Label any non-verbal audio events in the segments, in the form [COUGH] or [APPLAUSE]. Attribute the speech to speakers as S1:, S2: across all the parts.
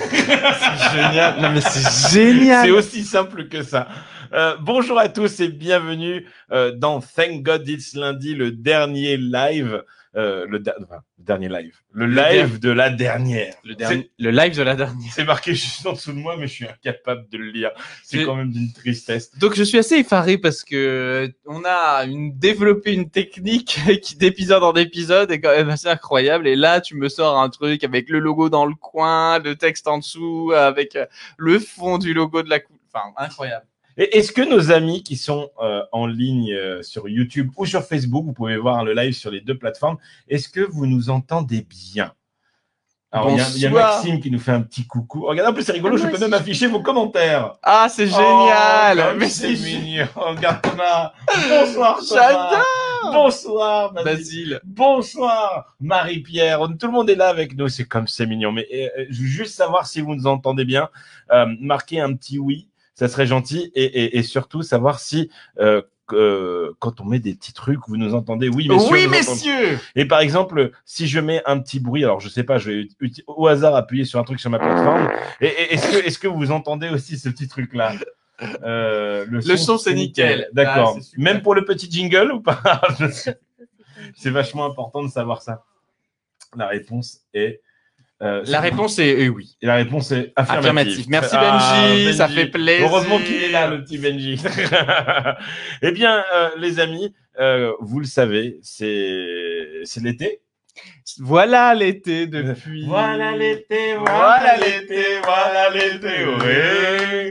S1: C'est génial. Non, mais
S2: [LAUGHS]
S1: c'est génial.
S2: C'est aussi simple que ça. Euh, bonjour à tous et bienvenue euh, dans Thank God It's Lundi, le dernier live. euh, le, da- enfin, le dernier live. Le live de la dernière.
S1: Le, dernier- le live de la dernière.
S2: C'est marqué juste en dessous de moi, mais je suis incapable de le lire. C'est
S1: C'est-
S2: quand même d'une tristesse.
S1: Donc je suis assez effaré parce que euh, on a une, développé une technique [LAUGHS] qui d'épisode en épisode est quand même assez incroyable. Et là, tu me sors un truc avec le logo dans le coin, le texte en dessous, avec euh, le fond du logo de la coupe. Enfin, incroyable.
S2: Et Est-ce que nos amis qui sont euh, en ligne euh, sur YouTube ou sur Facebook, vous pouvez voir le live sur les deux plateformes, est-ce que vous nous entendez bien Alors, il y a- il y, a
S1: Bonsoir.
S2: Maxime qui nous fait un petit coucou. Regarde, en plus, c'est
S3: Ah,
S2: rigolo, je
S3: moi
S2: peux
S3: aussi,
S2: même afficher vos commentaires.
S1: Ah, c'est génial.
S2: Oh, comme
S1: Mais
S2: c'est
S1: c'est
S2: mignon. Regarde Thomas. Bonsoir Thomas.
S1: J'adore.
S2: Bonsoir Basile.
S1: Basile.
S2: Bonsoir Marie-Pierre. On- Tout le monde est là avec nous. C'est comme c'est mignon. Mais euh, euh, je veux juste savoir si vous nous entendez bien. Euh, marquez un petit oui. Ça serait gentil. Et, et- et surtout savoir si euh, que- euh, quand on met des petits trucs, vous nous entendez. Oui, messieurs.
S1: oui,
S2: nous entendez.
S1: messieurs.
S2: Et par exemple, si je mets un petit bruit, alors je sais pas, je vais uti- au hasard appuyer sur un truc sur ma plateforme. Et, et- est-ce que est-ce que vous entendez aussi ce petit truc là Euh, le,
S1: Le son, c'est nickel.
S2: D'accord.
S1: Ah, c'est super.
S2: Même pour le petit jingle
S1: [LAUGHS]
S2: ou pas C'est vachement important de savoir ça. La réponse est. euh,
S1: La réponse est eh oui.
S2: et la réponse est affirmative.
S1: Affirmative. Merci,
S2: Ah,
S1: Benji, ça fait plaisir.
S2: Heureusement qu'il est là, le petit Benji. [LAUGHS] eh bien, euh, les amis, euh, vous le savez, c'est c'est l'été.
S1: Voilà l'été depuis.
S2: l'été,
S1: voilà l'été,
S2: voilà
S1: l'été,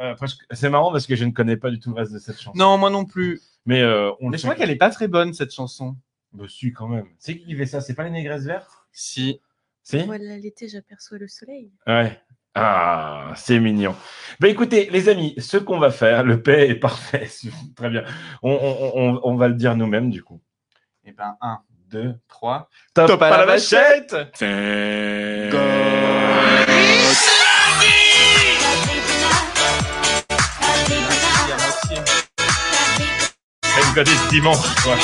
S2: Euh, c'est marrant parce que je ne connais pas du tout le reste de cette chanson.
S1: Non, moi non plus.
S2: Mais euh, on
S1: Mais
S2: le
S1: je crois qu'elle est pas très bonne cette chanson.
S2: Bah, si, quand même. C'est qui qui fait ça C'est pas les négresses vertes
S1: Si.
S2: Si
S3: Voilà l'été, j'aperçois le soleil.
S2: Ouais. Ah, c'est mignon. Bah écoutez, les amis, ce qu'on va faire, le paix est parfait. [LAUGHS] Très bien. On, on- on- on va le dire nous-mêmes, du coup.
S1: Eh ben, 1,
S2: Deux.
S1: 3.
S2: Top,
S1: à la vachette
S2: Thank God it's dimanche, quoi.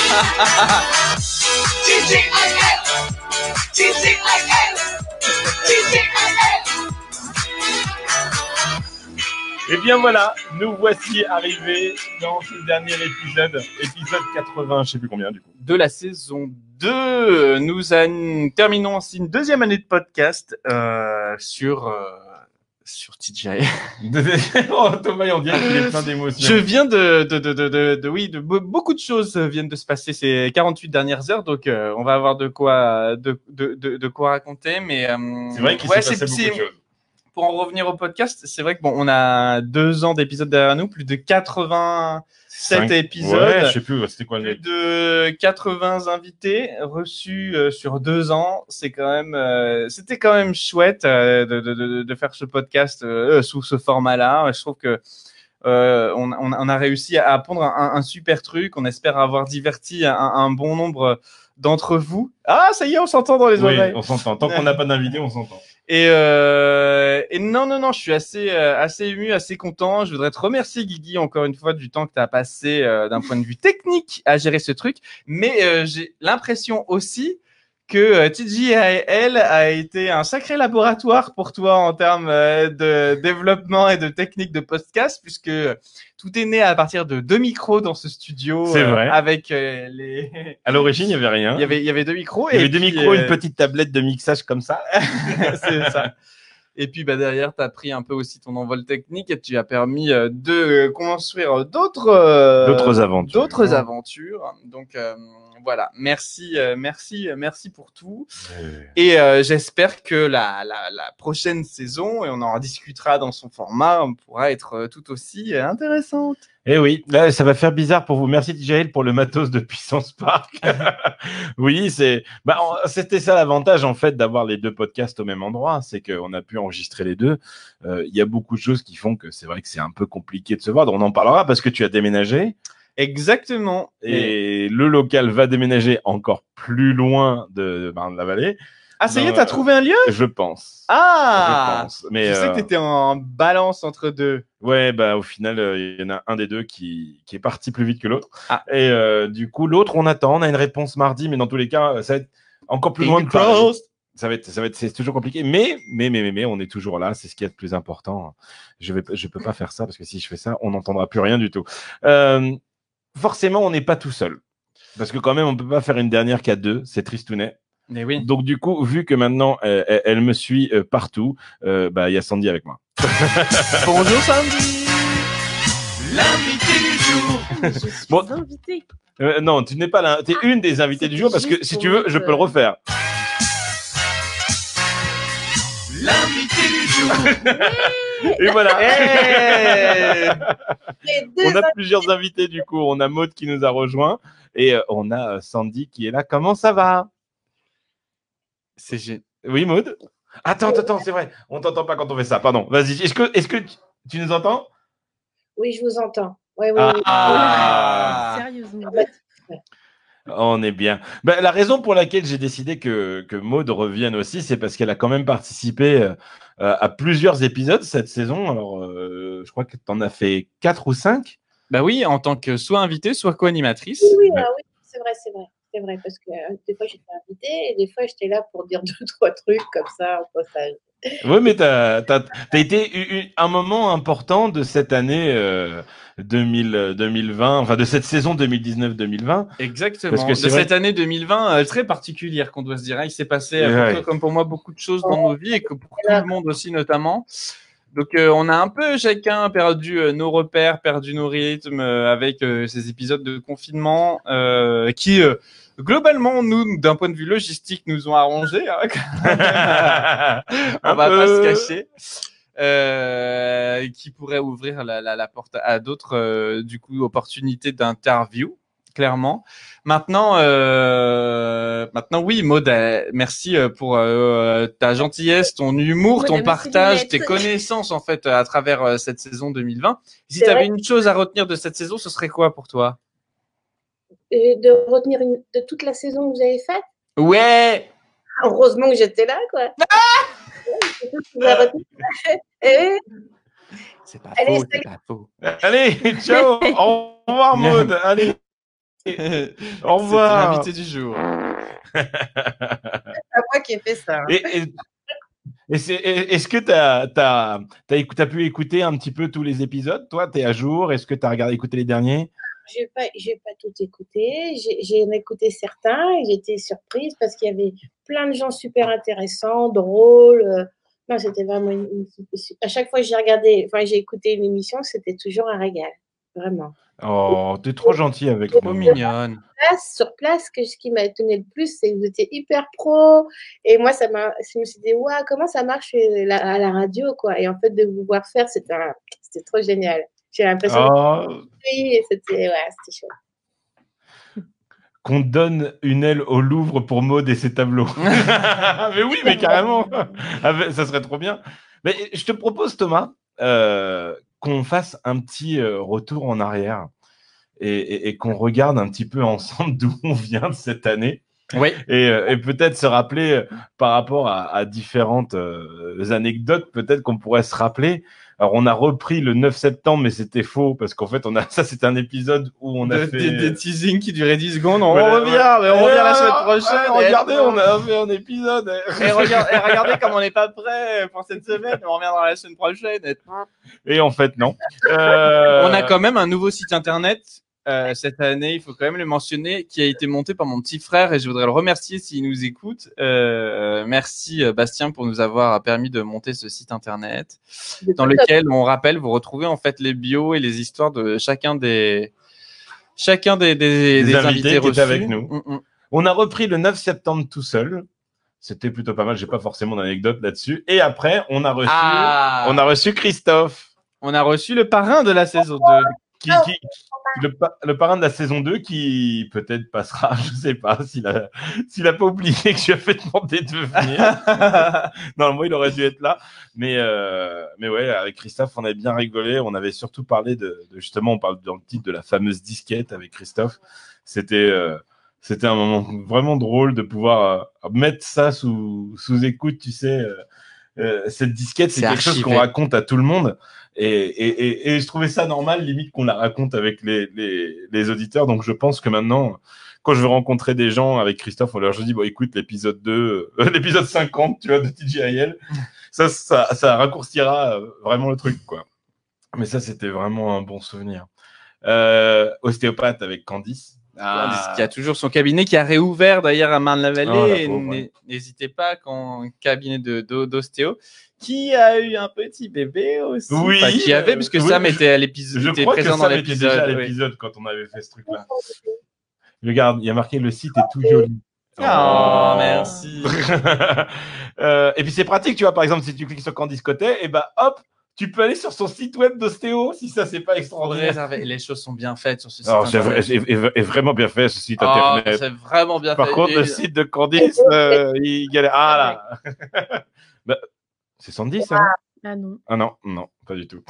S2: Et Eh bien voilà, nous voici arrivés dans ce dernier épisode, épisode 80, je sais plus combien du coup.
S1: De la saison 2, nous an- terminons ainsi une deuxième année de podcast euh, sur, euh, sur [LAUGHS] TJ.
S2: oh Thomas, on dirait qu'il est plein d'émotions.
S1: Je viens de, de, de, de, de, de- oui, de, be- beaucoup de choses viennent de se passer ces 48 dernières heures, donc euh, on va avoir de quoi, de, de, de, de quoi raconter, mais euh,
S2: C'est vrai qu'il
S1: ouais,
S2: s'est passé
S1: c'est- c'est-
S2: beaucoup de choses.
S1: pour en revenir au podcast, c'est vrai que bon, on a deux ans d'épisodes derrière nous, plus de 87
S2: Cinq-
S1: épisodes.
S2: Ouais, je sais plus, c'était quoi le
S1: Plus de 80 invités reçus euh, sur deux ans, c'est quand même, euh, c'était quand même chouette euh, de, de, de, de faire ce podcast euh, euh, sous ce format-là. Je trouve que euh, on, on, on a réussi à apprendre un, un super truc. On espère avoir diverti un, un bon nombre d'entre vous. Ah, ça y est, on s'entend dans les
S2: Oui,
S1: oreilles.
S2: on s'entend. Tant qu'on n'a pas d'invité, on s'entend.
S1: Et, euh, et non, non, non, je suis assez, euh, assez ému, assez content. Je voudrais te remercier, Guigui, encore une fois, du temps que tu as passé euh, d'un point de vue technique à gérer ce truc. Mais euh, j'ai l'impression aussi que euh, TGIL a été un sacré laboratoire pour toi en termes euh, de développement et de technique de podcast, puisque tout est né à partir de deux micros dans ce studio.
S2: C'est
S1: euh,
S2: vrai.
S1: Avec euh, les...
S2: À l'origine, il n'y avait rien.
S1: [LAUGHS] il, y avait, il y avait deux micros.
S2: Il y
S1: et
S2: avait deux
S1: puis,
S2: micros,
S1: euh,
S2: une petite tablette de mixage comme ça.
S1: [LAUGHS] c'est ça. Et puis bah, derrière, tu as pris un peu aussi ton envol technique et tu as permis euh, de construire d'autres euh,
S2: D'autres aventures.
S1: d'autres aventures. Donc euh, voilà, merci, euh, merci, euh, merci pour tout. Et euh, j'espère que la, la, la prochaine saison, et on en discutera dans son format, on pourra être euh, tout aussi euh,
S2: [LAUGHS]
S1: intéressante.
S2: Eh oui, là, ça va faire bizarre pour vous. Merci DJL pour le matos de Puissance Park. oui, c'est, bah, on- c'était ça l'avantage en fait d'avoir les deux podcasts au même endroit, hein. c'est qu'on a pu enregistrer les deux. Euh, Il y a beaucoup de choses qui font que c'est vrai que c'est un peu compliqué de se voir. On en parlera parce que tu as déménagé
S1: Exactement. Et...
S2: et le local va déménager encore plus loin de Marne-la-Vallée,
S1: Ah, ça y
S2: dans,
S1: est, t'as
S2: euh,
S1: trouvé un lieu
S2: je pense. je
S1: Ah
S2: pense. Mais
S1: Je sais
S2: euh,
S1: que t'étais en balance entre deux.
S2: Ouais, bah au final, euh, il y en a un des deux qui, qui est parti plus vite que l'autre.
S1: Ah.
S2: Et euh, du coup, l'autre, on attend, on a une réponse mardi, mais dans tous les cas, euh, ça va être encore plus loin de Paris. ça va être, ça va être, c'est toujours compliqué. Mais, mais, mais, mais, mais, on est toujours là. C'est ce qui est le plus important. Je vais, je peux pas faire ça parce que si je fais ça, on n'entendra plus rien du tout. Euh, forcément, on n'est pas tout seul. Parce que quand même, on peut pas faire une dernière qu'à deux. C'est tristounet.
S1: Mais oui.
S2: Donc du coup, vu que maintenant euh, elle, elle me suit euh, partout, euh, bah il y a Sandy avec moi.
S1: Bonjour Sandy. L'invité du jour.
S3: Je suis
S2: Bon.
S3: invitée.
S2: Euh, non, tu n'es pas là. T'es une des invitées du jour parce que
S3: Ah, juste
S2: si
S3: pour
S2: tu veux,
S3: mettre,
S2: je peux le
S3: euh,
S2: refaire.
S1: L'invité du jour.
S2: Et voilà.
S1: Hey
S3: Les deux
S2: [LAUGHS] on a plusieurs invités du coup. On a Maud qui nous a rejoint et euh, on a euh, Sandy qui est là. Comment ça va
S1: C'est gé-
S2: Oui, Maud. Attends, attends, attends, c'est vrai. On t'entend pas quand on fait ça. Pardon. Vas-y. Est-ce que, est-ce que tu, tu nous entends
S4: Oui, je vous entends. Oui, oui, bah, oui.
S2: Ah.
S3: Sérieusement.
S2: On est bien. Ben, la raison pour laquelle j'ai décidé que, que Maude revienne aussi, c'est parce qu'elle a quand même participé euh, euh, à plusieurs épisodes cette saison. Alors, euh, je crois que tu en as fait quatre ou cinq.
S1: Bah oui, en tant que soit invitée, soit co-animatrice.
S4: Oui, oui, ah oui, c'est vrai, c'est vrai. C'est vrai, parce que euh, des fois j'étais invitée et des fois j'étais là pour dire [LAUGHS] deux, trois trucs comme ça au passage.
S2: Oui, mais tu as, été u- u- un moment important de cette année euh, 2000, euh, 2020, enfin de cette saison 2019-2020.
S1: Exactement.
S2: Parce que
S1: de
S2: c'est vrai-
S1: cette année 2020 euh, très particulière qu'on doit se dire. hein. Il s'est passé, euh, pour
S2: Ouais.
S1: toi comme pour moi, beaucoup de choses dans nos vies et que pour tout
S4: Voilà.
S1: le monde aussi notamment. Donc euh, on a un peu chacun perdu euh, nos repères, perdu nos rythmes euh, avec euh, ces épisodes de confinement euh, qui euh, globalement nous d'un point de vue logistique nous ont arrangé. hein,
S2: [LAUGHS]
S1: on
S2: On
S1: va pas se cacher. Euh, qui pourrait ouvrir la, la- la porte à d'autres euh, du coup opportunités d'interview clairement maintenant euh, maintenant oui Maud euh, merci euh, pour euh, ta gentillesse ton humour
S3: Maud,
S1: ton
S3: merci
S1: partage
S3: Juliette.
S1: tes connaissances en fait à travers euh, cette saison 2020 si
S4: C'est
S1: tu
S4: vrai.
S1: avais une chose à retenir de cette saison ce serait quoi pour toi
S4: Et de retenir une- de toute la saison que vous avez faite, Ah,
S1: ouais
S4: heureusement que j'étais là, quoi. C'est tout ce que vous avez retenu. [LAUGHS] Eh,
S1: c'est pas
S4: Allez,
S1: faux c'est
S4: salut.
S1: pas faux
S2: Allez, ciao. Au
S4: [LAUGHS]
S1: [LAUGHS]
S2: revoir, Maud.
S3: [LAUGHS]
S2: Allez, au
S1: au
S2: revoir.
S1: l'invité du jour
S4: c'est moi qui ai fait ça. hein.
S2: Et, et- et c'est- et- est-ce que tu as, pu écouter un petit peu tous les épisodes Toi, tu es à jour Est-ce que tu as regardé, écouté les derniers
S4: J'ai pas, j'ai pas tout écouté. J'ai, j'ai en écouté certains et j'étais surprise parce qu'il y avait plein de gens super intéressants, drôles. euh, Non, c'était vraiment une, une- À chaque fois que j'ai regardé, enfin, j'ai écouté une émission, c'était toujours un régal. Vraiment.
S2: Oh, tu es trop gentil avec
S1: trop
S2: nous.
S1: mignonne
S4: Place, sur place, que ce qui m'a étonné le plus, c'est que vous étiez hyper pro. Et moi, ça m'a, je me suis dit, waouh, comment ça marche euh, la- à la radio, quoi. Et en fait, de vous voir faire, c'était, un- c'était trop génial. J'ai l'impression de
S2: Oh,
S4: oui, et c'était, ouais, c'était chouette.
S2: qu'on donne une aile au Louvre pour Maud et ses
S1: [LAUGHS]
S2: tableaux. [LAUGHS] mais oui, mais carrément. Ah ben, Ça serait trop bien. Mais je te propose, Thomas, euh, qu'on fasse un petit euh, retour en arrière et- et- et qu'on regarde un petit peu ensemble d'où on vient de cette année.
S1: oui
S2: et, euh, et peut-être se rappeler euh, par rapport à, à différentes euh, anecdotes, peut-être qu'on pourrait se rappeler. Alors on a repris le 9 septembre, mais c'était faux parce qu'en fait on a [LAUGHS] ça, c'est un épisode où on a
S1: De-
S2: fait.
S1: des, des teasings qui duraient 10 secondes. On
S2: Voilà,
S1: revient,
S2: voilà.
S1: mais on revient la semaine
S2: Ah,
S1: prochaine.
S2: ouais,
S1: et-
S2: regardez, on a fait un épisode.
S1: Et, regarde- et regardez comme on n'est pas prêt pour cette semaine. On reviendra la semaine prochaine. Et-
S2: Et en fait non. Euh,
S1: On a quand même un nouveau site internet. euh, cette année, il faut quand même le mentionner, qui a été monté par mon petit frère et je voudrais le remercier s'il nous écoute. Euh, merci euh, Bastien pour nous avoir permis de monter ce site internet. dans lequel on rappelle, vous retrouvez en fait les bios et les histoires de chacun des chacun des, des,
S2: Des
S1: des
S2: invités qui étaient
S1: reçus.
S2: avec nous.
S1: Mm, mm.
S2: On a repris le 9 septembre tout seul. C'était plutôt pas mal. J'ai pas forcément d'anecdote là-dessus. Et après on a reçu,
S1: Ah,
S2: on a reçu Christophe.
S1: reçu le parrain de la saison 2.
S2: qui, qui- le, pa- le parrain de la saison 2 qui peut-être passera, [LAUGHS] je sais pas, s'il a, s'il a pas oublié que je lui ai fait demander
S1: [LAUGHS]
S2: de venir. Normalement, il aurait dû être là. Mais, euh, mais ouais, avec Christophe, on avait bien rigolé. On avait surtout parlé de, de- justement, on parle dans le titre de la fameuse disquette avec Christophe. C'était, euh, c'était un moment vraiment drôle de pouvoir euh, mettre ça sous, sous écoute, tu sais. euh, euh, cette disquette, c'est
S1: C'est
S2: quelque chose
S1: archivé.
S2: qu'on raconte à tout le monde. Et, et, et, et je trouvais ça normal, limite, qu'on la raconte avec les, les, les auditeurs. Donc, je pense que maintenant, quand je vais rencontrer des gens avec Christophe, on leur je dis, bon, écoute, l'épisode 2, euh, [LAUGHS] l'épisode 50, tu vois, de TGIL, ça, ça, ça raccourcira euh, vraiment le truc, quoi. Mais ça, c'était vraiment un bon souvenir. Euh, ostéopathe avec Candice. Ah.
S1: qui a toujours son cabinet, qui a réouvert d'ailleurs à
S2: Oh, la
S1: Marne-la-Vallée. Et
S2: pauvre,
S1: n'hé-
S2: ouais.
S1: N'hésitez pas quand cabinet de d'o- d'ostéo qui a eu un petit bébé aussi.
S2: Oui,
S1: Enfin, qui
S2: euh,
S1: avait puisque
S2: oui,
S1: Sam
S2: je-
S1: était à l'épisode,
S2: Je
S1: était
S2: crois que
S1: présent dans
S2: ça était déjà à
S1: l'épisode. oui.
S2: l'épisode quand on avait fait ce truc-là. Regarde, il y a marqué le site est tout joli.
S1: Ah,
S2: Oh.
S1: merci.
S2: [LAUGHS] Euh, et puis c'est pratique, tu vois, par exemple, si tu cliques sur Candice Cotet, et ben hop, tu peux aller sur son site web d'ostéo si ça c'est pas extraordinaire.
S1: Réservé. Les choses sont bien faites sur ce site.
S2: Alors, c'est vrai-
S1: internet.
S2: c'est- est, est vraiment bien fait ce site
S1: Ah,
S2: internet.
S1: c'est vraiment bien
S2: Par
S1: fait.
S2: contre,
S1: Et-
S2: le site de Candice, euh, il galère. Ah là Bah, C'est 110, ça hein
S3: Ah non.
S2: Ah non, non, pas du tout.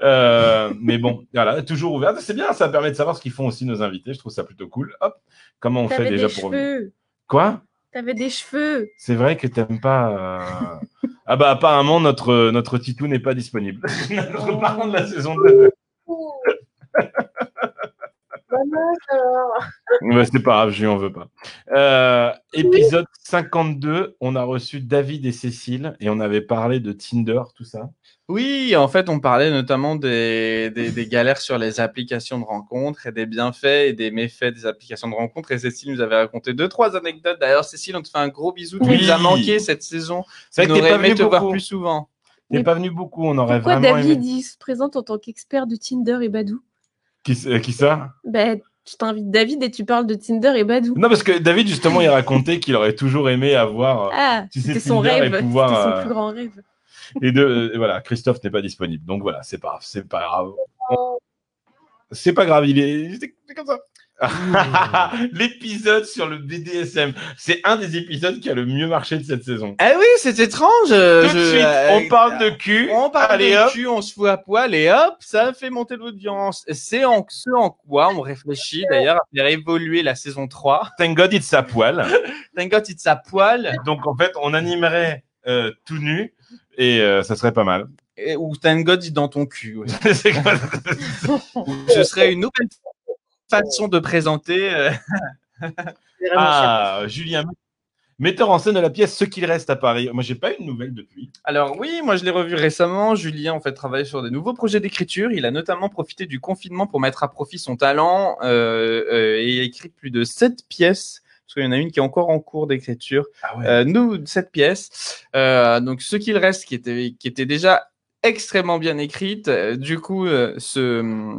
S2: Euh, mais [LAUGHS] bon, voilà, toujours ouvert. C'est bien, ça permet de savoir ce qu'ils font aussi nos invités. Je trouve ça plutôt cool. Hop, comment on fait
S3: T'avais
S2: déjà
S3: des
S2: pour.
S3: cheveux.
S2: Quoi
S3: T'avais des cheveux.
S2: C'est vrai que t'aimes pas. euh, ah bah apparemment notre notre Titou n'est pas disponible. [LAUGHS] notre parrain de la saison 2.
S4: Ouh. Bah mince, alors.
S2: Bah, c'est pas grave, je lui en veux pas. Euh, épisode 52, on a reçu David et Cécile et on avait parlé de Tinder, tout ça.
S1: Oui, en fait, on parlait notamment des, des, des galères sur les applications de rencontres et des bienfaits et des méfaits des applications de rencontres. Et Cécile nous avait raconté deux, trois anecdotes. D'ailleurs, Cécile, on te fait un gros bisou. Tu
S2: Oui.
S1: nous as manqué cette saison.
S2: C'est
S1: on
S2: vrai que t'es
S1: aurait
S2: pas
S1: aimé
S2: venu
S1: te voir
S2: beaucoup.
S1: plus souvent.
S2: T'es pas venu beaucoup, on aurait
S3: Pourquoi
S2: vraiment
S3: David
S2: aimé.
S3: il se présente en tant qu'expert de Tinder et Badou
S2: Qui, euh, qui ça
S3: Ben, je t'invite David et tu parles de Tinder et Badou.
S2: Non parce que David justement il racontait qu'il aurait toujours aimé avoir. euh,
S3: Ah,
S2: Tu sais,
S3: c'était son
S2: Tinder et
S3: rêve. C'était
S2: pouvoir,
S3: son
S2: euh,
S3: plus grand rêve.
S2: Et de euh, voilà, Christophe n'est pas disponible. Donc voilà, c'est pas grave, c'est pas grave. C'est pas grave, il est. C'est comme ça. [LAUGHS] L'épisode sur le BDSM, c'est un des épisodes qui a le mieux marché de cette saison.
S1: Ah oui, c'est étrange.
S2: Tout de suite, on parle de cul.
S1: Euh, On parle
S2: Allez,
S1: de
S2: hop.
S1: cul, on se fout à poil et hop, ça fait monter l'audience. C'est en ce en quoi on réfléchit d'ailleurs à faire évoluer la saison 3.
S2: Thank God it's à poil.
S1: Thank God it's à poil
S2: Donc en fait, on animerait euh, tout nu et euh, ça serait pas mal.
S1: et- ou Thank God it's dans ton cul. aussi. [LAUGHS]
S2: C'est quoi ça [LAUGHS]
S1: Ce serait une nouvelle façon de présenter. euh,
S4: C'est vraiment
S2: [LAUGHS] ah, Julien, metteur en scène de la pièce Ce qu'il reste à Paris. Moi, j'ai pas eu de nouvelles depuis.
S1: Alors oui, moi je l'ai revu récemment. Julien en fait travaille sur des nouveaux projets d'écriture. Il a notamment profité du confinement pour mettre à profit son talent euh, euh, et a écrit plus de sept pièces. Parce qu'il y en a une qui est encore en cours d'écriture.
S2: Ah ouais.
S1: Euh, nous, sept pièces. Euh, donc ce qu'il reste, qui était, qui était déjà extrêmement bien écrite. euh, du coup, euh, ce,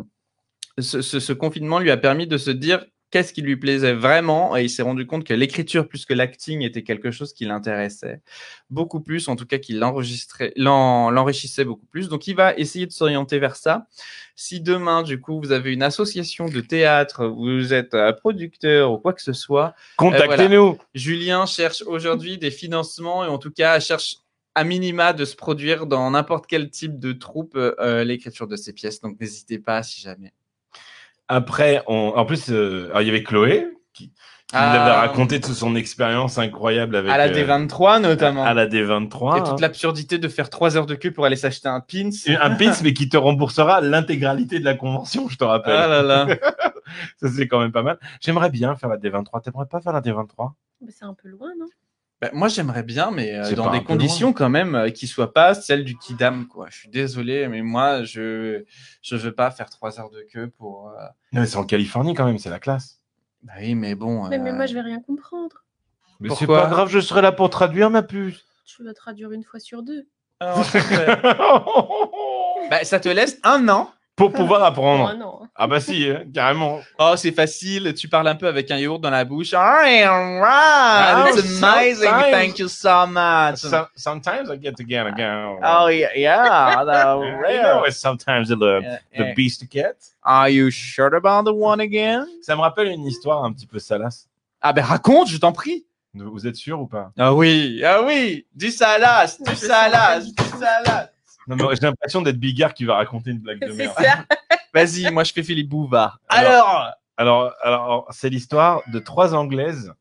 S1: ce, ce- ce confinement lui a permis de se dire qu'est-ce qui lui plaisait vraiment. Et il s'est rendu compte que l'écriture plus que l'acting était quelque chose qui l'intéressait beaucoup plus, en tout cas qui l'enregistrait- l'en- l'enrichissait beaucoup plus. Donc il va essayer de s'orienter vers ça. Si demain, du coup, vous avez une association de théâtre, vous êtes euh, producteur ou quoi que ce soit, euh,
S2: Contactez-nous.
S1: Julien cherche aujourd'hui des financements et en tout cas cherche à minima de se produire dans n'importe quel type de troupe euh, l'écriture de ses pièces. Donc n'hésitez pas si jamais.
S2: Après, on... en plus, euh, alors, il y avait Chloé qui, qui nous
S1: Ah.
S2: avait raconté toute son expérience incroyable avec
S1: à la
S2: euh,
S1: D23 notamment.
S2: à la D23.
S1: et toute
S2: hein.
S1: l'absurdité de faire trois heures de queue pour aller s'acheter un pins.
S2: Un pins, mais qui te remboursera l'intégralité de la convention, je te rappelle.
S1: Ah là là.
S2: [LAUGHS] Ça, c'est quand même pas mal. J'aimerais bien faire la D23. T'aimerais pas faire la D23
S3: Bah, c'est un peu loin, non
S1: Bah, moi j'aimerais bien, [LAUGHS] mais euh,
S2: C'est
S1: dans
S2: pas un
S1: des
S2: peu
S1: conditions quand même euh, qui soient pas celles du kidam. Quoi. Je suis désolé, mais moi je je veux pas faire trois heures de queue pour. euh,
S2: [LAUGHS] Non, mais c'est en Californie quand même, c'est la classe.
S1: Bah oui, mais bon.
S3: mais, mais
S1: euh,
S3: moi, je vais rien comprendre.
S2: Mais
S1: c'est Pourquoi pas grave,
S2: je serai là pour traduire
S1: [LAUGHS]
S2: ma puce.
S3: Tu vas traduire une fois sur deux.
S1: alors, euh, bah, ça te laisse un an
S2: pour pouvoir
S3: Oh,
S2: apprendre.
S3: non.
S2: Ah bah si, hein, carrément.
S1: Oh, c'est facile, tu parles un peu avec un yaourt dans la bouche. Alright, alright, it's
S2: Ah,
S1: amazing,
S2: sometimes.
S1: thank you so much.
S2: So- sometimes I get to get a girl.
S1: Oh, yeah, yeah, the
S2: [LAUGHS] You
S1: real.
S2: know, it's sometimes the,
S3: Eh,
S1: Yeah,
S2: the
S1: yeah.
S2: beast to get.
S1: Are you sure about the one again?
S2: Ça me rappelle une histoire un petit peu salace.
S1: Ah ben raconte, je t'en prie.
S2: Vous êtes sûr ou pas
S1: Ah oui, ah oui, du salas, du salas, du salas.
S2: Non, mais j'ai l'impression d'être Bigard qui va raconter une blague de
S3: C'est
S2: merde.
S3: ça.
S1: [LAUGHS] Vas-y, moi je fais Philippe Bouvard.
S2: Alors-
S1: Alors,
S2: Alors, alors c'est l'histoire de trois Anglaises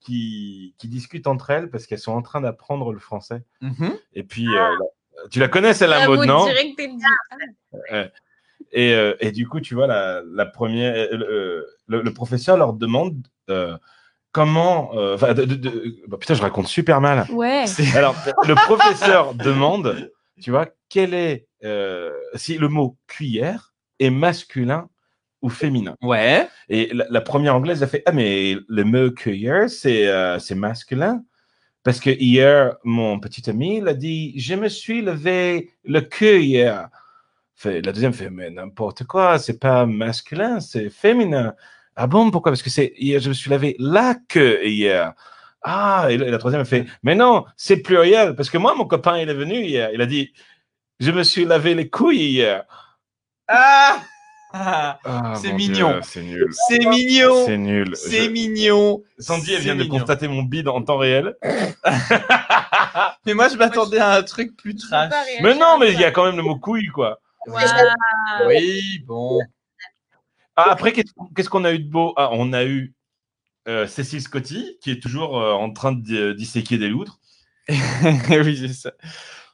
S2: qui, qui discutent entre elles parce qu'elles sont en train d'apprendre le français.
S1: Mhm.
S2: Et puis, euh, la- tu la connais celle-là, Maud,
S3: Bravo,
S2: non
S3: direct, elle dit. Ah,
S2: et, euh, et du coup, tu vois, la, la première, euh, le, le- le professeur leur demande euh, comment. euh, enfin, de- de- de- bah, putain, je raconte super mal.
S3: Ouais.
S2: Alors, le professeur demande, tu vois, quel est euh, si le mot cuillère est masculin ou féminin.
S1: Ouais.
S2: Et la, la première anglaise a fait Ah, mais le mot cuillère, c'est euh, c'est masculin. Parce que hier, mon petit ami, il a dit Je me suis levé le cul hier. Fait- la deuxième fait Mais n'importe quoi, c'est pas masculin, c'est féminin. Ah bon, pourquoi Parce que c'est hier, je me suis lavé la queue hier. Ah, et la, et la troisième fait Mais non, c'est pluriel. Parce que moi, mon copain, il est venu hier. Il a dit Je me suis lavé les couilles hier.
S1: [LAUGHS] Ah, Ah
S2: Ah,
S1: C'est
S2: mon
S1: mignon.
S2: Dieu, C'est nul.
S1: C'est mignon.
S2: C'est nul.
S1: C'est
S2: Je-
S1: mignon.
S2: Sandy, elle
S1: C'est
S2: vient de
S1: mignon.
S2: constater mon bide en temps réel.
S1: [LAUGHS] Mais moi, je m'attendais à un truc plus
S3: je peux pas
S1: trash.
S3: réagir
S2: Mais non,
S3: à
S2: mais
S3: ça. Ah,
S2: il y a quand même le mot couille, quoi.
S3: Waouh.
S1: Oui, bon.
S2: Ah, après, qu'est-ce qu'est-ce qu'on a eu de beau Ah, on a eu euh, Cécile Scotti, qui est toujours euh, en train de di- disséquer
S1: [LAUGHS]
S2: des loutres.
S1: [LAUGHS] oui, c'est ça.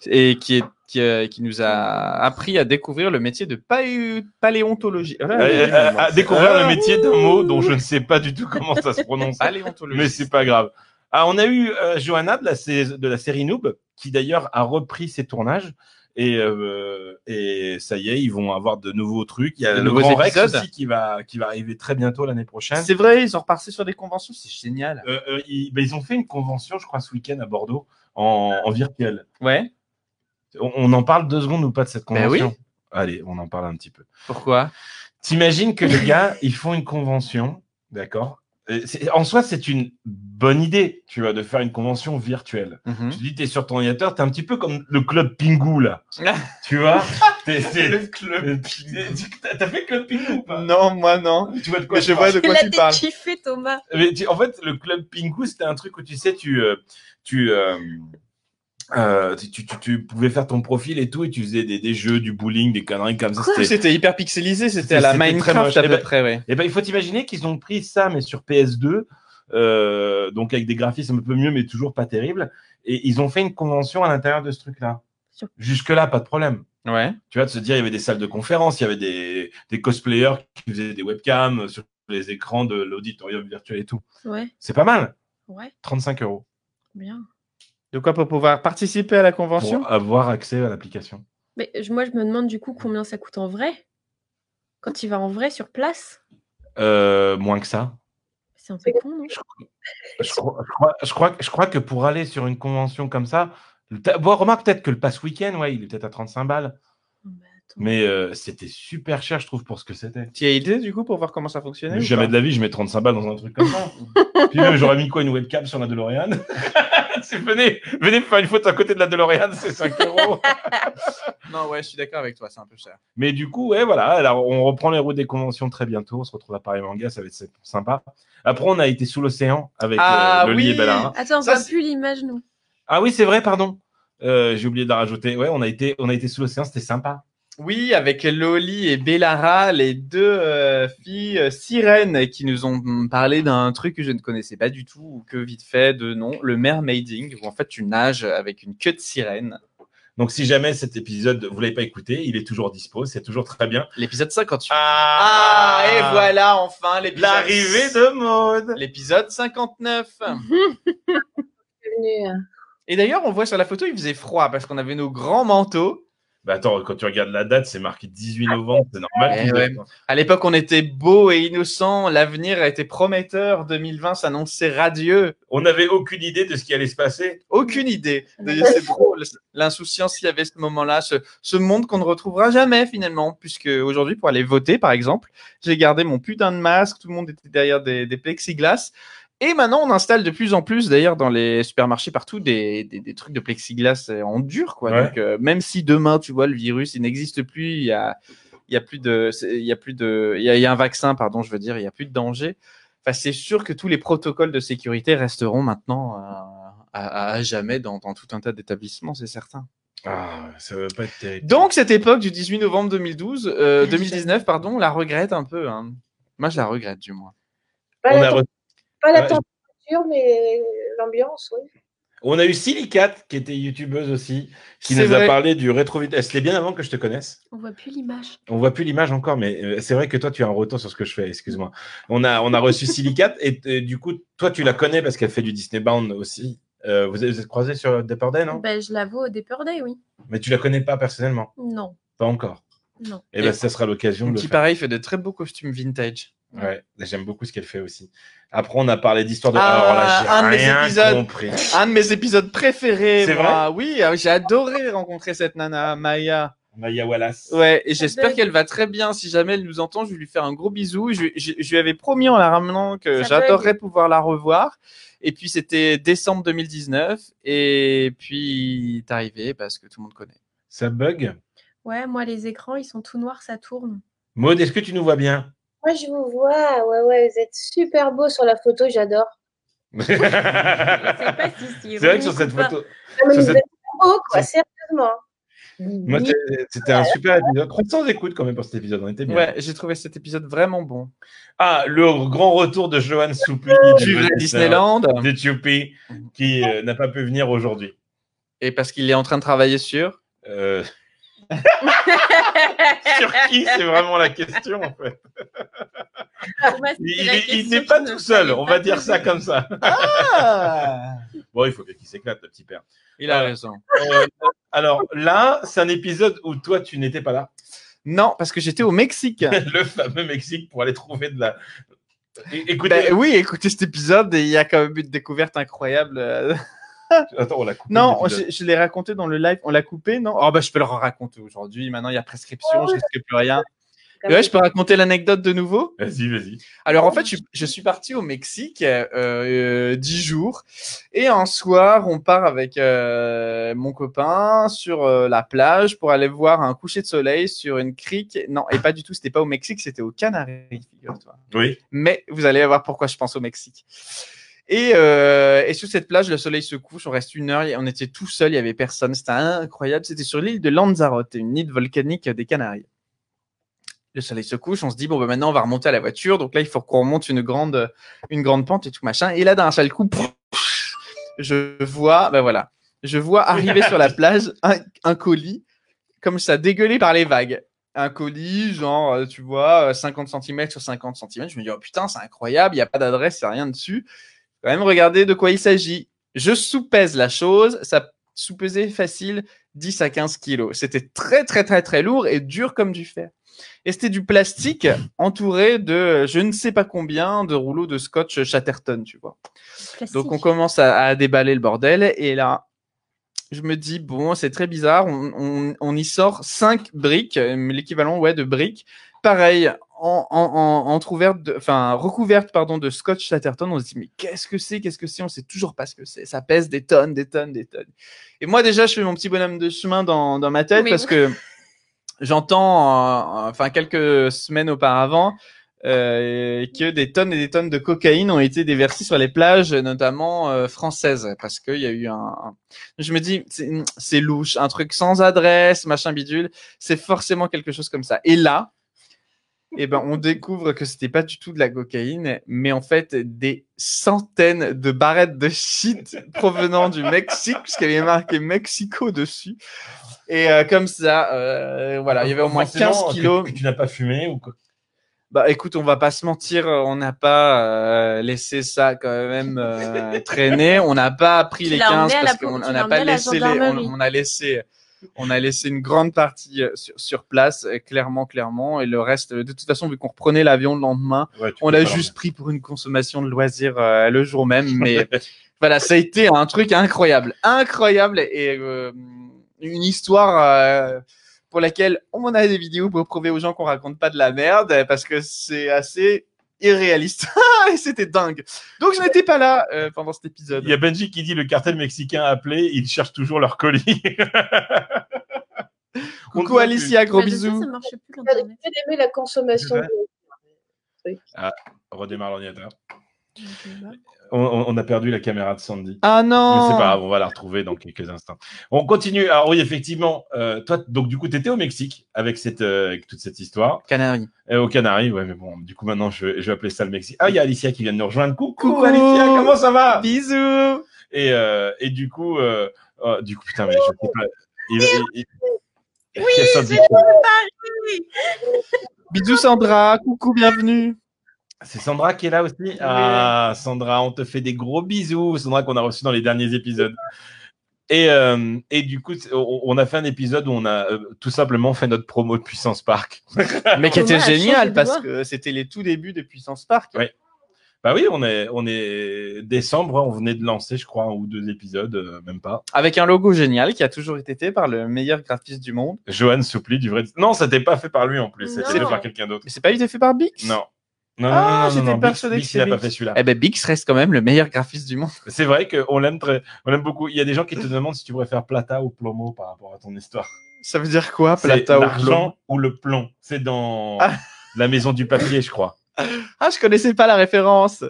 S1: Et qui, est, qui, euh, qui nous a appris à découvrir le métier de paé- paléontologie. Ah,
S2: Euh, euh,
S1: là,
S2: à, découvrir le métier
S1: [LAUGHS]
S2: d'un mot dont je ne sais pas du tout comment ça se prononce.
S1: Paléontologie.
S2: mais c'est pas grave. Ah, on a eu euh, Johanna de la, sé- de la série Noob, qui d'ailleurs a repris ses tournages. Et, euh, et ça y est, ils vont avoir de nouveaux trucs. Il y a
S1: De
S2: le
S1: nouveaux
S2: Grand Rex
S1: épisodes.
S2: aussi qui va, qui va arriver très bientôt l'année prochaine.
S1: C'est vrai, ils sont repartis sur des conventions, c'est génial.
S2: Euh, euh, ils, ben, ils ont fait une convention, je crois, ce week-end à Bordeaux, en, en virtuel.
S1: Ouais.
S2: On, on en parle deux secondes ou pas de cette
S1: Ben oui.
S2: convention Allez, on en parle un petit peu.
S1: Pourquoi
S2: T'imagines que [LAUGHS] les gars, ils font une convention, d'accord Et c'est- En soi, c'est une bonne idée, tu vois, de faire une convention virtuelle.
S1: Mhm.
S2: Tu te dis, t'es sur ton ordinateur, t'es un petit peu comme le club Pingou, là.
S1: [LAUGHS]
S2: tu [LAUGHS] vois T'es- t'es-
S1: club.
S2: T'as t'as fait club Pingou ou pas
S1: Non, moi non.
S2: Tu vois de quoi
S1: Mais je
S2: parle
S1: vois
S3: [LAUGHS]
S1: de
S3: Elle
S1: quoi
S3: a
S1: tu
S3: été
S1: parles.
S3: kiffée, Thomas.
S2: Mais tu- en fait, le club Pinku, c'était un truc où tu sais, tu, euh, tu, euh, euh, tu, tu, tu- tu pouvais faire ton profil et tout, et tu faisais des, des jeux, du bowling, des conneries comme ça. c'était-
S1: C'était hyper pixelisé, c'était à
S2: C'était-
S1: la
S2: c'était très moche.
S1: Minecraft à
S2: Eh
S1: peu
S2: ben-
S1: près, ouais.
S2: Et ben, il faut imaginer qu'ils ont pris ça, mais sur PS2, euh, donc avec des graphismes un peu mieux, mais toujours pas terribles, et ils ont fait une convention à l'intérieur de ce truc-là.
S3: Sur-
S2: Jusque-là, pas de problème.
S1: Ouais.
S2: Tu vois, de se dire, il y avait des salles de conférence, il y avait des, des cosplayers qui faisaient des webcams sur les écrans de l'auditorium virtuel et tout.
S3: Ouais,
S2: C'est pas mal,
S3: ouais,
S2: 35 euros.
S3: bien.
S1: De quoi pour pouvoir participer à la convention
S2: pour avoir accès à l'application.
S3: Mais je- moi, je me demande du coup combien ça coûte en vrai. Quand il va en vrai sur place,
S2: Euh, moins que ça.
S3: c'est un peu con, non
S2: Je crois, je, crois, je, crois, je crois que pour aller sur une convention comme ça, le ta- bon, remarque peut-être que le pass week-end, ouais, il est peut-être à 35 balles,
S3: Mais attends.
S2: mais euh, c'était super cher, je trouve, pour ce que c'était.
S1: Tu as idée du coup pour voir comment ça fonctionnait
S2: Mais
S1: ou
S2: jamais
S1: pas
S2: de
S1: [LAUGHS]
S2: la vie, je mets 35 balles dans un truc comme [LAUGHS] ça. Puis même, j'aurais mis quoi Une webcam sur la DeLorean [LAUGHS] C'est- venez, venez me faire une faute à côté de la DeLorean, c'est 5 euros.
S1: Non, ouais, je suis d'accord avec toi, c'est un peu cher.
S2: Mais du coup, ouais, voilà, alors on reprend les routes des conventions très bientôt. On se retrouve à Paris Manga, ça va être sympa. Après, on a été sous l'océan avec
S1: Ah
S2: euh, Loli
S1: oui
S2: et Ballard.
S3: Attends, on
S1: Ça,
S3: voit
S1: c'est-
S3: plus l'image, nous.
S2: Ah oui, c'est vrai, pardon. Euh, J'ai oublié de la rajouter. Ouais, on a été, on a été sous l'océan, c'était sympa.
S1: Oui, avec Loli et Bellara, les deux euh, filles euh, sirènes qui nous ont mm, parlé d'un truc que je ne connaissais pas du tout ou que vite fait de nom, le mermaiding, où en fait tu nages avec une queue de sirène.
S2: Donc, si jamais cet épisode vous l'avez pas écouté, il est toujours dispo, c'est toujours très bien.
S1: L'épisode 58.
S2: Ah,
S1: Ah, et voilà enfin l'épisode.
S2: l'arrivée de mode.
S1: L'épisode 59.
S4: Je suis venue, euh,
S1: Et d'ailleurs, on voit sur la photo, il faisait froid parce qu'on avait nos grands manteaux.
S2: Bah attends, quand tu regardes la date, c'est marqué 18 novembre, c'est normal.
S1: Eh
S2: qu'il
S1: ouais.
S2: doive-
S1: À l'époque, on était beau et innocent. L'avenir était prometteur. 2020 s'annonçait radieux.
S2: On n'avait aucune idée de ce qui allait se passer.
S1: Aucune idée. D'ailleurs, C'est drôle. L'insouciance qu'il y avait à ce moment-là, ce, ce monde qu'on ne retrouvera jamais finalement, puisque aujourd'hui, pour aller voter, par exemple, j'ai gardé mon putain de masque. Tout le monde était derrière des, des plexiglas. Et maintenant, on installe de plus en plus, d'ailleurs, dans les supermarchés partout, des, des- des trucs de plexiglas euh, en dur, quoi.
S2: Ouais.
S1: Donc, euh, même si demain, tu vois, le virus, il n'existe plus, il y a, il y a plus de, c'est- il y a plus de, il y a, il y a un vaccin, pardon, je veux dire, il y a plus de danger. Enfin, c'est sûr que tous les protocoles de sécurité resteront maintenant euh, à, à- à jamais dans, dans tout un tas d'établissements, c'est certain.
S2: Ah, ça va pas être terrible.
S1: Donc cette époque du 18 novembre 2012, euh, 2019, pardon, on la regrette un peu. hein. Moi, je la regrette du moins.
S4: Pas
S2: on
S4: la,
S2: a
S4: tem-
S2: re-
S4: pas la
S2: ouais,
S4: température, sûr, mais l'ambiance, oui.
S2: On a eu Silicate, qui était youtubeuse aussi, qui
S1: C'est
S2: nous
S1: vrai.
S2: a parlé du rétrovideo. C'était bien avant que je te connaisse.
S3: On voit plus l'image.
S2: On voit plus l'image encore, mais euh, c'est vrai que toi, tu as un retour sur ce que je fais, excuse-moi. On a, on a reçu Silicate, et, euh, du coup, toi, tu la connais parce qu'elle fait du Disney Bound aussi. Euh, vous êtes, vous êtes croisés sur Deparday, non
S3: Ben, je l'avoue au Depper Day, oui.
S2: Mais tu la connais pas personnellement,
S3: Non,
S2: pas encore.
S3: non.
S2: Et,
S1: Et-
S2: ben, ça sera l'occasion de le
S1: Qui,
S2: faire.
S1: pareil, fait de très beaux costumes vintage.
S2: Ouais, j'aime beaucoup ce qu'elle fait aussi. Après, on a parlé d'histoire de.
S1: Ah,
S2: Alors là,
S1: un de mes
S2: j'ai rien
S1: épisodes.
S2: compris.
S1: Un de mes épisodes préférés.
S2: C'est
S1: moi. Oui, ah oui, j'ai adoré rencontrer cette nana, Ah, Maya.
S2: Maya Wallace.
S1: Ouais, et j'espère
S3: bug.
S1: qu'elle va très bien. Si jamais elle nous entend, je vais lui faire un gros bisou. Je, je- je lui avais promis en la ramenant que
S3: Ça
S1: j'adorerais pouvoir la revoir. Et puis c'était décembre 2019. Et puis t'es arrivé parce que tout le monde connaît.
S2: Ça bug.
S3: Ouais, moi, les écrans, ils sont tout noirs, ça
S2: [LAUGHS]
S3: tourne.
S2: Maud, est-ce que tu nous vois bien
S4: Moi, je vous vois. Ouais, ouais, vous êtes super beau sur la photo, j'adore.
S2: C'est vrai que sur cette photo.
S4: Non, Ah, mais
S2: Ça,
S4: vous
S2: c'est-
S4: êtes beau, quoi, sérieusement.
S2: Moi, c'est- euh, c'était un super épisode. 300 écoutes quand même pour cet épisode, on était bien.
S1: Ouais, j'ai trouvé cet épisode vraiment bon.
S2: Ah, le grand retour de Johan Soupli
S1: Tu à Disneyland
S2: d'Éthiopie, qui euh, n'a pas pu venir aujourd'hui.
S1: et parce qu'il est en train de travailler sur.
S2: Euh, sur qui C'est vraiment la question, en fait. Il- Il est- il n'est pas tout seul, on va dire ça comme ça. [LAUGHS] Ah Bon, il faut bien qu'il s'éclate, le petit père.
S1: Il a
S2: Euh,
S1: raison.
S2: Euh, alors là, c'est un épisode où toi, tu n'étais pas là.
S1: Non, parce que j'étais au Mexique. [LAUGHS]
S2: le fameux Mexique pour aller trouver de la. É- [LAUGHS] Écoutez,
S1: Ben oui, écoutez cet épisode, et il y a quand même une découverte incroyable. euh,
S2: attends, on l'a coupé.
S1: Non,
S2: l'épisode.
S1: je, je l'ai raconté dans le live, on l'a coupé, non Oh bah je peux le raconter aujourd'hui, maintenant il y a prescription,
S4: Ouais,
S1: je risque plus rien. Ouais, je peux raconter l'anecdote de nouveau
S2: Vas-y, vas-y.
S1: Alors en fait, je, je suis parti au Mexique euh, euh, dix jours et un soir, on part avec euh, mon copain sur euh, la plage pour aller voir un coucher de soleil sur une crique. Non, et pas du tout, c'était pas au Mexique, c'était aux Canaries, figure-toi
S2: Oui.
S1: mais vous allez voir pourquoi je pense au Mexique. Et, euh, et sur cette plage, le soleil se couche, on reste une heure, et on était tout seul, il n'y avait personne, c'était incroyable. C'était sur l'île de Lanzarote, une île volcanique des Canaries. Le soleil se couche, on se dit, bon, ben maintenant on va remonter à la voiture, donc là il faut qu'on remonte une grande, une grande pente et tout machin. Et là, d'un seul coup, pff, je vois, ben voilà, je vois arriver sur la plage un, un colis, comme ça, dégueulé par les vagues un colis, genre, euh, tu vois, euh, 50 cm sur 50 cm. Je me dis, oh putain, c'est incroyable, il n'y a pas d'adresse, il n'y a rien dessus. Quand même, regardez de quoi il s'agit. Je sous-pèse la chose, ça sous-pesait facile 10 à 15 kilos. C'était très, très, très, très lourd et dur comme du fer. Et c'était du plastique entouré de euh, je ne sais pas combien de rouleaux de scotch Chatterton, tu vois. Donc on commence à, à déballer le bordel et là, je me dis bon, c'est très bizarre. On, on- on y sort cinq briques, euh, l'équivalent ouais de briques. Pareil, en, en, en, entrouvertes de- enfin recouverte pardon de scotch Chatterton. On se dit mais qu'est-ce que c'est, qu'est-ce que c'est On sait toujours pas ce que c'est. Ça pèse des tonnes, des tonnes, des tonnes. Et moi déjà, je fais mon petit bonhomme de chemin dans, dans ma tête
S3: Mais
S1: parce
S3: vous-
S1: que j'entends, euh, enfin quelques semaines auparavant, euh, que des tonnes et des tonnes de cocaïne ont été déversées sur les plages, notamment euh, françaises, parce qu'il y a eu un. un- Je me dis, c'est- c'est louche, un truc sans adresse, machin bidule, c'est forcément quelque chose comme ça. Et là, eh ben, on découvre que c'était pas du tout de la cocaïne, mais en fait des centaines de barrettes de shit [LAUGHS] provenant du Mexique, puisqu'il y avait marqué Mexico dessus. Et euh, comme ça, euh, voilà, il y avait au moins
S2: Forcément,
S1: 15
S2: que-
S1: kilos.
S2: que tu n'as pas fumé ou quoi
S1: Bah écoute, on va pas se mentir, euh, on n'a pas euh, laissé ça quand même
S3: [LAUGHS]
S1: euh, traîner, on n'a pas pris
S3: Tu
S1: les
S3: l'as
S1: 15
S3: emmené à la
S1: parce
S3: po-
S1: qu'on
S3: tu l'as
S1: on n'a
S3: emmené
S1: pas
S3: à la
S1: laissé les, on,
S3: gendarmerie.
S1: on a laissé on a laissé une grande partie euh, sur, sur place euh, clairement clairement et le reste euh, de toute façon vu qu'on reprenait l'avion le lendemain,
S2: Ouais, tu
S1: on
S2: peux
S1: l'a
S2: pas
S1: juste pris pour une consommation de loisirs euh, le jour même mais [LAUGHS] voilà, ça a été un truc incroyable, incroyable et euh, une histoire euh, pour laquelle on a des vidéos pour prouver aux gens qu'on raconte pas de la merde euh, parce que c'est assez irréaliste [LAUGHS] et c'était dingue. Donc je n'étais pas là euh, pendant cet épisode.
S2: Il y a Benji qui dit le cartel mexicain a appelé, ils cherchent toujours leur colis. [LAUGHS] On ne
S1: Coucou
S2: voit
S1: Alicia, gros
S3: Bah, je sais,
S1: bisous.
S3: Ça marche plus
S4: J'aurais
S3: l'internet.
S4: bien aimé la consommation.
S2: C'est
S4: de-
S2: Redémarre Ah, l'ordinateur. On, on- on a perdu la caméra de Sandy.
S1: Ah
S2: Mais
S1: non
S2: c'est pas grave, on va la retrouver dans quelques instants. On continue. Alors oui, effectivement, euh, toi, donc du coup, tu étais au Mexique avec, cette, euh, avec toute cette histoire.
S1: Canary.
S2: Euh, aux Canaries, ouais, mais bon, du coup, maintenant, je, je vais appeler ça le Mexique. Ah, il y a Alicia qui vient de nous rejoindre. Coucou,
S1: Coucou.
S2: Alicia, comment ça va
S1: Bisous
S2: et, euh, et du coup, euh, oh, du coup, putain, mais je sais pas. Il, il- il- il y a Sandy qui-
S1: Bisous Sandra, coucou, bienvenue
S2: C'est Sandra qui est là aussi. Ah, Sandra, on te fait des gros bisous. Sandra qu'on a reçu dans les derniers épisodes. Et, euh, et du coup, c'est- on on a fait un épisode où on a euh, tout simplement fait notre promo de Puissance Park.
S1: Mais qui était
S3: Thomas a changé
S1: génial
S3: de
S1: parce
S3: voix.
S1: que c'était les tout débuts de Puissance Park.
S2: Ouais. Bah oui, on est, on est décembre, hein, on venait de lancer, je crois, un ou deux épisodes, euh, même pas.
S1: Avec un logo génial qui a toujours été fait par le meilleur graphiste du monde.
S2: Johan Soupli du vrai. Non, ça n'était pas fait par lui en plus, c'était fait
S3: Non.
S2: par quelqu'un d'autre.
S1: Mais c'est pas été fait par Bix
S2: Non. Non, non,
S1: Ah,
S2: non, non,
S1: j'étais
S2: non, non,
S1: persuadé
S2: Bix-
S1: que
S2: Bix, il a
S1: c'est
S2: pas
S1: Bix.
S2: fait celui-là.
S1: Eh ben Bix reste quand même le meilleur graphiste du monde.
S2: C'est vrai qu'on l'aime très, on l'aime beaucoup. Il y a des gens qui te demandent si tu préfères Plata ou Plomo par rapport à ton histoire.
S1: Ça veut dire quoi,
S2: C'est
S1: Plata ou Plomb
S2: l'argent ou le plomb. C'est dans
S1: Ah.
S2: la maison du papier, je crois.
S1: Ah, je connaissais pas la référence.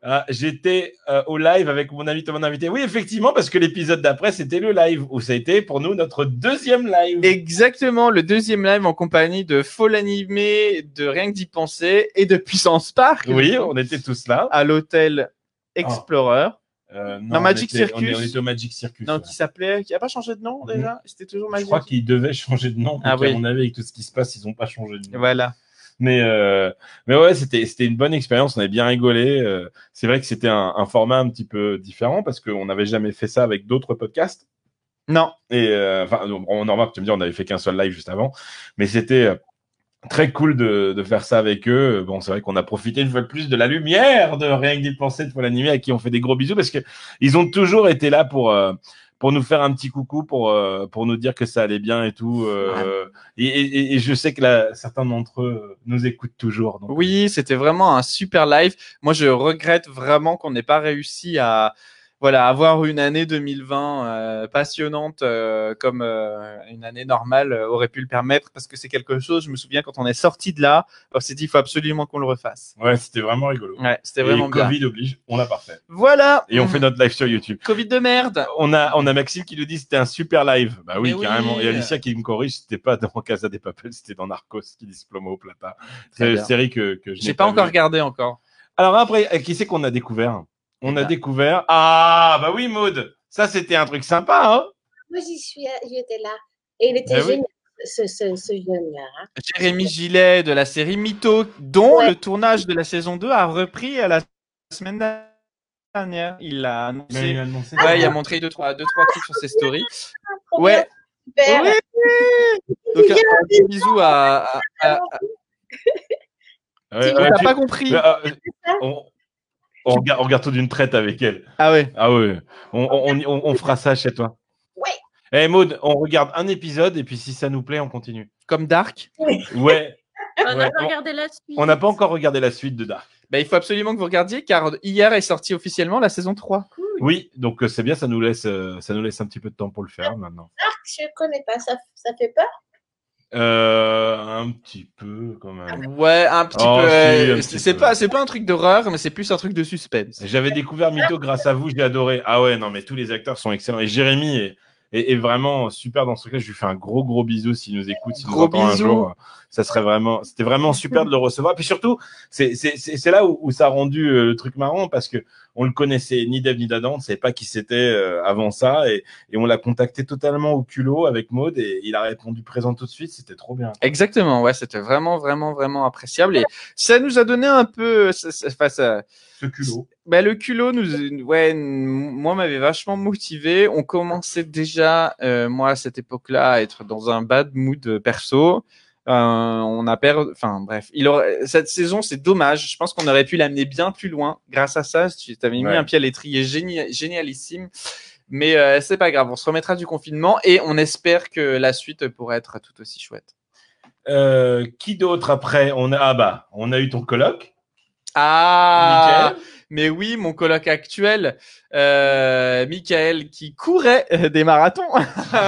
S2: Ah, J'étais euh, au live avec mon invité, mon invité. Oui, effectivement, parce que l'épisode d'après, c'était le live où ça a été pour nous notre deuxième live.
S1: Exactement, le deuxième live en compagnie de Fall Animé, de Rien que d'y penser et de Puissance Park.
S2: Oui, on était tous là. Ah.
S1: À l'hôtel Explorer.
S2: Euh,
S1: Dans
S2: on
S1: Magic
S2: était-
S1: Circus.
S2: On, est- on était au Magic Circus.
S1: Non,
S2: ouais.
S1: qui s'appelait, qui a pas changé de nom déjà C'était toujours
S2: Mhm. Je
S1: Magic.
S2: crois qu'ils devaient changer de nom.
S1: Ah
S2: donc, à
S1: oui.
S2: mon avis, avec tout ce qui se passe, ils n'ont pas changé de nom.
S1: Voilà.
S2: Mais, euh, mais ouais, c'était, c'était une bonne expérience. On avait bien rigolé. euh, c'est vrai que c'était un, un format un petit peu différent parce qu'on n'avait jamais fait ça avec d'autres podcasts.
S1: Non,
S2: Et euh, enfin, on en remarque, tu me dis, on avait fait qu'un seul live juste avant. Mais c'était euh, très cool de, de faire ça avec eux. Bon, c'est vrai qu'on a profité une fois de plus de la lumière de Rien que d'y penser de Paul Animé, à qui on fait des gros bisous parce que ils ont toujours été là pour. euh, pour nous faire un petit coucou, pour euh, pour nous dire que ça allait bien et tout. euh, et, et- et je sais que là, certains d'entre eux nous écoutent toujours. donc,
S1: oui, c'était vraiment un super live. Moi, je regrette vraiment qu'on n'ait pas réussi à voilà, avoir une année 2020 euh, passionnante euh, comme euh, une année normale euh, aurait pu le permettre parce que c'est quelque chose, je me souviens quand on est sorti de là, on s'est dit il faut absolument qu'on le refasse.
S2: Ouais, c'était vraiment rigolo.
S1: Ouais, c'était
S2: Et
S1: vraiment bien.
S2: Covid oblige, on l'a parfait.
S1: Voilà.
S2: Et on fait notre live sur YouTube.
S1: Covid de merde.
S2: On a, on a Maxime qui nous dit que c'était un super live. Bah oui,
S1: Mais oui.
S2: carrément. Et Alicia qui me corrige, c'était pas dans Casa des Papels, c'était dans Narcos qui dit Plomo au Plata.
S1: Très
S2: C'est une
S1: bien.
S2: série que, que je n'ai
S1: J'ai pas encore
S2: vue.
S1: regardé encore.
S2: Alors après, euh, qui c'est qu'on a découvert On a
S1: Ah.
S2: découvert. Ah, bah oui, Maude. Ça, c'était un truc sympa, hein
S4: Moi, j'y suis, j'étais là. Et il était
S2: Ben oui. Ah,
S4: génial, ce, ce, ce jeune-là. hein.
S1: Jérémy Gillet de la série Mytho, dont
S4: Ouais.
S1: le tournage de la saison 2 a repris à la semaine dernière. Il l'a annoncé.
S2: annoncé.
S1: Ouais, il a montré deux trois, deux, trois trucs sur ses stories.
S4: Trop
S1: Ouais.
S4: bien, super.
S1: Ouais. Donc un, un petit bisou à. à- à-
S2: Ouais,
S4: Tu
S1: on
S2: ouais,
S1: t'a
S2: tu-
S1: pas compris.
S2: Euh, euh, on, on regarde, on regarde tout d'une traite avec elle.
S1: Ah ouais.
S2: Ah ouais, on, on, on, on- on fera ça chez toi.
S4: Ouais.
S2: Eh Maud, on regarde un épisode et puis si ça nous plaît, on continue.
S1: Comme Dark.
S2: Ouais,
S3: On n'a
S2: Ouais,
S3: pas
S2: on-
S3: regardé la suite.
S2: on n'a pas encore regardé la suite de Dark.
S1: Bah, il faut absolument que vous regardiez car hier est sortie officiellement la saison 3.
S2: Oui, donc euh, c'est bien, ça nous laisse, euh, ça nous laisse un petit peu de temps pour le faire maintenant.
S4: Je ne connais pas, ça, ça fait peur.
S2: Euh, un petit peu quand même.
S1: Ouais, un petit
S2: Oh,
S1: peu.
S2: si,
S1: euh,
S2: un petit
S1: c'est c'est
S2: peu.
S1: pas, c'est pas un truc d'horreur, mais c'est plus un truc de suspense.
S2: J'avais découvert Mytho grâce à vous, j'ai adoré. Ah ouais, non mais tous les acteurs sont excellents et Jérémy est, est- est vraiment super dans ce cas. Je lui fais un gros gros bisou s'il nous écoute, s'il nous
S1: Gros
S2: entend un
S1: bisous.
S2: jour. Ça serait vraiment, c'était vraiment super de le recevoir. Puis surtout, c'est c'est- c'est- c'est là où, où ça a rendu euh, le truc marrant parce que on le connaissait ni d'Eve ni d'Adam, on ne savait pas qui c'était euh, avant ça et, et on l'a contacté totalement au culot avec Maud et il a répondu présent tout de suite. C'était trop bien.
S1: Exactement, ouais, c'était vraiment, vraiment, vraiment appréciable. Et ça nous a donné un peu. ça- ça- Enfin, ça-
S2: ce culot.
S1: bah, le culot, nous, ouais, n- moi, m'avait vachement motivé. On commençait déjà, euh, moi, à cette époque-là, à être dans un bad mood perso. Euh, on a perdu. Enfin, bref. Il aurait... Cette saison, c'est dommage. Je pense qu'on aurait pu l'amener bien plus loin. Grâce à ça, tu t'avais mis
S2: Ouais.
S1: un pied à l'étrier géni- génialissime. Mais euh, c'est pas grave, on se remettra du confinement et on espère que la suite pourra être tout aussi chouette.
S2: Euh, qui d'autre après on a, Ah bah, on a eu ton colloque.
S1: Ah!
S2: Mickaël.
S1: Mais oui, mon coloc actuel, euh, Michael, qui courait euh, des marathons,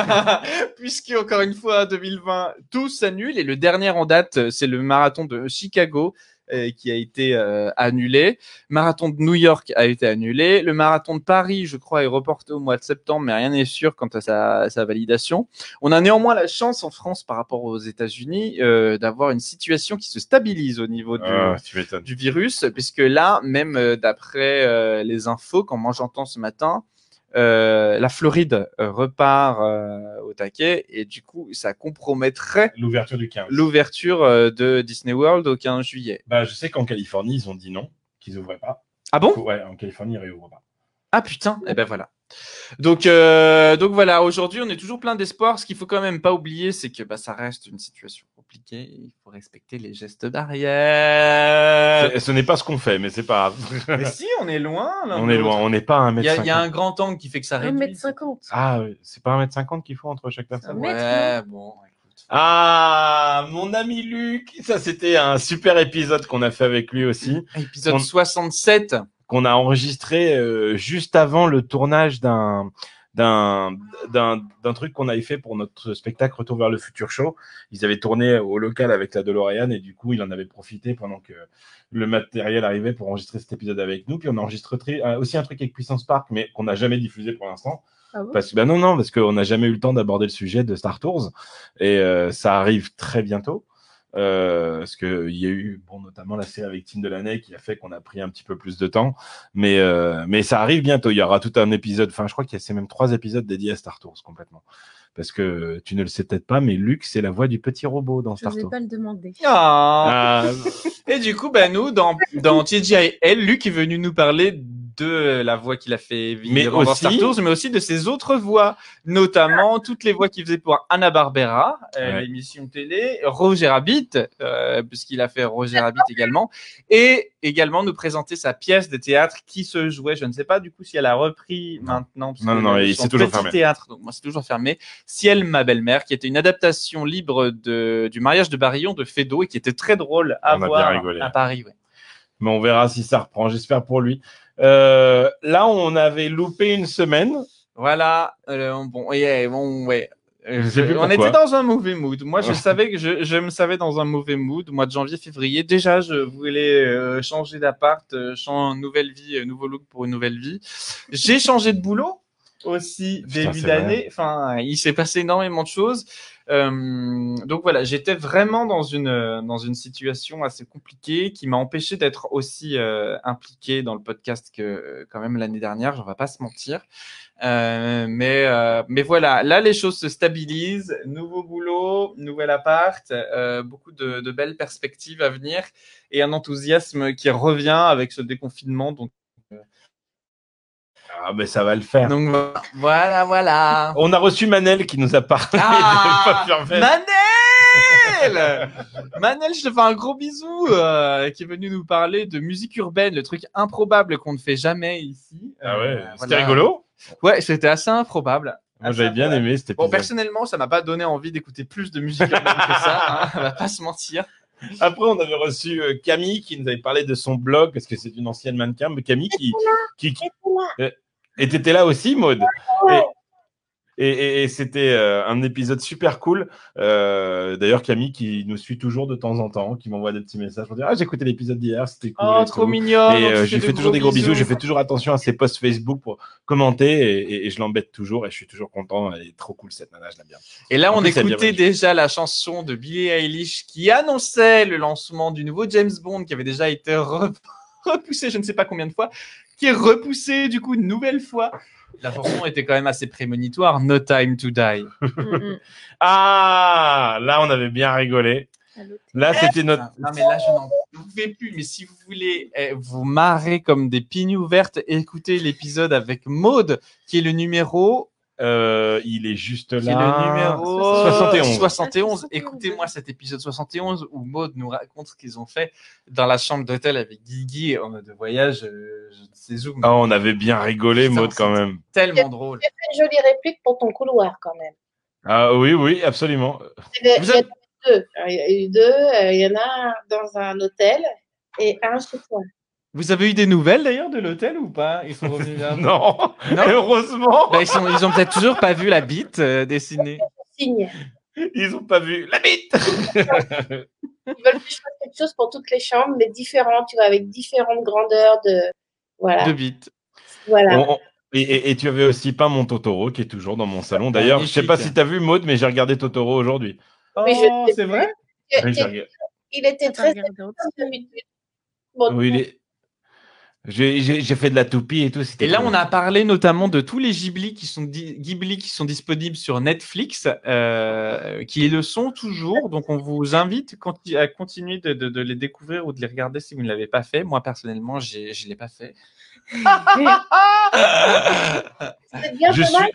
S1: [LAUGHS] puisque encore une fois, 2020, tout s'annule. Et le dernier en date, euh, c'est le marathon de Chicago, euh, qui a été euh, annulé. Marathon de New York a été annulé. Le marathon de Paris, je crois, est reporté au mois de septembre, mais rien n'est sûr quant à sa, sa validation. On a néanmoins la chance en France par rapport aux États-Unis euh, d'avoir une situation qui se stabilise au niveau du,
S2: Ah, tu m'étonnes.
S1: du virus, puisque là, même euh, d'après euh, les infos, quand moi j'entends ce matin, euh, la Floride euh, repart euh, au taquet et du coup, ça compromettrait
S2: L'ouverture du 15.
S1: l'ouverture euh, de Disney World au 15 juillet.
S2: Bah, je sais qu'en Californie, ils ont dit non, qu'ils ouvraient pas.
S1: Ah bon
S2: Ouais, en Californie, ils réouvrent pas.
S1: Ah putain, et ben voilà. Donc, euh, donc voilà, aujourd'hui on est toujours plein d'espoir. Ce qu'il faut quand même pas oublier, c'est que bah, ça reste une situation compliquée. Il faut respecter les gestes
S2: [LAUGHS]
S1: barrières.
S2: C'est- Ce n'est pas ce qu'on fait, mais c'est pas grave.
S1: Mais si, on est loin. l'un
S2: [LAUGHS] on
S1: de
S2: est loin,
S1: l'autre.
S2: on n'est pas à 1
S1: Il y,
S2: mètre
S1: a- il y a
S2: 50.
S1: un grand angle qui fait que ça réduit.
S3: 1m50.
S2: Ah, oui, c'est pas 1 mètre 50 qu'il faut entre chaque personne.
S3: Un
S1: Ouais,
S3: mètre,
S1: bon, écoute.
S2: Ah, mon ami Luc, ça c'était un super épisode qu'on a fait avec lui aussi,
S1: Épisode
S2: On-
S1: 67.
S2: qu'on a enregistré euh, juste avant le tournage d'un d'un d'un d'un truc qu'on avait fait pour notre spectacle Retour vers le futur show. Ils avaient tourné au local avec la DeLorean et du coup, il en avait profité pendant que le matériel arrivait pour enregistrer cet épisode avec nous. Puis on a enregistré euh, aussi un truc avec Puissance Park, mais qu'on n'a jamais diffusé pour l'instant.
S3: Ah bon
S2: Parce que, bah non, non, parce qu'on n'a jamais eu le temps d'aborder le sujet de Star Tours. Et euh, ça arrive très bientôt. Euh, parce qu'il y a eu, bon, notamment la série avec Team de l'année qui a fait qu'on a pris un petit peu plus de temps. Mais, euh, mais ça arrive bientôt. Il y aura tout un épisode. Enfin, je crois qu'il y a c'est même trois épisodes dédiés à Star Tours complètement. Parce que tu ne le sais peut-être pas, mais Luc, c'est la voix du petit robot dans
S3: Je
S2: Star
S3: ne vais
S2: Tours.
S3: pas le demander.
S1: Ah.
S2: Ah,
S1: Et du coup, bah, nous, dans, dans TGIL, Luc est venu nous parler de la voix qu'il a fait vivre
S2: Mais
S1: dans
S2: aussi-
S1: Star Tours, mais aussi de ses autres voix, notamment toutes les voix qu'il faisait pour Anna-Barbera, euh,
S2: Ouais.
S1: l'émission télé, Roger Rabbit, euh, puisqu'il a fait Roger Rabbit également, et également nous présenter sa pièce de théâtre qui se jouait, je ne sais pas du coup si elle a repris
S2: Non.
S1: maintenant, parce
S2: Non,
S1: que
S2: non, non,
S1: elle a
S2: il
S1: son
S2: s'est toujours
S1: petit
S2: fermé.
S1: théâtre, donc moi c'est toujours fermé, Ciel, ma belle-mère, qui était une adaptation libre de, du mariage de Barillon de Fédo et qui était très drôle à
S2: On a
S1: voir
S2: bien rigolé.
S1: à Paris. Ouais.
S2: mais on verra si ça reprend. J'espère pour lui. Euh, là, on avait loupé une semaine.
S1: Voilà. euh, bon, yeah, bon, ouais. Euh,
S2: Je sais plus
S1: on
S2: pourquoi.
S1: était dans un mauvais mood. Moi,
S2: [LAUGHS]
S1: je savais que je, je me savais dans un mauvais mood. Au mois de janvier, février, déjà, je voulais euh, changer d'appart, euh, chan- nouvelle vie, euh, nouveau look pour une nouvelle vie. J'ai changé de boulot aussi
S2: Putain,
S1: début
S2: c'est vrai.
S1: d'année. Enfin, il s'est passé énormément de choses. Euh, donc voilà, j'étais vraiment dans une euh, dans une situation assez compliquée qui m'a empêché d'être aussi euh, impliqué dans le podcast que euh, quand même l'année dernière. On va pas se mentir. Euh, mais, euh, mais voilà, là les choses se stabilisent. Nouveau boulot, nouvel appart, euh, beaucoup de, de belles perspectives à venir et un enthousiasme qui revient avec ce déconfinement. Donc,
S2: Ah, mais ça va le faire.
S1: donc voilà, voilà.
S2: On a reçu Manel qui nous a parlé
S1: [LAUGHS] Ah,
S2: de Pop Your Face.
S1: Manel [LAUGHS] Manel, je te fais un gros bisou, euh, qui est venu nous parler de musique urbaine, le truc improbable qu'on ne fait jamais ici.
S2: Ah ouais,
S1: Euh,
S2: c'était
S1: voilà.
S2: rigolo.
S1: Ouais, c'était assez improbable.
S2: [LAUGHS] Moi j'avais bien aimé cet
S1: Bon,
S2: épisode.
S1: personnellement, ça m'a pas donné envie d'écouter plus de musique urbaine que ça. hein, [LAUGHS] on va pas se mentir.
S2: Après on avait reçu euh, Camille qui nous avait parlé de son blog parce que c'est une ancienne mannequin, mais Camille qui, qui, qui- euh,
S4: Et voilà.
S2: et t'étais là aussi Maud.
S4: Ouais.
S2: Et, et- et c'était euh, un épisode super cool. Euh, D'ailleurs Camille qui nous suit toujours de temps en temps, qui m'envoie des petits messages pour dire ah j'ai écouté l'épisode d'hier, c'était cool.
S1: Oh,
S2: et
S1: trop
S2: tout.
S1: mignon.
S2: Et euh, je lui fais toujours des gros bisous. Je fais toujours attention à ses posts Facebook pour commenter et, et- et je l'embête toujours et je suis toujours content. Elle est trop cool cette nana, je l'aime bien.
S1: Et là,
S2: En
S1: on
S2: plus, elle
S1: écoutait
S2: vient-
S1: déjà la chanson de Billie Eilish qui annonçait le lancement du nouveau James Bond qui avait déjà été re- [LAUGHS] repoussé, je ne sais pas combien de fois, qui est repoussé du coup une nouvelle fois. La chanson était quand même assez prémonitoire. No time to die.
S3: Mm, mm.
S2: Ah, là on avait bien rigolé.
S3: À l'autre.
S2: Là c'était notre
S1: Putain, Non mais là, je n'en pouvais plus. Mais si vous voulez eh, vous marrer comme des pignes ouvertes, écoutez l'épisode avec Maude qui est le numéro
S2: Euh, il est juste
S1: qui est le
S2: là.
S1: numéro
S2: 71.
S1: 71. Écoutez-moi cet épisode 71 où Maud nous raconte ce qu'ils ont fait dans la chambre d'hôtel avec Guigui en mode voyage, euh, je ne sais où, mais
S2: Ah, on avait bien rigolé,
S1: Putain,
S2: Maud, quand
S1: c'était-
S2: même.
S1: tellement drôle.
S4: Une jolie réplique pour ton couloir quand même.
S2: Ah oui, oui, absolument.
S4: Eh ben, Il y en a-
S1: Vous avez-
S4: deux. Il y en a eu deux. euh, Il y en a un dans un hôtel et un chez toi.
S1: Vous avez eu des nouvelles d'ailleurs de l'hôtel ou pas Ils sont revenus vers vous
S2: [LAUGHS] Non,
S1: Non.
S2: heureusement,
S1: Bah, ils, sont, ils ont peut-être toujours pas vu la bite euh, dessinée.
S4: Signe.
S2: ils ont pas vu la bite.
S4: Ils veulent plus choses que quelque chose pour toutes les chambres, mais différent, tu vois, avec différentes grandeurs de. Voilà.
S1: de bits.
S4: Bah, voilà.
S2: On- on- et, et- et tu avais aussi peint mon Totoro qui est toujours dans mon salon. D'ailleurs, je sais
S1: Magnifique.
S2: pas si tu as vu Maud, mais j'ai regardé Totoro aujourd'hui.
S4: Mais je-
S1: Oh, c'est vrai
S4: Et-
S2: Oui, j'ai
S4: et-
S2: regardé.
S4: Il était
S3: Attends,
S4: très.
S3: regarde autre.
S4: Bon,
S2: Oui, il est- J'ai- J'ai j'ai fait de la toupie et tout. c'était
S1: Et là,
S2: cool.
S1: on a parlé notamment de tous les Ghibli qui sont, di- Ghibli qui sont disponibles sur Netflix, euh, qui le sont toujours. Donc, on vous invite conti- à continuer de, de- de les découvrir ou de les regarder si vous ne l'avez pas fait. Moi, personnellement, j'ai- je ne l'ai pas fait.
S3: [LAUGHS]
S4: c'est bien
S2: Je
S4: dommage.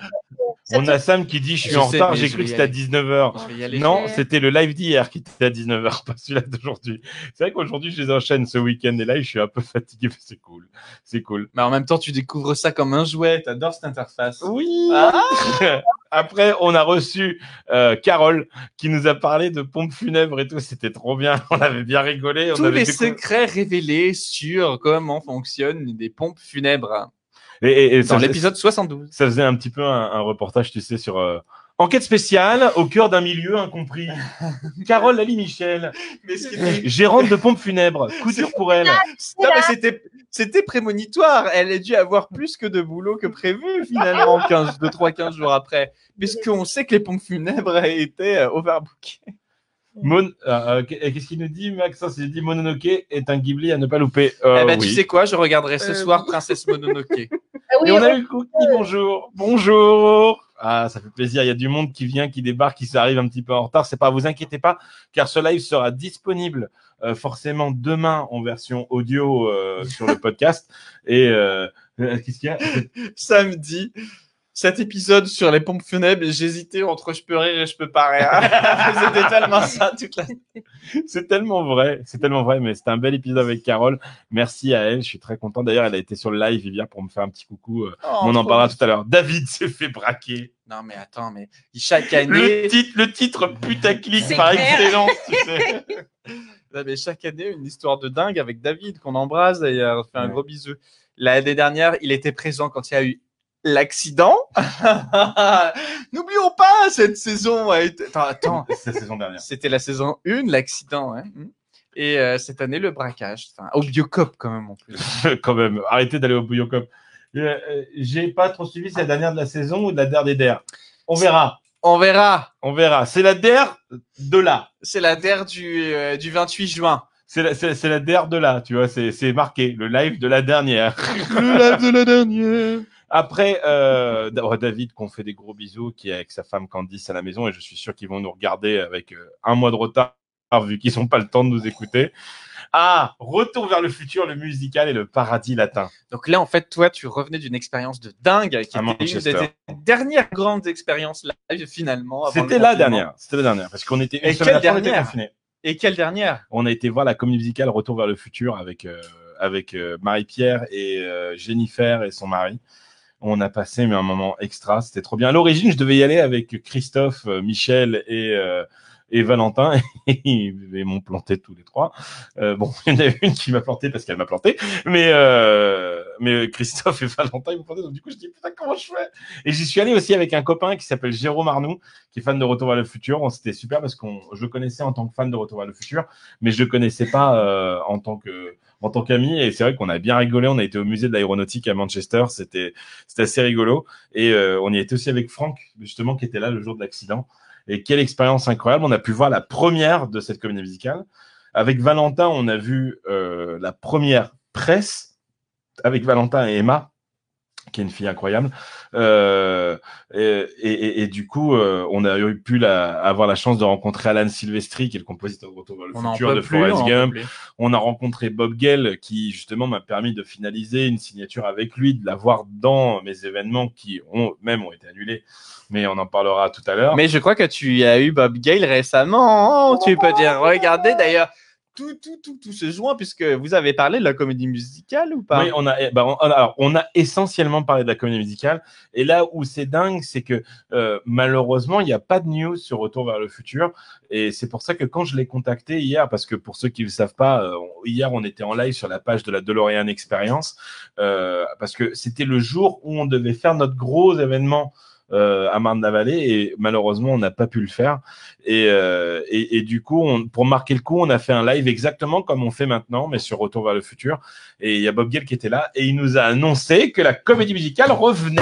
S4: Ça
S2: On
S4: te-
S2: a Sam qui dit Je suis
S1: Je
S2: en
S1: sais,
S2: retard,
S1: mais
S2: j'ai
S1: je
S2: cru
S1: vais
S2: que
S1: y
S2: c'était à
S1: aller.
S2: 19h.
S1: Je vais y aller.
S2: Non,
S3: Ouais.
S2: c'était le live d'hier qui était à 19h, [LAUGHS] pas celui-là d'aujourd'hui. C'est vrai qu'aujourd'hui, je les enchaîne ce week-end et là, je suis un peu [LAUGHS] fatigué, mais c'est cool. C'est cool.
S1: Mais en même temps, tu découvres ça comme un jouet. Tu adores cette interface.
S2: Oui
S1: Ah
S2: [LAUGHS] Après, on a reçu euh, Carole qui nous a parlé de pompes funèbres et tout. C'était trop bien. [LAUGHS] On avait bien rigolé. on
S1: Tous
S2: avait
S1: les
S2: découvert-
S1: secrets révélés sur comment fonctionnent des pompes funèbres
S2: Et, et- et ça
S1: dans
S2: faisait-
S1: l'épisode 72.
S2: Ça faisait un petit peu un, un reportage, tu sais, sur euh, enquête spéciale au cœur d'un
S1: [LAUGHS]
S2: milieu incompris. Carole Lali Michel,
S1: Mais ce qui était
S2: gérante de pompes funèbres, coup dur pour elle.
S1: Non, mais c'était, c'était prémonitoire. Elle a dû avoir plus que de boulot que prévu, finalement, 15, 2, 3, 15 jours après. Puisqu'on sait que les pompes funèbres étaient euh, overbookées.
S2: Mon- euh, euh, Qu'est-ce qu'il nous dit, Maxence Il dit Mononoke est un Ghibli à ne pas louper. Euh,
S1: eh ben,
S2: oui.
S1: tu sais quoi, je regarderai ce
S3: Euh,
S1: soir Princesse Mononoke.
S4: Ah oui,
S2: Et on
S4: oui,
S2: a eu Cookie, bonjour. Bonjour. Ah, ça fait plaisir. Il y a du monde qui vient, qui débarque, qui s'arrive un petit peu en retard. C'est pas, vous inquiétez pas, car ce live sera disponible euh, forcément demain en version audio euh, sur le podcast. Et euh, euh, qu'est-ce qu'il y a
S1: Samedi, cet épisode sur les pompes funèbres, j'hésitais entre je peux rire et je peux pas
S3: [LAUGHS]
S1: rire. [LAUGHS] C'était tellement ça toute la
S2: C'est tellement vrai, c'est tellement vrai, mais c'était un bel épisode avec Carole. Merci à elle, je suis très content. D'ailleurs, elle a été sur le live hier pour me faire un petit coucou. euh,
S1: Oh,
S2: on en
S1: trop
S2: parlera
S1: bien.
S2: tout à l'heure. David s'est fait braquer.
S1: Non, mais attends, mais chaque année.
S2: Le titre, le titre putaclic
S3: C'est
S2: par
S3: clair.
S2: excellence, tu
S3: [LAUGHS]
S2: sais.
S1: Non, mais chaque année, une histoire de dingue avec David, qu'on embrasse d'ailleurs, on fait un
S2: Ouais.
S1: gros bisou. L'année dernière, il était présent quand il y a eu l'accident. [LAUGHS] N'oublions pas, cette saison a été. Attends, attends.
S2: C'est la saison dernière.
S1: C'était la saison 1, l'accident. hein. Et euh, cette année, le braquage. Enfin, Ah, au Biocop, quand même, en plus.
S2: [LAUGHS] quand même. Arrêtez d'aller au Bouillocop. Euh, euh, J'ai pas trop suivi, c'est la dernière de la saison ou de la der des der On verra.
S1: On verra.
S2: On verra. C'est la der de là.
S1: C'est la der du, euh, du 28 juin.
S2: C'est la, c'est- c'est la der de là, tu vois. C'est c'est marqué. Le live de
S1: [LAUGHS]
S2: la dernière.
S1: [LAUGHS] Le live de la dernière.
S2: Après, euh, Da- oh, David, qu'on fait des gros bisous, qui est avec sa femme Candice à la maison, et je suis sûr qu'ils vont nous regarder avec euh, un mois de retard, vu qu'ils n'ont pas le temps de nous écouter. Ah, retour vers le futur, le musical et le paradis latin.
S1: Donc là, en fait, toi, tu revenais d'une expérience de dingue qui
S2: À
S1: était une
S2: Manchester.
S1: des dernières grandes expériences live, finalement. Oh, avant
S2: C'était
S1: le
S2: la
S1: confinement.
S2: dernière. C'était la dernière, parce qu'on était une
S1: Et
S2: semaine
S1: quelle
S2: après, on était
S1: dernière
S2: confinés.
S1: Et quelle dernière
S2: on a été voir la comédie musicale Retour vers le futur avec, euh, avec euh, Marie-Pierre et euh, Jennifer et son mari. On a passé mais un moment extra, c'était trop bien. À l'origine, je devais y aller avec Christophe, euh, Michel et, euh, et Valentin. [LAUGHS] Et ils m'ont planté tous les trois. Euh, bon, il y en a une qui m'a planté parce qu'elle m'a planté. Mais, euh, mais Christophe et Valentin, ils m'ont planté. Donc du coup, je dis, putain, comment je fais Et j'y suis allé aussi avec un copain qui s'appelle Jérôme Arnoux, qui est fan de Retour vers le futur. On C'était super parce qu'on je le connaissais en tant que fan de Retour vers le futur mais je le connaissais pas euh, en tant que en tant qu'ami et c'est vrai qu'on a bien rigolé on a été au musée de l'aéronautique à Manchester c'était c'était assez rigolo et euh, on y était aussi avec Franck justement qui était là le jour de l'accident et quelle expérience incroyable on a pu voir la première de cette comédie musicale avec Valentin on a vu euh, la première presse avec Valentin et Emma qui est une fille incroyable Euh, et, et- et- et du coup euh, on a eu pu la- avoir la chance de rencontrer Alan Silvestri qui est le compositeur de Retour vers le
S1: On en
S2: futur
S1: peut
S2: de
S1: plus.
S2: Forrest
S1: on en
S2: Gump
S1: peut plus.
S2: on a rencontré Bob Gale qui justement m'a permis de finaliser une signature avec lui, de l'avoir dans mes événements qui ont même ont été annulés, mais on en parlera tout à l'heure.
S1: Mais je crois que tu as eu Bob Gale récemment. hein. tu peux dire, regardez d'ailleurs, tout, tout, tout, tout se joint puisque vous avez parlé de la comédie musicale ou pas
S2: Oui, on a, eh, bah, on, alors, on a essentiellement parlé de la comédie musicale. Et là où c'est dingue, c'est que euh, malheureusement, il n'y a pas de news sur Retour vers le futur. Et c'est pour ça que quand je l'ai contacté hier, parce que pour ceux qui ne le savent pas, euh, on- hier, on était en live sur la page de la DeLorean Experience, euh, parce que c'était le jour où on devait faire notre gros événement euh, à Marne-la-Vallée et malheureusement on n'a pas pu le faire. Et, euh, et, et du coup, on, pour marquer le coup, on a fait un live exactement comme on fait maintenant, mais sur Retour vers le futur. Et il y a Bob Gale qui était là et il nous a annoncé que la comédie musicale revenait.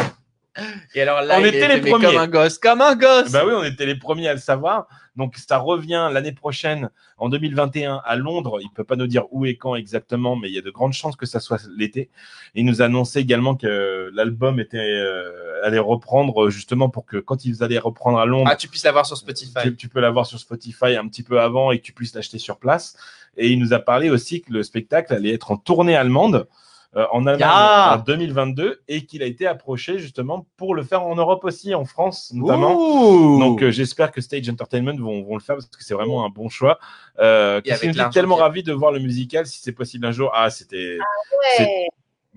S1: Et alors là,
S2: On
S1: il
S2: était
S1: est
S2: les
S1: aimé
S2: premiers.
S1: Comme un gosse, comme un gosse.
S2: Bah oui, on était les premiers à le savoir. Donc ça revient l'année prochaine, en 2021, à Londres. Il peut pas nous dire où et quand exactement, mais il y a de grandes chances que ça soit l'été. Il nous annonçait également que euh, l'album était euh, allait reprendre euh, justement pour que quand ils allaient reprendre à Londres,
S1: Ah, tu puisses l'avoir sur Spotify.
S2: tu, tu peux l'avoir sur Spotify un petit peu avant et que tu puisses l'acheter sur place. Et il nous a parlé aussi que le spectacle allait être en tournée allemande. euh, en Allemagne
S1: Ah
S2: en 2022 et qu'il a été approché justement pour le faire en Europe aussi, en France notamment.
S1: Ouh.
S2: Donc euh, j'espère que Stage Entertainment vont, vont le faire parce que c'est vraiment un bon choix.
S1: Et
S2: Euh,
S1: avec
S2: Christine, je suis
S1: l'argent
S2: tellement
S1: qu'il y a.
S2: ravi de voir le musical si c'est possible un jour. Ah, c'était
S3: Ah
S2: C'est-
S4: Ouais.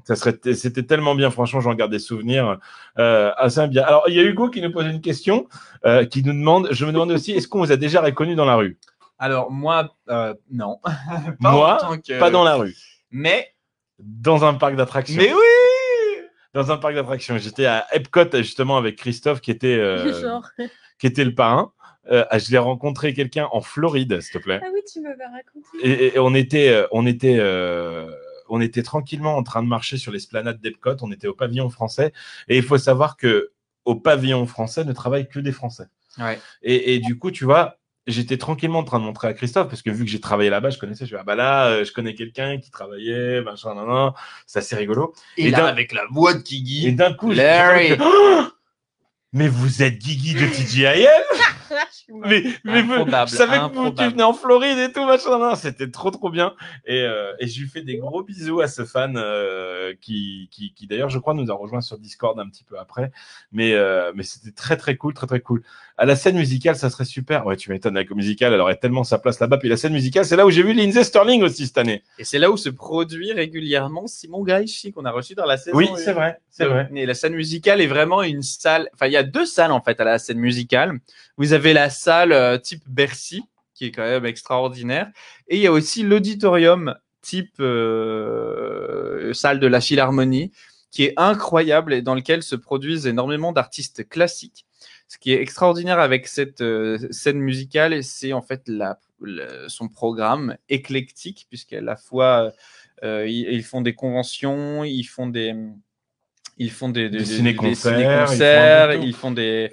S2: ça serait c'était tellement bien franchement, j'en garde des souvenirs euh, assez bien. Alors il y a Hugo qui nous pose une question euh, qui nous demande je me demande aussi est-ce qu'on vous a déjà reconnu dans la rue
S1: Alors moi, euh, non. [LAUGHS] Pas
S2: Moi,
S1: en tant que-
S2: Pas dans la rue,
S1: Mais,
S2: dans un parc d'attractions.
S1: mais oui.
S2: Dans un parc d'attractions, j'étais à Epcot justement avec Christophe qui était
S3: [LAUGHS]
S2: euh,
S3: Genre,
S2: qui était le parrain. Euh, ah, je l'ai rencontré quelqu'un en Floride, s'il te plaît.
S3: ah oui, tu me vas raconter.
S2: et, et- et on était, euh, on était, euh, on était tranquillement en train de marcher sur l'esplanade d'Epcot. On était au pavillon français. Et il faut savoir que au pavillon français ne travaillent que des Français.
S1: Ouais.
S2: Et, et du coup, tu vois, j'étais tranquillement en train de montrer à Christophe, parce que vu que j'ai travaillé là-bas, je connaissais, je suis ah bah là, euh, je connais quelqu'un qui travaillait, machin, nan, nan, c'est assez rigolo.
S1: Et,
S2: Et
S1: là,
S2: d'un-
S1: avec la voix de
S2: Et
S1: Kiki.
S2: d'un coup, j'ai- [LAUGHS]
S1: Larry.
S2: j'ai fait, Ah [GASPS] mais vous êtes Guigui de TGIF mais, mais vous-
S1: Improbable,
S2: je savais que vous,
S1: improbable.
S2: tu venais en Floride et tout, machin. Non, c'était trop, trop bien. Et, euh, et je lui fais des gros bisous à ce fan euh, qui, qui, qui d'ailleurs, je crois, nous a rejoint sur Discord un petit peu après. Mais, euh, mais c'était très, très cool, très, très cool. À la scène musicale, ça serait super. Ouais, tu m'étonnes, la scène musicale, elle aurait tellement sa place là-bas. Puis la scène musicale, c'est là où j'ai vu Lindsay Sterling aussi cette année.
S1: Et c'est là où se produit régulièrement Simon Gaichi qu'on a reçu dans la saison.
S2: Oui,
S1: une.
S2: c'est vrai, c'est vrai.
S1: Et la scène musicale est vraiment une salle. Enfin, il y a deux salles en fait à la scène musicale. Vous avez la salle euh, type Bercy, qui est quand même extraordinaire, et il y a aussi l'auditorium type euh, salle de la Philharmonie, qui est incroyable et dans lequel se produisent énormément d'artistes classiques. Ce qui est extraordinaire avec cette euh, scène musicale, c'est en fait la, le- son programme éclectique, puisqu'à la fois euh, ils, ils font des conventions, ils font des, ils font des,
S2: Des ciné-concerts,
S1: ciné-concerts,
S2: ils font un peu
S1: ils font
S2: tout.
S1: des,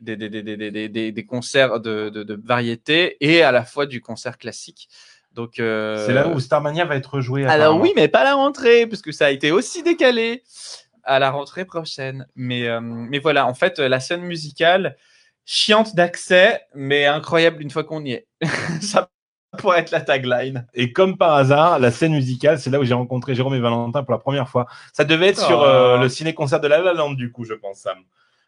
S1: des, des, des, des, des- des- des- des concerts de, de, de variété et à la fois du concert classique. Donc euh,
S2: C'est là où Starmania va être joué.
S1: alors oui, mais pas à la rentrée, parce que ça a été aussi décalé à la rentrée prochaine. Mais, euh, mais voilà, en fait, la scène musicale, chiante d'accès, mais incroyable une fois qu'on y est. [LAUGHS] ça pourrait être la tagline.
S2: Et comme par hasard, la scène musicale, c'est là où j'ai rencontré Jérôme et Valentin pour la première fois. Ça devait être sur
S1: Oh.
S2: euh, le ciné-concert de La La Land, du coup, je pense, Sam.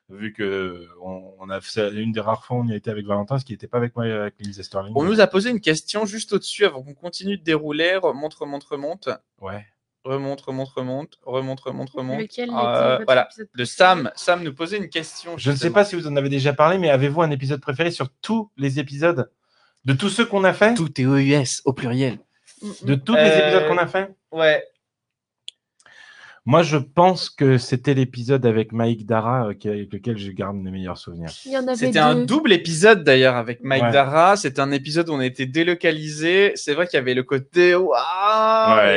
S2: Vu que on, on a fait une des rares fois où on y a été avec Valentin, ce qui n'était pas avec moi euh, avec Lindsay Sterling.
S1: On nous a posé une question juste au-dessus avant qu'on continue de dérouler. Remonte, remonte, remonte.
S2: Ouais.
S1: Remonte, remonte, remonte. Remonte, remonte, remonte.
S3: Lequel
S1: Euh,
S3: était votre
S1: voilà.
S3: épisode
S1: De
S3: préféré
S1: Sam. Sam nous posait une question.
S2: Je ne sais
S1: justement.
S2: pas si vous en avez déjà parlé, mais avez-vous un épisode préféré sur tous les épisodes De tous ceux qu'on a fait
S1: Tout est OUS au pluriel.
S3: Mm, mm.
S2: De tous les
S1: Euh,
S2: épisodes qu'on a fait
S1: Ouais.
S2: Moi, je pense que c'était l'épisode avec Mike Dara euh, qui- avec lequel je garde mes meilleurs souvenirs.
S3: Il y en avait
S1: C'était un
S3: deux.
S1: double épisode d'ailleurs avec Mike
S2: Ouais.
S1: Dara. C'était un épisode où on était délocalisé. C'est vrai qu'il y avait le côté waouh.
S2: Ouais,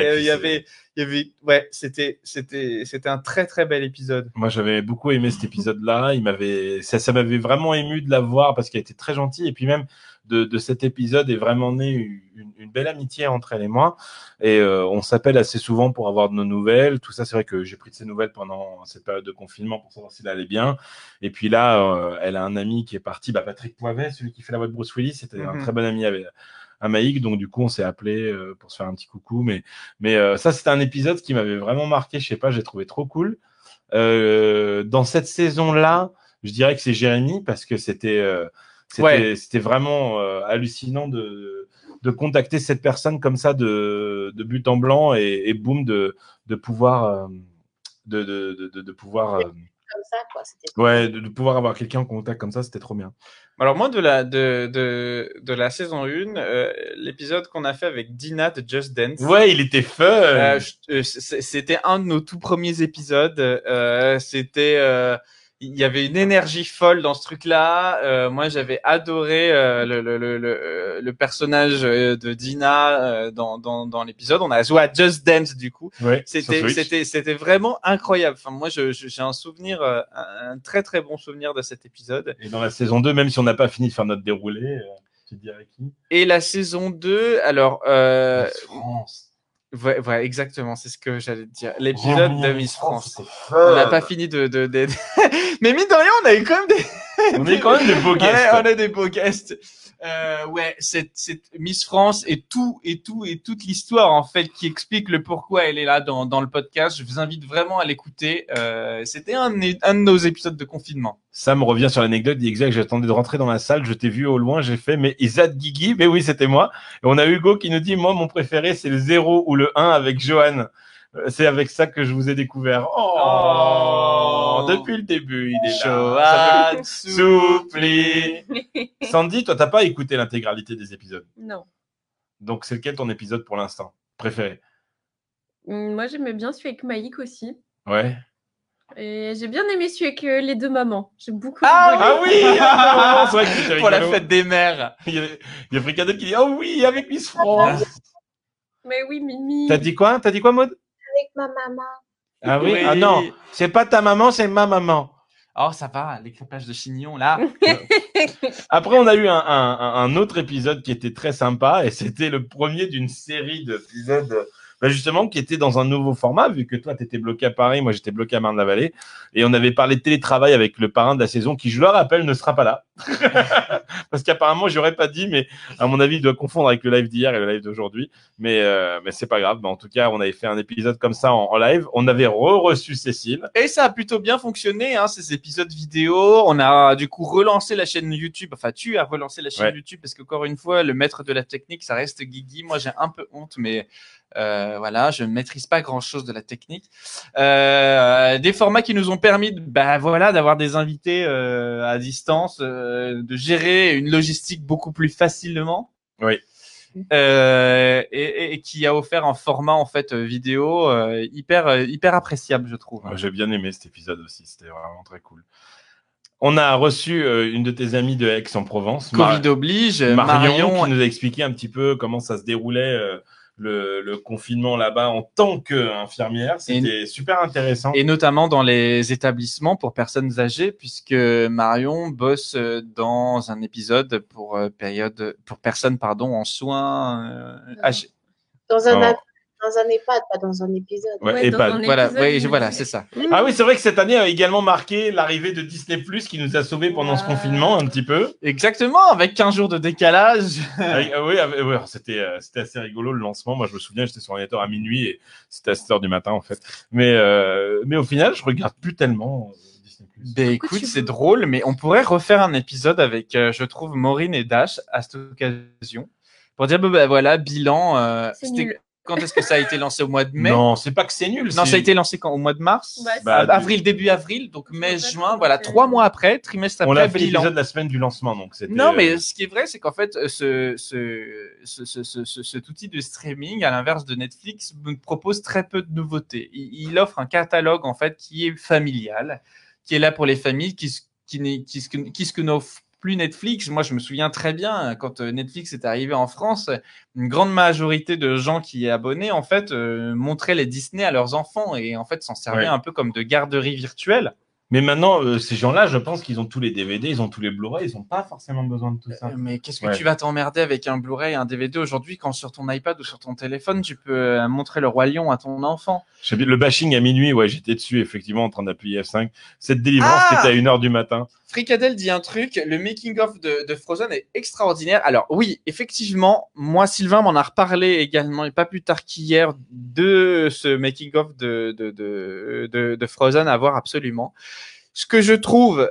S1: et, euh,
S2: puis
S1: il y
S2: c'est-
S1: avait, il y avait, ouais, c'était, c'était, c'était un très très bel épisode.
S2: Moi, j'avais beaucoup aimé cet épisode-là. Il m'avait, ça, ça m'avait vraiment ému de la voir parce qu'elle était très gentille. Et puis même de, de cet épisode est vraiment née une, une belle amitié entre elle et moi. Et euh, on s'appelle assez souvent pour avoir de nos nouvelles. Tout ça, c'est vrai que j'ai pris de ses nouvelles pendant cette période de confinement pour savoir s'il allait bien. Et puis là, euh, elle a un ami qui est parti, bah, Patrick Poivet, celui qui fait la voix de Bruce Willis. C'était
S1: Mhm.
S2: un très bon ami avec à Maïk. Donc du coup, on s'est appelé euh, pour se faire un petit coucou. Mais mais euh, ça, c'était un épisode qui m'avait vraiment marqué. Je sais pas, j'ai trouvé trop cool. Euh, dans cette saison-là, je dirais que c'est Jérémy parce que c'était euh, c'était
S1: Ouais.
S2: c'était vraiment euh, hallucinant de de contacter cette personne comme ça de de but en blanc et, et boum de de pouvoir euh, de, de, de, de- de pouvoir euh,
S4: Comme ça, quoi. C'était
S2: ouais de, de pouvoir avoir quelqu'un en contact comme ça c'était trop bien
S1: Alors moi de la de de, de la saison 1, euh, l'épisode qu'on a fait avec Dina de Just Dance.
S2: ouais il était fun
S1: Euh, je- euh, c- c'était un de nos tout premiers épisodes. Euh, c'était euh, il y avait une énergie folle dans ce truc-là. Euh, moi, j'avais adoré euh, le, le, le, le, euh, le personnage euh, de Dina euh, dans, dans, dans l'épisode. On a joué à Just Dance du coup.
S2: Ouais,
S1: [LAUGHS]
S2: sur
S1: C'était
S2: Switch.
S1: c'était c'était vraiment incroyable. Enfin, moi, je- je- j'ai un souvenir, euh, un un très très bon souvenir de cet épisode.
S2: Et dans la saison 2, même si on n'a pas fini de faire notre déroulé, euh, tu te dirais qui
S1: Et la saison 2, alors, euh,
S2: Miss France. Oh,
S1: ouais, ouais, exactement, c'est ce que j'allais te dire. L'épisode de
S2: Bienvenue,
S1: Miss France.
S2: c'est
S1: On
S2: fun.
S1: n'a pas fini de, de, de- [LAUGHS] mais mine de rien, on a eu quand même des,
S2: [LAUGHS] On est quand même des
S1: [LAUGHS]
S2: beaux
S1: Ouais,
S2: guests.
S1: on a des beaux guests. Euh, ouais, cette, cette Miss France et tout et tout et toute l'histoire en fait qui explique le pourquoi elle est là dans, dans le podcast. Je vous invite vraiment à l'écouter. Euh, C'était un, de- un de nos épisodes de confinement.
S2: Ça me revient sur l'anecdote d'Exact. J'attendais de rentrer dans la salle, je t'ai vu au loin, j'ai fait, mais Isad Guigui, mais oui, c'était moi. Et on a Hugo qui nous dit, moi, mon préféré, c'est le 0 ou le 1 avec Johan. Euh, C'est avec ça que je vous ai découvert. Oh,
S1: Oh.
S2: Depuis le début, Ah.
S1: [LAUGHS]
S2: il est là.
S1: Johan
S2: Ça
S1: Sou-
S2: Soupli. Sandy, toi, t'as pas écouté l'intégralité des épisodes.
S3: non.
S2: Donc, c'est lequel ton épisode pour l'instant préféré
S3: Hum, Moi, j'aimais bien celui avec Maïk aussi.
S2: Ouais.
S3: Et j'ai bien aimé celui avec euh, les deux mamans. J'ai beaucoup
S1: Ah,
S3: rigolé.
S2: Ah oui Ah, C'est vrai que c'était
S1: pour la
S2: rigolo.
S1: fête des mères.
S2: Il y a- il y a Fricadelle qui dit Oh oui, avec Miss France
S3: Mais oui, Mimi.
S2: Ah. T'as dit quoi T'as dit quoi, Maud
S4: Avec ma maman.
S2: Ah oui,
S1: Oui.
S2: ah non, c'est pas ta maman, c'est ma maman.
S1: Oh ça va, les crêpages de chignon là.
S2: Après, on a eu un, un- un autre épisode qui était très sympa et c'était le premier d'une série d'épisodes. bah, justement, qui était dans un nouveau format, vu que toi, t'étais bloqué à Paris, moi, j'étais bloqué à Marne-la-Vallée. Et on avait parlé de télétravail avec le parrain de la saison, qui, je le rappelle, ne sera pas là. [LAUGHS] Parce qu'apparemment, j'aurais pas dit, mais à mon avis, il doit confondre avec le live d'hier et le live d'aujourd'hui. Mais, euh, mais c'est pas grave. Mais en tout cas, on avait fait un épisode comme ça en, en live. On avait re-reçu Cécile.
S1: Et ça a plutôt bien fonctionné, hein, ces épisodes vidéo. On a du coup relancé la chaîne YouTube. Enfin, tu as relancé la chaîne
S2: Ouais.
S1: YouTube parce qu'encore une fois, le maître de la technique, ça reste Guigui. Moi, j'ai un peu honte, mais euh, voilà, je ne maîtrise pas grand-chose de la technique. Euh, des formats qui nous ont permis, de- bah voilà, d'avoir des invités euh, à distance, euh, de gérer une logistique beaucoup plus facilement.
S2: Oui.
S1: Euh, et, et- et qui a offert un format en fait euh, vidéo euh, hyper euh, hyper appréciable, je trouve.
S2: Ouais, J'ai bien aimé cet épisode aussi, c'était vraiment très cool. On a reçu euh, une de tes amies de Aix-en-Provence, Mar-
S1: Covid oblige.
S2: Marion,
S1: Marion,
S2: qui nous a expliqué un petit peu comment ça se déroulait euh, le, le confinement là-bas en tant qu'infirmière. C'était super intéressant.
S1: et notamment dans les établissements pour personnes âgées, puisque Marion bosse euh, dans un épisode pour euh, période pour personnes pardon en soins euh,
S3: Ah.
S1: âgées.
S4: Dans
S1: Oh.
S4: un,
S2: Alors,
S4: dans un EHPAD, pas dans un épisode.
S2: ouais,
S3: Ouais,
S2: et
S3: dans
S2: pas-
S3: un
S1: Voilà,
S3: épisode,
S1: oui,
S3: il
S1: je-
S3: me
S1: voilà,
S3: disait-
S1: c'est ça.
S2: Ah oui, c'est vrai que cette année a également marqué l'arrivée de Disney ⁇ qui nous a sauvés pendant ce
S3: Ouais.
S2: confinement un petit peu.
S1: Exactement, avec 15 jours de décalage.
S2: Avec- euh, oui, avec- ouais, c'était euh, c'était assez rigolo le lancement. Moi, je me souviens, j'étais sur l'ordinateur à minuit et c'était à 7 heures du matin en fait. Mais euh, mais au final, je regarde plus tellement euh, Disney+.
S1: Ben
S3: Pourquoi
S1: écoute,
S3: tu
S1: c'est
S3: veux-
S1: drôle, mais on pourrait refaire un épisode avec, euh, je trouve, Maureen et Dash à cette occasion pour dire, ben, ben, voilà, bilan. euh,
S3: C'est
S1: c'était-
S3: nul.
S1: Quand est-ce que ça a été lancé au mois
S2: [LAUGHS]
S1: de mai
S2: Non, c'est pas que c'est nul.
S1: Non,
S2: c'est-
S1: ça a été lancé quand Au mois de mars
S3: Ouais, c'est
S2: Bah,
S1: Av- Avril, début avril, donc
S3: Je
S1: mai,
S3: vois pas
S1: juin,
S3: trop,
S1: voilà,
S3: donc, euh,
S1: trois mois après, trimestre
S2: On
S1: après,
S2: l'a fait
S1: bilan.
S2: l'épisode de la semaine du lancement, donc c'était.
S1: Non,
S2: euh,
S1: mais ce qui est vrai, c'est qu'en fait, euh, ce, ce, ce, ce, ce- ce- cet outil de streaming, à l'inverse de Netflix, me propose très peu de nouveautés. Il, il offre un catalogue, en fait, qui est familial, qui est là pour les familles, qui, s- qui, n'est- qui, ce que- qui ce que n'offre plus Netflix. Moi, je me souviens très bien, quand euh, Netflix est arrivé en France, une grande majorité de gens qui est abonnés, en fait, euh, montraient les Disney à leurs enfants et, en fait, s'en servaient
S2: Ouais.
S1: un peu comme de garderie virtuelle.
S2: mais maintenant, euh, ces gens-là, je pense qu'ils ont tous les DVD, ils ont tous les Blu-ray, ils ont pas forcément besoin de tout ça.
S1: Euh, Mais qu'est-ce que
S2: Ouais.
S1: tu vas t'emmerder avec un Blu-ray et un DVD aujourd'hui quand sur ton iPad ou sur ton téléphone tu peux euh, montrer le roi lion à ton enfant
S2: Je sais bien, Le bashing à minuit, ouais, j'étais dessus effectivement en train d'appuyer F5. Cette délivrance
S1: Ah
S2: qui était à 1h du matin.
S1: Fricadel dit un truc, le making of de, de Frozen est extraordinaire. Alors oui, effectivement, moi Sylvain m'en a reparlé également et pas plus tard qu'hier de ce making of de, de, de, de, de Frozen à voir absolument. Ce que je trouve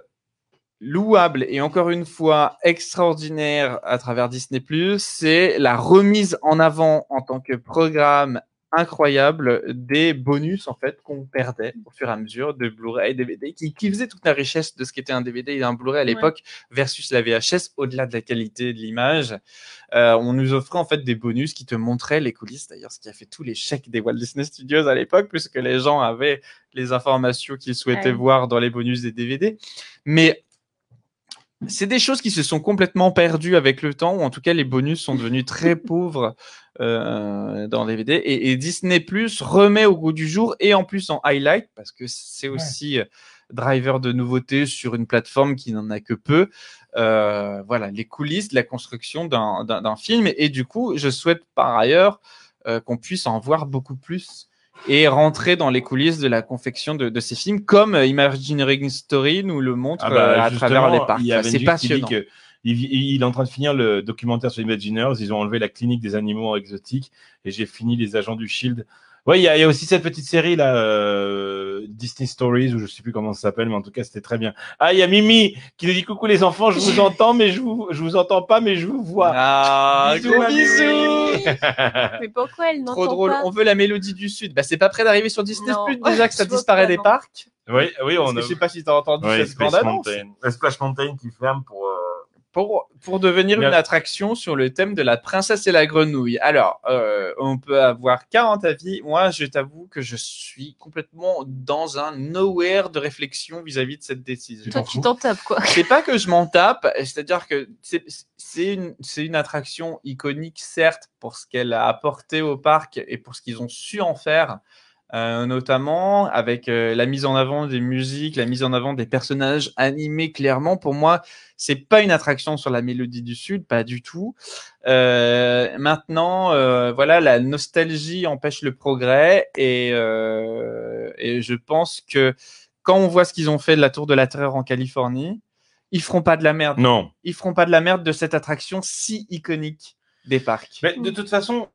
S1: louable et encore une fois extraordinaire à travers Disney+, c'est la remise en avant en tant que programme incroyable des bonus en fait qu'on perdait au fur et à mesure de Blu-ray et DVD qui, qui faisaient toute la richesse de ce qu'était un DVD et un Blu-ray à
S3: Ouais.
S1: l'époque versus la VHS au-delà de la qualité de l'image euh, on nous offrait en fait des bonus qui te montraient les coulisses d'ailleurs ce qui a fait tous les chèques des Walt Disney Studios à l'époque puisque les gens avaient les informations qu'ils souhaitaient
S3: Ouais.
S1: voir dans les bonus des DVD mais c'est des choses qui se sont complètement perdues avec le temps, ou en tout cas les bonus sont devenus très pauvres euh, dans les DVD. Et, et Disney Plus remet au goût du jour et en plus en highlight parce que c'est aussi euh, driver de nouveautés sur une plateforme qui n'en a que peu. Euh, voilà les coulisses de la construction d'un- d'un d'un film et, du coup je souhaite par ailleurs euh, qu'on puisse en voir beaucoup plus et rentrer dans les coulisses de la confection de, de ces films comme euh, Imagineering Story nous le montre
S2: Ah bah,
S1: euh, à
S2: justement,
S1: travers les parcs.
S2: il y a
S1: C'est
S2: Benji qui dit
S1: passionnant.
S2: que il, vi- il est en train de finir le documentaire sur Imagineers. Ils ont enlevé la clinique des animaux exotiques et j'ai fini les agents du Shield. Ouais, il y, a, il y a aussi cette petite série là, euh, Disney Stories ou je sais plus comment ça s'appelle, mais en tout cas c'était très bien. Ah, il y a Mimi qui nous dit coucou les enfants, je vous entends mais je vous je vous entends pas mais je vous vois.
S3: [LAUGHS]
S1: Ah,
S2: Bisous,
S1: gros
S2: mamie.
S1: bisous.
S3: Mais pourquoi elle
S1: Trop
S3: n'entend
S1: drôle.
S3: pas
S1: On veut la mélodie du Sud. Bah, c'est pas près d'arriver sur Disney
S3: Non.
S1: Plus déjà que
S3: [LAUGHS]
S1: ça
S3: Je vois
S1: disparaît
S3: pas,
S1: des
S3: non.
S1: parcs.
S2: Oui, oui,
S1: Parce
S2: on
S1: que
S2: a.
S1: je sais pas si t'as entendu
S2: Ouais,
S1: cette
S2: Space
S1: bande annonce.
S2: Mountain. Euh, Splash Mountain qui ferme pour. euh,
S1: Pour, pour devenir
S2: Bien.
S1: une attraction sur le thème de la princesse et la grenouille. Alors, euh, on peut avoir 40 avis. Moi, je t'avoue que je suis complètement dans un nowhere de réflexion vis-à-vis de cette décision.
S2: t'en
S3: Toi, tu
S2: fous
S3: t'en tapes, quoi.
S1: c'est pas que je m'en tape, c'est-à-dire que c'est- c'est une, c'est une attraction iconique, certes, pour ce qu'elle a apporté au parc et pour ce qu'ils ont su en faire, euh, notamment avec euh, la mise en avant des musiques, la mise en avant des personnages animés, clairement. Pour moi, c'est pas une attraction sur la mélodie du Sud, pas du tout. Euh, maintenant, euh, voilà, la nostalgie empêche le progrès et, euh, et je pense que quand on voit ce qu'ils ont fait de la Tour de la Terreur en Californie, ils feront pas de la merde.
S2: Non.
S1: Ils feront pas de la merde de cette attraction si iconique des parcs.
S2: Mais de toute façon,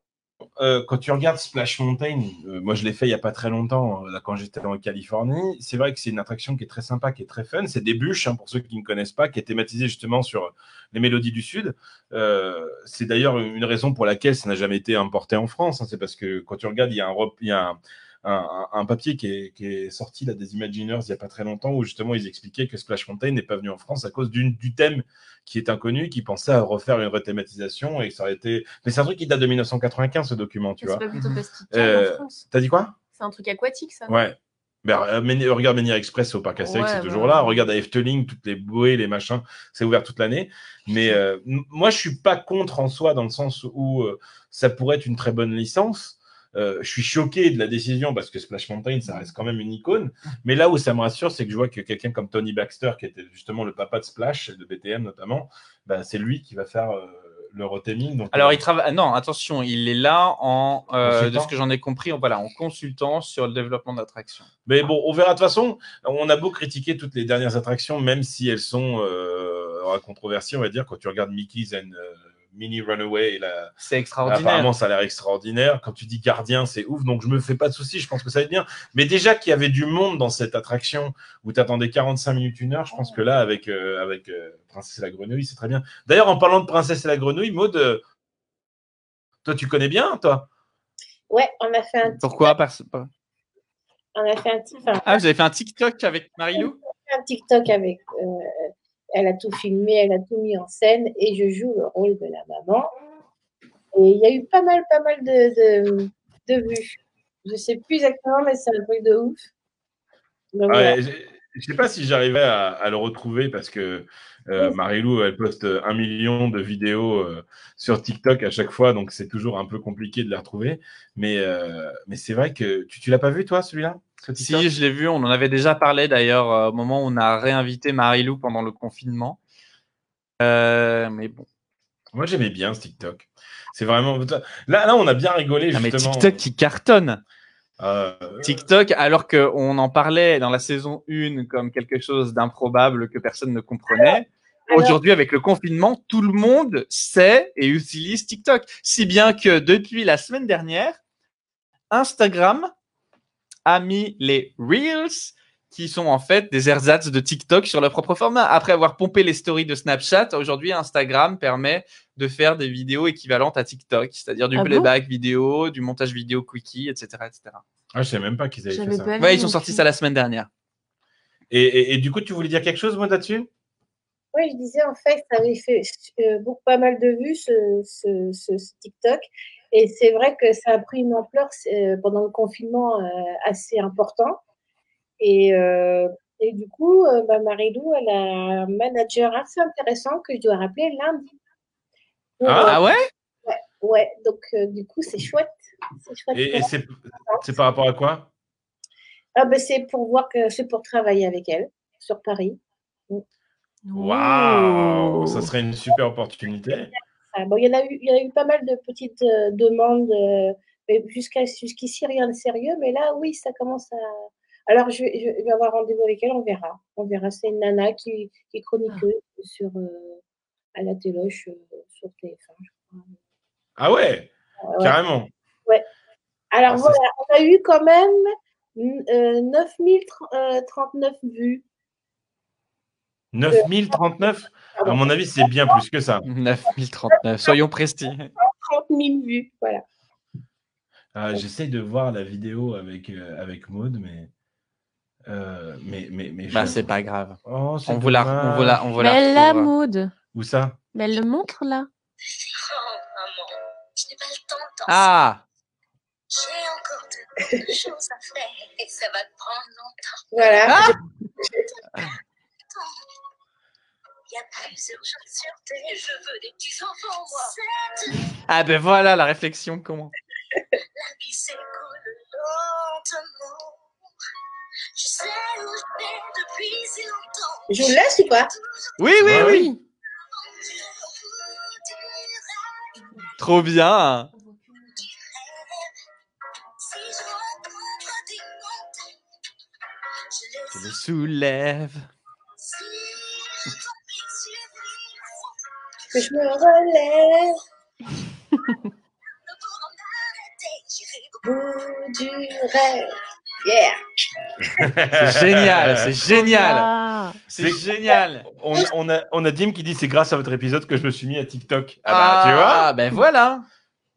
S2: euh, quand tu regardes Splash Mountain, euh, moi je l'ai fait il n'y a pas très longtemps, euh, là, quand j'étais en Californie, c'est vrai que c'est une attraction qui est très sympa, qui est très fun. C'est des bûches, hein, pour ceux qui ne connaissent pas, qui est thématisée justement sur euh, les mélodies du Sud. Euh, c'est d'ailleurs une raison pour laquelle ça n'a jamais été importé en France. hein. c'est parce que quand tu regardes, il y a un... rep- Il y a un un, un- un papier qui est, qui est sorti là, des Imagineers il n'y a pas très longtemps où justement ils expliquaient que Splash Mountain n'est pas venu en France à cause d'une- du thème qui est inconnu, qui pensait à refaire une rethématisation et que ça aurait été. Mais c'est un truc qui date de 1995 ce document, tu
S3: C'est
S2: vois.
S3: pas plutôt Plastic
S2: Euh,
S3: en France.
S2: T'as dit quoi
S3: C'est un truc aquatique, ça.
S2: Ouais. Ben, euh, Meni- regarde Menhir Express au parc Astérix,
S3: Ouais,
S2: c'est
S3: ouais,
S2: toujours là.
S3: ouais.
S2: Regarde à Efteling, toutes les bouées, les machins, c'est ouvert toute l'année. Mais euh, m- moi, je suis pas contre en soi, dans le sens où euh, ça pourrait être une très bonne licence. Euh, je suis choqué de la décision parce que Splash Mountain, ça reste quand même une icône. Mais là où ça me rassure, c'est que je vois que quelqu'un comme Tony Baxter, qui était justement le papa de Splash, de BTM notamment, ben, c'est lui qui va faire euh, le rothaming. Donc,
S1: Alors,
S2: euh,
S1: il travaille. ah Non, attention, il est là en, euh, de
S2: Consultant.
S1: ce que j'en ai compris, en, voilà, en consultant sur le développement d'attractions.
S2: Mais bon, on verra. De toute façon, on a beau critiquer toutes les dernières attractions, même si elles sont euh, controversées, on va dire, quand tu regardes Mickey's and euh, Mini Runaway, là,
S1: C'est extraordinaire.
S2: apparemment, ça a l'air extraordinaire. Quand tu dis gardien, c'est ouf. Donc, je me fais pas de soucis. Je pense que ça va être bien. Mais déjà qu'il y avait du monde dans cette attraction où tu attendais 45 minutes, une heure, je
S1: Oh.
S2: pense que là, avec, euh, avec euh, Princesse et la Grenouille, c'est très bien. D'ailleurs, en parlant de Princesse et la Grenouille, Maud, euh, toi, tu connais bien, toi
S4: Ouais, on a fait un petit,
S1: Pourquoi Parce- par-
S4: on a fait un petit, enfin,
S1: Ah, vous avez fait un TikTok avec Marilou
S4: un TikTok avec. euh, elle a tout filmé, elle a tout mis en scène et je joue le rôle de la maman. Et il y a eu pas mal, pas mal de, de, de vues. Je sais plus exactement, mais c'est un truc de ouf. Donc, voilà.
S2: Ouais, j'ai- je sais pas si j'arrivais à, à le retrouver parce que euh, Marilou, elle poste un million de vidéos euh, sur TikTok à chaque fois, donc c'est toujours un peu compliqué de la retrouver. Mais, euh, mais c'est vrai que tu, tu l'as pas vu, toi, celui-là ce TikTok
S1: Si, je l'ai vu. On en avait déjà parlé d'ailleurs euh, au moment où on a réinvité Marilou pendant le confinement. Euh, mais bon.
S2: Moi, j'aimais bien ce TikTok. C'est vraiment. Là, là, on a bien rigolé,
S1: Ah, mais
S2: justement.
S1: TikTok qui cartonne.
S2: Euh,
S1: TikTok, alors qu'on en parlait dans la saison 1 comme quelque chose d'improbable que personne ne comprenait.
S4: Alors-
S1: Aujourd'hui, avec le confinement, tout le monde sait et utilise TikTok. Si bien que depuis la semaine dernière, Instagram a mis les Reels qui sont en fait des ersatz de TikTok sur leur propre format. Après avoir pompé les stories de Snapchat, aujourd'hui Instagram permet de faire des vidéos équivalentes à TikTok, c'est-à-dire du
S3: Ah bon
S1: playback vidéo, du montage vidéo quickie, etc., etc.
S2: Ah, je savais même pas qu'ils avaient fait
S3: J'avais
S2: ça.
S3: pas vu
S1: Ouais, ils
S3: non
S1: ont sorti
S3: plus.
S1: ça la semaine dernière.
S2: Et, et- et du coup, tu voulais dire quelque chose, moi, là-dessus
S4: Oui, je disais en fait, ça avait fait euh, beaucoup, pas mal de vues ce, ce, ce- ce TikTok. Et c'est vrai que ça a pris une ampleur euh, pendant le confinement euh, assez important. Et, euh, et du coup, euh, bah, Marilou, elle a un manager assez intéressant que je dois rappeler lundi. Pour,
S2: Ah.
S1: Ah ouais
S4: euh, ouais, donc euh, du coup, c'est chouette. C'est chouette.
S2: Et, et
S4: pour-
S2: c'est c'est par rapport à quoi
S4: Ah, bah, c'est pour voir que c'est pour travailler avec elle sur Paris.
S2: Waouh Ça serait une super opportunité.
S4: Ah, bon, il, y en a eu, il y en a eu pas mal de petites euh, demandes, euh, mais jusqu'à jusqu'ici rien de sérieux, mais là oui, ça commence à. Alors je, vais- je vais avoir rendez-vous avec elle, on verra. On verra. C'est une nana qui, qui est chroniqueuse
S1: Ah.
S4: sur, euh, à la téloche euh, sur TF1.
S2: Ah ouais,
S4: Ah, ouais.
S2: Carrément.
S4: Alors
S2: Ah, ça,
S4: voilà, on a eu quand même n- euh, 9039 euh, vues.
S2: 9039 À
S4: Pardon,
S2: mon avis, c'est bien plus que ça.
S1: 9039, soyons précis.
S4: 30 000 vues, voilà.
S2: Ah, J'essaie de voir la vidéo avec, euh, avec Maud, mais. euh, mais, mais, mais je-
S1: Bah, c'est pas grave.
S2: Oh, c'est
S1: On vous la,
S2: dommage.
S1: on vous la, on vous la
S3: Mais la
S1: retrouvera.
S3: Maud.
S2: Où ça
S3: Mais elle le montre là.
S5: Oh, maman, je n'ai pas le temps de danser.
S1: Ah
S5: J'ai encore de bonnes choses à faire et ça va te prendre longtemps.
S4: Voilà.
S1: Ah.
S5: Il y a plusieurs choses sur terre. Je veux des petits enfants, moi.
S1: Ah ben voilà la réflexion comment.
S5: La vie s'écoule lentement. Je sais où je vais depuis si longtemps.
S4: Je vous laisse ou pas
S1: Oui oui
S2: Ouais,
S1: oui. Trop bien.
S5: Si je rencontre des montagnes, je les
S1: Je le soulève.
S5: Si je tombe les yeux brillant,
S4: Que je me relève
S5: ne pourront m'arrêter. J'irai
S4: au bout du rêve. Yeah.
S1: C'est génial, c'est génial.
S3: Ah.
S1: C'est génial.
S2: On, on a, on a Dim qui dit c'est grâce à votre épisode que je me suis mis à TikTok. Ah, bah, tu vois
S1: Ah, ben voilà.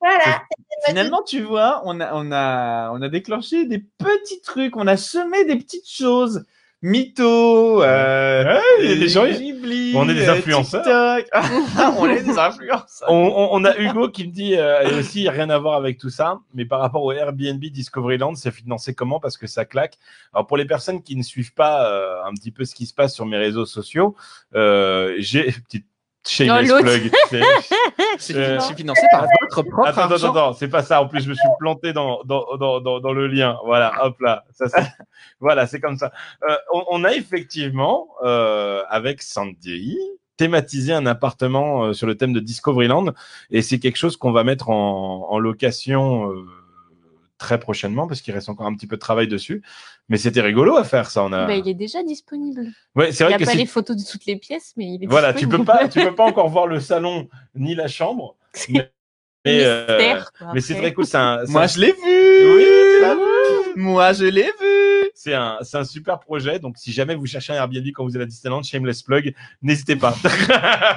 S4: Voilà.
S1: Finalement, tu vois, on a, on a, on a déclenché des petits trucs, on a semé des petites choses. Mytho, euh,
S2: Ouais, il y a des gens-
S1: Ghibli,
S2: On est des
S1: euh,
S2: influenceurs.
S1: TikTok. [LAUGHS] on est des influenceurs.
S2: on, on- on a Hugo qui me dit euh, et aussi rien à voir avec tout ça, mais par rapport au Airbnb Discoveryland, c'est financé comment Parce que ça claque. Alors pour les personnes qui ne suivent pas euh, un petit peu ce qui se passe sur mes réseaux sociaux, euh, j'ai petite shameless
S3: Oh, l'autre.
S2: plug. c'est-
S1: [LAUGHS] C'est
S2: Euh,
S1: c'est financé par votre propre
S2: Attends, attends,
S1: argent.
S2: attends, c'est pas ça. En plus, je me suis planté dans, dans, dans, dans, dans le lien. Voilà, hop là. Ça, c'est- [LAUGHS] voilà, c'est comme ça. Euh, on, on a effectivement, euh, avec Sandy, thématisé un appartement euh, sur le thème de Discoveryland. Et c'est quelque chose qu'on va mettre en, en location euh, très prochainement, parce qu'il reste encore un petit peu de travail dessus. Mais c'était rigolo à faire, ça. On a...
S3: Bah, il est déjà disponible.
S2: ouais, Euh. c'est
S3: Il n'y
S2: vrai
S3: a
S2: que
S3: pas
S2: si-
S3: les photos de toutes les pièces, mais il est
S2: Voilà, tu
S3: disponible.
S2: peux pas,
S3: [LAUGHS]
S2: tu peux pas encore voir le salon ni la chambre.
S3: C'est
S2: Mais, euh,
S3: mystère, quoi,
S2: mais c'est
S3: après.
S2: très cool. C'est un- c'est
S1: Moi,
S2: un-
S1: je l'ai
S2: Oui, tu l'as
S1: vu. Moi, je l'ai vu.
S2: C'est un, c'est un super projet. Donc, si jamais vous cherchez un Airbnb quand vous êtes à Disneyland, shameless plug, n'hésitez pas. [LAUGHS]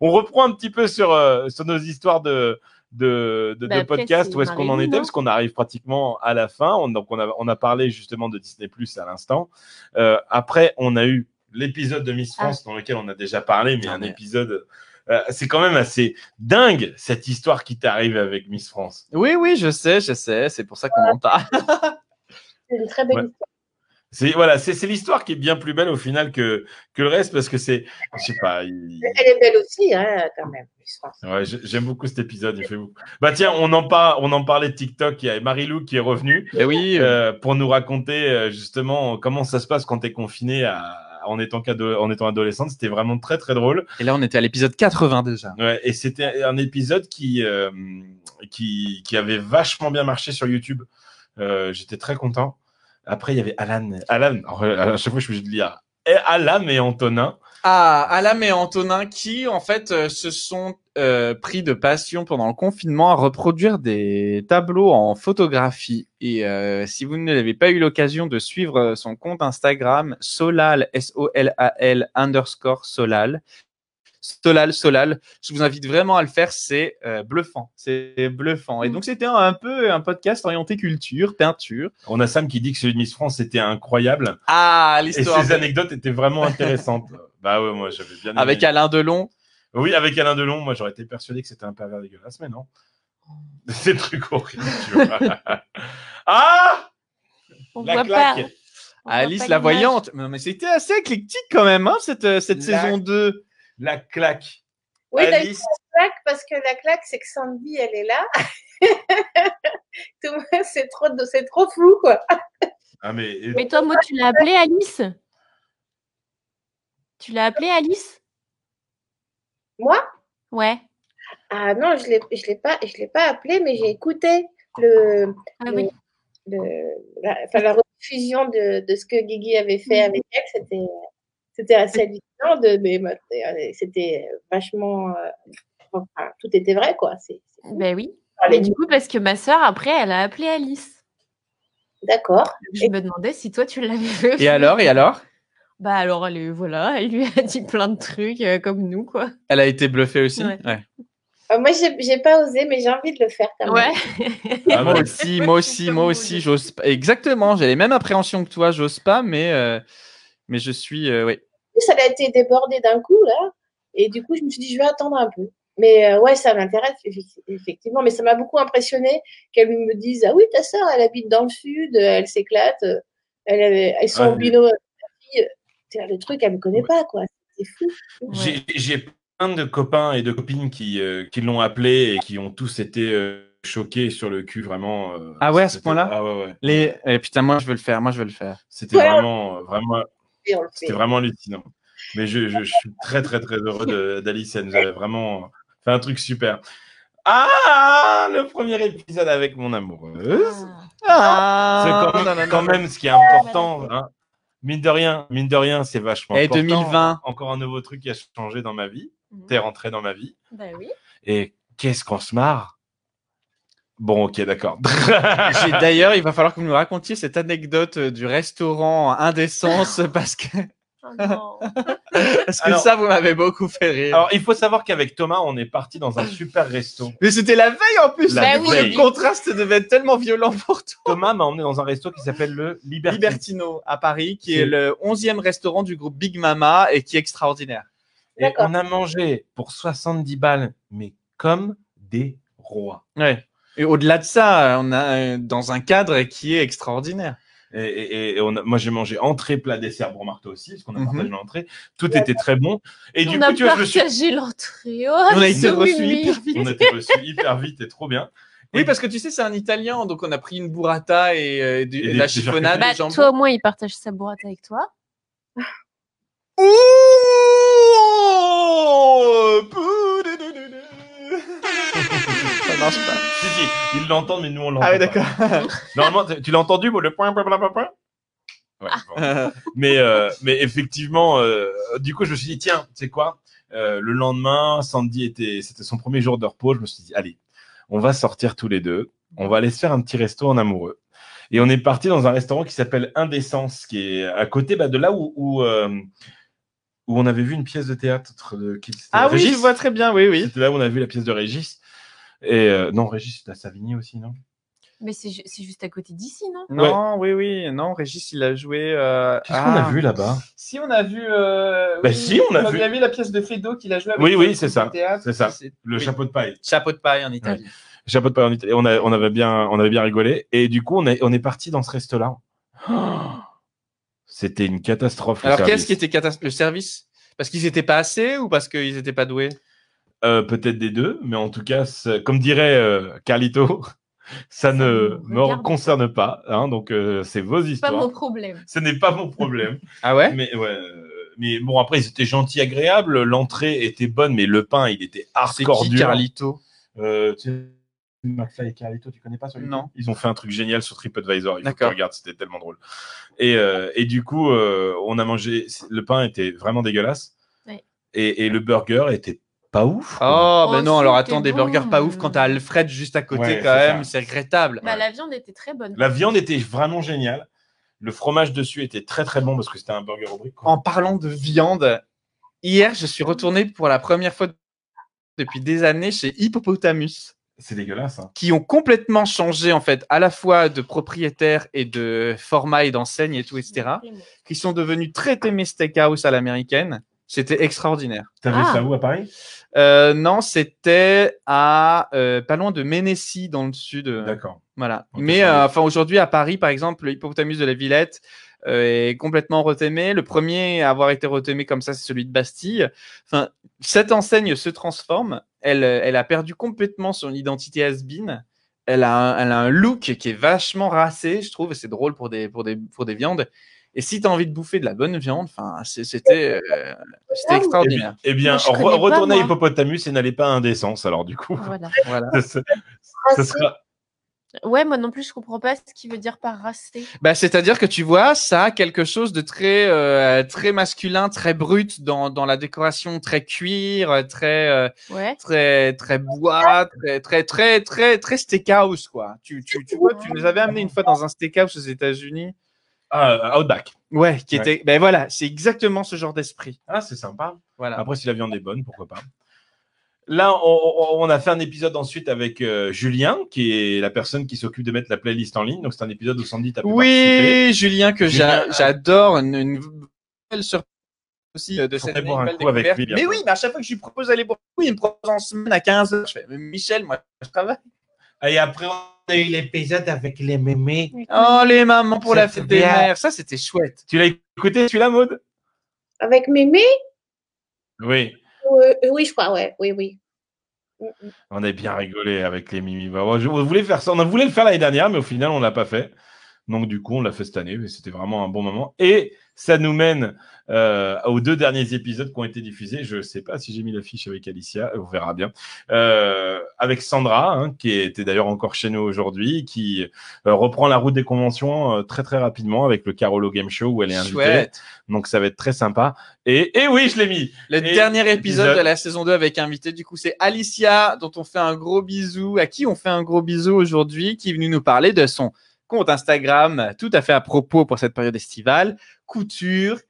S2: on reprend un petit peu sur, euh, sur nos histoires de, de, de,
S3: Bah,
S2: de
S3: après,
S2: podcast.
S3: c'est
S2: Où est-ce qu'on en
S3: Marie-Lou,
S2: était
S3: hein.
S2: Parce qu'on arrive pratiquement à la fin. On, donc, on a, on a parlé justement de Disney Plus à l'instant. Euh, après, on a eu l'épisode de Miss
S3: Ah.
S2: France dans lequel on a déjà parlé, mais
S1: Ah,
S2: un
S1: mais-
S2: épisode. euh, c'est quand même assez dingue cette histoire qui t'arrive avec Miss France.
S1: Oui, oui, je sais, je sais. C'est pour ça qu'on en parle.
S4: C'est une très belle
S2: Ouais. C'est voilà, c'est c'est l'histoire qui est bien plus belle au final que que le reste parce que c'est je sais pas. il-
S4: Elle est belle aussi, hein, quand même. Miss France.
S2: Ouais, j'ai- j'aime beaucoup cet épisode. Il fait beaucoup. Bah tiens, on en parle, on en parlait de TikTok. Il y a Marilou qui est revenue
S1: Eh oui. euh,
S2: euh, pour nous raconter euh, justement comment ça se passe quand t'es confiné à, en étant qu'ado- en étant adolescente. C'était vraiment très très drôle.
S1: Et là, on était à l'épisode 80 déjà.
S2: Ouais, et c'était un épisode qui euh, qui qui avait vachement bien marché sur YouTube. Euh, J'étais très content. Après, il y avait ah, Alan. Alan. alors, À chaque fois, je suis obligé de lire. Et Alan et Antonin.
S1: à Alam Ah, et Antonin qui, en fait, euh, se sont euh, pris de passion pendant le confinement à reproduire des tableaux en photographie. Et euh, si vous ne l'avez pas eu l'occasion de suivre euh, son compte Instagram, Solal, S-O-L-A-L, underscore Solal, Solal, Solal, je vous invite vraiment à le faire, c'est euh, bluffant, c'est bluffant.
S2: Mm.
S1: Et donc c'était un, un peu un podcast orienté culture, peinture.
S2: On a Sam qui dit que celui de Miss France était incroyable
S1: Ah,
S2: et
S1: l'histoire
S2: ses anecdotes étaient vraiment
S1: [LAUGHS]
S2: intéressantes. bah ouais, moi j'avais bien aimé.
S1: avec Alain Delon.
S2: Oui, avec Alain Delon, moi j'aurais été persuadé que c'était un pervers dégueulasse, mais non.
S1: Oh.
S2: [LAUGHS] Ces trucs horribles, tu vois. ah
S5: On
S2: La
S5: voit
S2: claque
S5: pas. on voit pas
S1: Alice la
S5: l'image.
S1: voyante. Mais mais c'était assez éclectique quand même, hein, cette, euh, cette
S2: La-
S1: saison 2.
S2: La claque
S4: Oui, t'as eu
S2: Alice,
S4: la claque parce que la claque, c'est que Sandy, elle est là. [LAUGHS] Tout le monde, c'est trop, c'est trop flou, quoi.
S2: Ah, mais,
S5: Mais toi, moi, tu l'as appelée Alice Tu l'as appelée Alice
S4: Moi
S5: Ouais.
S4: Ah non, je l'ai, je l'ai pas, je l'ai pas appelé, mais j'ai écouté le,
S5: Ah
S4: le-
S5: oui.
S4: le- la, enfin, la rediffusion de, de ce que Guigui avait fait
S5: Mhm.
S4: avec elle. C'était, c'était assez hallucinant, de, mais bah, euh, c'était vachement, euh, enfin, tout était vrai, quoi. C'est, c'est fou.
S5: Ben oui.
S4: Allez,
S5: Mais du coup, parce que ma sœur, après, elle a appelé Alice.
S4: D'accord.
S5: Je me demandais si toi, tu l'avais [LAUGHS] fait.
S1: Et alors, et alors
S5: Bah alors, elle, est- voilà, elle lui a dit plein de trucs euh, comme nous, quoi.
S1: Elle a été bluffée aussi.
S5: Ouais. [LAUGHS]
S1: Ouais.
S4: Euh, moi, j'ai, j'ai pas osé, mais j'ai envie de le faire quand même.
S5: Ouais.
S2: Ah,
S1: moi
S2: bah,
S1: aussi, moi aussi, moi aussi, j'ose pas. Exactement, j'ai les mêmes appréhensions que toi, j'ose pas, mais, euh, mais je suis. euh, oui.
S4: coup, ça a été débordé d'un coup, là. Et du coup, je me suis dit, je vais attendre un peu. Mais euh, ouais, ça m'intéresse, effe- effectivement. Mais ça m'a beaucoup impressionné qu'elle me dise, ah oui, ta sœur, elle habite dans le sud, euh, elle s'éclate, euh, elle, avait- elles sont
S2: Ouais,
S4: en binôme avec ta fille. C'est-à-dire, Le truc, elle me connaît
S2: Ouais.
S4: pas, quoi. C'est fou.
S5: Ouais.
S2: J'ai j'ai plein de copains et de copines qui, euh, qui l'ont appelé et qui ont tous été euh, choqués sur le cul, vraiment. euh,
S1: Ah ouais, à ce
S2: c'était-
S1: point-là
S2: Ah ouais, ouais.
S1: Les... eh, putain, moi, je veux le faire, moi, je veux le faire.
S2: C'était
S4: Ouais.
S2: vraiment, euh, vraiment,
S4: Et on le fait.
S2: c'était vraiment hallucinant. Mais je, je- je suis très, très, très heureux
S5: [LAUGHS]
S2: de- d'Alice. Elle nous avait vraiment fait un truc super. Ah, le premier épisode avec mon amoureuse.
S1: Ah,
S2: C'est quand,
S1: non, non,
S2: quand
S1: non.
S2: même ce qui est important.
S5: Bah
S2: hein. Mine de rien, mine de rien, c'est vachement
S1: Eh,
S2: important.
S1: 2020.
S2: Encore un nouveau truc qui a changé dans ma vie.
S5: Mhm.
S2: T'es rentré dans ma vie.
S5: Bah oui.
S2: Et qu'est-ce qu'on se marre Bon, ok, d'accord.
S1: [LAUGHS] [LAUGHS]
S2: [LAUGHS]
S1: J'ai- D'ailleurs, il va falloir que vous nous racontiez cette anecdote euh, du restaurant
S5: [LAUGHS]
S1: Indécence parce que,
S5: Oh non.
S1: [LAUGHS] parce que
S2: Alors-
S1: ça, vous m'avez beaucoup fait rire.
S2: Alors, il faut savoir qu'avec Thomas, on est parti dans un super resto.
S1: Mais c'était la veille en plus.
S2: La
S1: du coup,
S2: veille.
S1: Le contraste devait être tellement violent pour toi.
S2: Thomas m'a emmené dans un resto qui s'appelle le Liberty.
S1: Libertino à Paris, qui est
S2: C'est-
S1: le 11e restaurant du groupe Big Mama et qui est extraordinaire.
S2: Et
S4: D'accord.
S2: on a mangé pour 70 balles, mais comme des rois.
S1: Ouais. Et au-delà de ça, on a euh, dans un cadre qui est extraordinaire.
S2: Et, et- et on a- moi, j'ai mangé entrée, plat, dessert, bon, Marthe aussi, parce qu'on a
S1: Mhm.
S2: partagé l'entrée. Tout était très bon. Et du
S5: On
S2: coup,
S5: a
S2: tu vois, je me suis.
S5: partagé l'entrée. Oh,
S1: Et on a été
S5: so
S1: reçus
S5: mimi.
S1: hyper vite.
S2: On était reçus hyper vite et trop bien.
S1: Oui, parce que tu sais, c'est un italien, donc on a pris une burrata et, euh, du-
S2: Et
S1: et
S2: des
S1: la
S2: petits
S1: chiffonade,
S5: Bah,
S1: du jambon.
S5: toi, au moins, il partage sa boîte avec toi.
S1: Ouh Ça marche pas.
S2: Si, si, ils l'entendent, mais nous, on l'entend.
S1: Ah oui,
S2: pas.
S1: d'accord.
S2: [LAUGHS] Normalement, tu- tu l'as entendu, le point, point, point, point, point Ouais, bon. mais, euh, mais effectivement, euh, du coup, je me suis dit, tiens, tu sais quoi Euh, Le lendemain, Sandy était, c'était son premier jour de repos. Je me suis dit, allez, on va sortir tous les deux. On va aller se faire un petit resto en amoureux. Et on est parti dans un restaurant qui s'appelle Indécence, qui est à côté bah, de là où, où, euh, où on avait vu une pièce de théâtre de qui c'était
S1: ah oui,
S2: Régis
S1: je vois très bien, oui, oui.
S2: C'était là où on a vu la pièce de Régis. Et euh, non, Régis, c'était à Savigny aussi, non
S5: Mais c'est ju- c'est juste à côté d'ici, non
S1: Non, oui, oui, non, Régis, il a joué. euh,
S2: Qu'est-ce qu'on
S1: ah.
S2: a vu là-bas
S1: Si, on a vu. euh,
S2: Bah
S1: oui,
S2: si, on a
S1: quand
S2: vu.
S1: il y avait la pièce de Fedo qu'il a joué avec
S2: Oui,
S1: le
S2: oui,
S1: groupe
S2: c'est
S1: de
S2: ça,
S1: théâtre,
S2: c'est ça. Le
S1: Oui.
S2: chapeau de paille.
S1: Chapeau de paille en Italie.
S2: Chapeau de paille en Italie. On, a- on avait bien, on avait bien rigolé. Et du coup, on est, on est parti dans ce resto-là. C'était une catastrophe. le
S1: Alors,
S2: service.
S1: qu'est-ce qui était catas- le service Parce qu'ils n'étaient pas assez ou parce qu'ils n'étaient pas doués
S2: Euh, Peut-être des deux, mais en tout cas, c'est- comme dirait euh, Carlito, [LAUGHS] ça, ne
S5: nous
S2: me
S5: regarde
S2: concerne pas. hein. donc, euh, c'est vos
S5: C'est pas mon
S2: histoires.
S5: problème.
S2: Ce n'est pas mon problème.
S1: Ah ouais
S2: mais ouais, euh, Mais bon, après, ils étaient gentils, agréables. L'entrée était bonne, mais le pain, il était
S1: C'est
S2: hardcore
S1: qui
S2: dur.
S1: Carlito
S2: Euh, tu sais, McFly et Carlito, tu connais pas sur YouTube
S1: Non.
S2: Ils ont fait un truc génial sur TripAdvisor. Il faut que tu
S1: D'accord.
S2: regardes, c'était tellement drôle. Et, euh, et du coup, euh, on a mangé. Le pain était vraiment dégueulasse. et, et le burger était pas ouf. quoi.
S1: Oh, ben
S3: Oh,
S1: non,
S3: si,
S1: alors
S3: t'es
S1: attends, des
S3: bon.
S1: burgers pas ouf quand t'as Alfred juste à côté,
S2: Ouais,
S1: quand
S2: c'est
S1: même,
S2: ça.
S1: c'est regrettable.
S3: Bah,
S2: Ouais.
S3: la viande était très bonne.
S2: La viande [LAUGHS] était vraiment géniale. Le fromage dessus était très très bon parce que c'était un burger au brick. quoi.
S1: En parlant de viande, hier, je suis retourné pour la première fois depuis des années chez Hippopotamus,
S2: C'est dégueulasse. hein.
S1: qui ont complètement changé, en fait, à la fois de propriétaire et de format et d'enseigne et tout, etc., qui sont devenus très témés steakhouse à l'américaine. C'était extraordinaire.
S2: T'avais
S3: Ah.
S2: ça où à Paris
S1: Euh, non, c'était à euh, pas loin de Ménécy, dans le sud. euh,
S2: D'accord.
S1: Voilà.
S2: Ok,
S1: Mais
S2: ça va.
S1: euh, enfin aujourd'hui à Paris, par exemple, le Hippopotamus de la Villette euh, est complètement retémé. Le premier à avoir été retémé comme ça, c'est celui de Bastille. Enfin, cette enseigne se transforme. Elle, euh, elle a perdu complètement son identité has-been. Elle a, un, elle a un look qui est vachement racé, je trouve. et C'est drôle pour des, pour des, pour des viandes. Et si tu as envie de bouffer de la bonne viande, enfin, c'est- c'était, euh, c'était
S2: Eh bi-
S1: extraordinaire.
S2: eh
S3: Ah
S2: bien,
S3: Moi, je
S2: re-
S3: connais pas,
S2: retournez à
S3: moi.
S2: Hippopotamus et n'allez pas à Indécence, alors du coup.
S3: Voilà.
S2: [LAUGHS]
S1: Voilà.
S2: Ce- ce- ce
S4: Racé,
S2: sera-
S3: Ouais, moi non plus, je comprends pas ce qu'il veut dire par racé.
S1: Bah, c'est-à-dire que tu vois, ça a quelque chose de très euh, très masculin, très brut dans, dans la décoration, très cuir, euh, très euh,
S3: Ouais.
S1: très très bois, très très très très très steakhouse quoi. Tu tu tu vois, tu nous avais amené une fois dans un steakhouse aux États-Unis.
S2: Ah, Outback.
S1: Ouais, qui
S2: Ouais.
S1: était ben voilà, c'est exactement ce genre d'esprit.
S2: Ah, c'est sympa.
S1: Voilà.
S2: Après, si la viande est bonne, pourquoi pas. Là, on, on- on a fait un épisode ensuite avec euh, Julien, qui est la personne qui s'occupe de mettre la playlist en ligne. Donc, c'est un épisode où Sandy t'a pu participer.
S1: Oui, Julien que j'a-
S2: Julien, euh,
S1: j'adore une, une belle surprise aussi euh, de
S2: Faudrait
S1: cette
S2: boire un
S1: nouvelle
S2: coup avec
S1: découverte.
S2: lui bientôt.
S1: mais oui, mais à chaque fois que je lui propose d'aller pour oui, il me propose en semaine à 15h. Je fais mais Michel, moi je travaille
S2: Et après, on a eu l'épisode avec les mémés.
S1: Oh, les mamans pour
S2: Ça,
S1: la fête des
S2: bien.
S1: mères. Ça, c'était chouette.
S2: Tu l'as écouté, celui-là, Maud
S4: Avec Mémé
S2: Oui.
S4: Euh, Oui, je crois, ouais. Oui, oui. Mm, mm.
S2: On a bien rigolé avec les Mimi. Bah, moi, je- On voulait faire ça. On voulait le faire l'année dernière, mais au final, on l'a pas fait. Donc, du coup, on l'a fait cette année. mais C'était vraiment un bon moment. Et ça nous mène euh, aux deux derniers épisodes qui ont été diffusés. Je sais pas si j'ai mis l'affiche avec Alicia. On verra bien. Euh, avec Sandra, hein, qui était d'ailleurs encore chez nous aujourd'hui, qui euh, reprend la route des conventions euh, très, très rapidement avec le Carolo Game Show où elle est invitée.
S1: Chouette.
S2: Donc, ça va être très sympa. Et, et oui, je l'ai mis.
S1: Le
S2: Et-
S1: dernier épisode
S2: épisode.
S1: de la saison 2 avec invité, du coup, c'est Alicia, dont on fait un gros bisou, à qui on fait un gros bisou aujourd'hui, qui est venue nous parler de son compte Instagram, tout à fait à propos pour cette période estivale, couture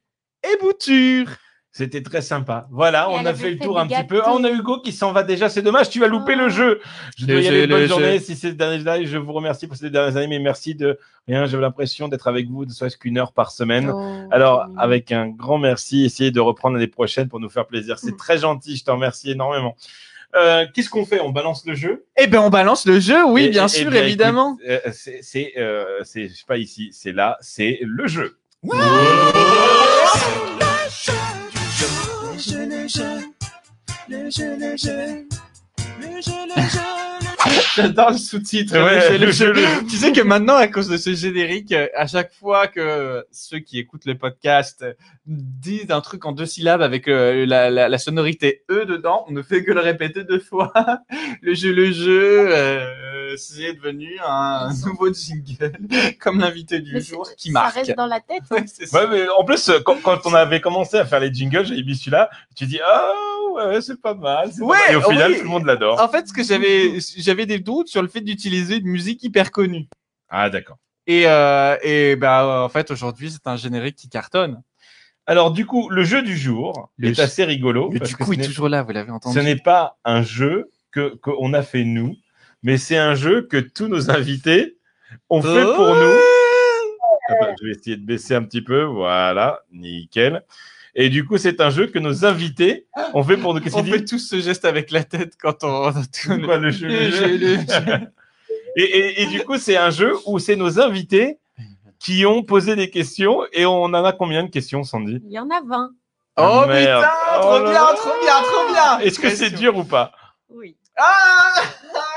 S1: et bouture.
S2: C'était très sympa. Voilà,
S5: Et
S2: on
S5: elle
S2: a
S5: avait
S2: fait le
S5: fait Oh.
S2: tour
S5: des
S2: un petit peu. Ah, on a Hugo qui s'en va déjà. C'est dommage, tu as loupé
S3: Ah.
S2: le jeu. Je dois
S1: Le
S2: y
S1: jeu,
S2: aller. Bonne
S1: le
S2: journée.
S1: jeu.
S2: Si c'est le dernier live, je vous remercie pour ces dernières années, mais merci de rien. J'avais l'impression d'être avec vous ne serait-ce qu'une heure par semaine.
S3: Oh,
S2: Alors,
S3: c'est mignon.
S2: avec un grand merci, essayez de reprendre l'année prochaine pour nous faire plaisir. C'est
S3: Mm.
S2: très gentil. Je te remercie énormément. Euh, Qu'est-ce qu'on fait On balance le jeu
S1: Eh ben, on balance le jeu, oui,
S2: Et-
S1: bien
S2: et-
S1: sûr,
S2: eh bien,
S1: évidemment.
S2: écoute, euh, c'est, c'est, euh, c'est- je sais pas ici, c'est là, c'est le jeu.
S1: J'adore le sous-titre.
S2: Ouais,
S1: le jeu, le
S2: le
S1: jeu.
S2: jeu, le-
S1: [LAUGHS] Tu sais que maintenant, à cause de ce générique, euh, à chaque fois que ceux qui écoutent le podcast euh, disent un truc en deux syllabes avec euh, la, la- la sonorité E dedans, on ne fait que le répéter deux fois. [LAUGHS] Le jeu, le jeu, euh, c'est devenu un [LAUGHS] nouveau jingle, comme l'invité du
S3: Mais
S1: jour
S3: c'est-
S1: qui marque.
S3: Ça reste dans la tête. hein.
S2: [LAUGHS]
S1: Ouais, c'est ça.
S2: Ouais, mais en plus, euh, quand, quand on avait commencé à faire les jingles, j'avais mis celui-là, tu dis, ah, ouais, c'est pas mal. c'est pas
S1: Ouais, oh
S2: mal. Et au final,
S1: oui.
S2: tout le monde l'adore.
S1: En fait, ce que j'avais, j'avais des doutes sur le fait d'utiliser une musique hyper connue.
S2: Ah, d'accord.
S1: Et, euh, et bah, en fait, aujourd'hui, c'est un générique qui cartonne.
S2: Alors, du coup, le jeu du jour
S1: Le
S2: est
S1: jeu-
S2: assez rigolo.
S1: Le
S2: parce
S1: du
S2: que
S1: coup
S2: ce
S1: est
S2: n'est-
S1: toujours là, vous l'avez entendu.
S2: ce n'est pas un jeu que, qu'on a fait nous, mais c'est un jeu que tous nos invités ont fait
S1: Oh
S2: pour nous. Attends, je vais essayer de baisser un petit peu. Voilà, nickel. Et du coup, c'est un jeu que nos invités ont fait pour nous. Qu'est-ce
S1: On
S2: qu'il dit
S1: fait tous ce geste avec la tête quand on.
S2: C'est quoi, le jeu,
S1: [LAUGHS]
S2: le jeu
S1: le jeu.
S2: [LAUGHS] Et, et- et du coup, c'est un jeu où c'est nos invités qui ont posé des questions et on en a combien de questions, Sandy
S3: Il y en a 20.
S1: Oh
S2: Merde.
S1: putain,
S2: Oh
S1: trop
S2: là
S1: bien,
S2: là.
S1: trop bien, trop bien.
S2: Ah, Est-ce que c'est dur ou pas
S3: Oui.
S1: Ah, [LAUGHS] ah,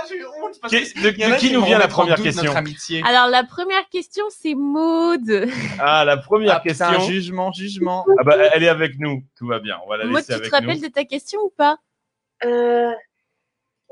S1: j'ai eu honte. Parce que
S2: Qu'est- De,
S1: il y en a
S2: de qui nous
S1: vont
S2: vient la
S1: remettre en
S2: première
S1: doute notre
S2: question
S1: amitié.
S3: Alors, la première question, c'est Maud.
S2: Ah, la première
S1: Ah,
S2: question.
S1: putain, jugement, jugement.
S2: Ah bah, elle est avec nous. Tout va bien. On va la
S3: Maud, tu
S2: laisser
S3: te
S2: avec
S3: rappelles
S2: nous.
S3: de ta question ou pas
S4: Euh,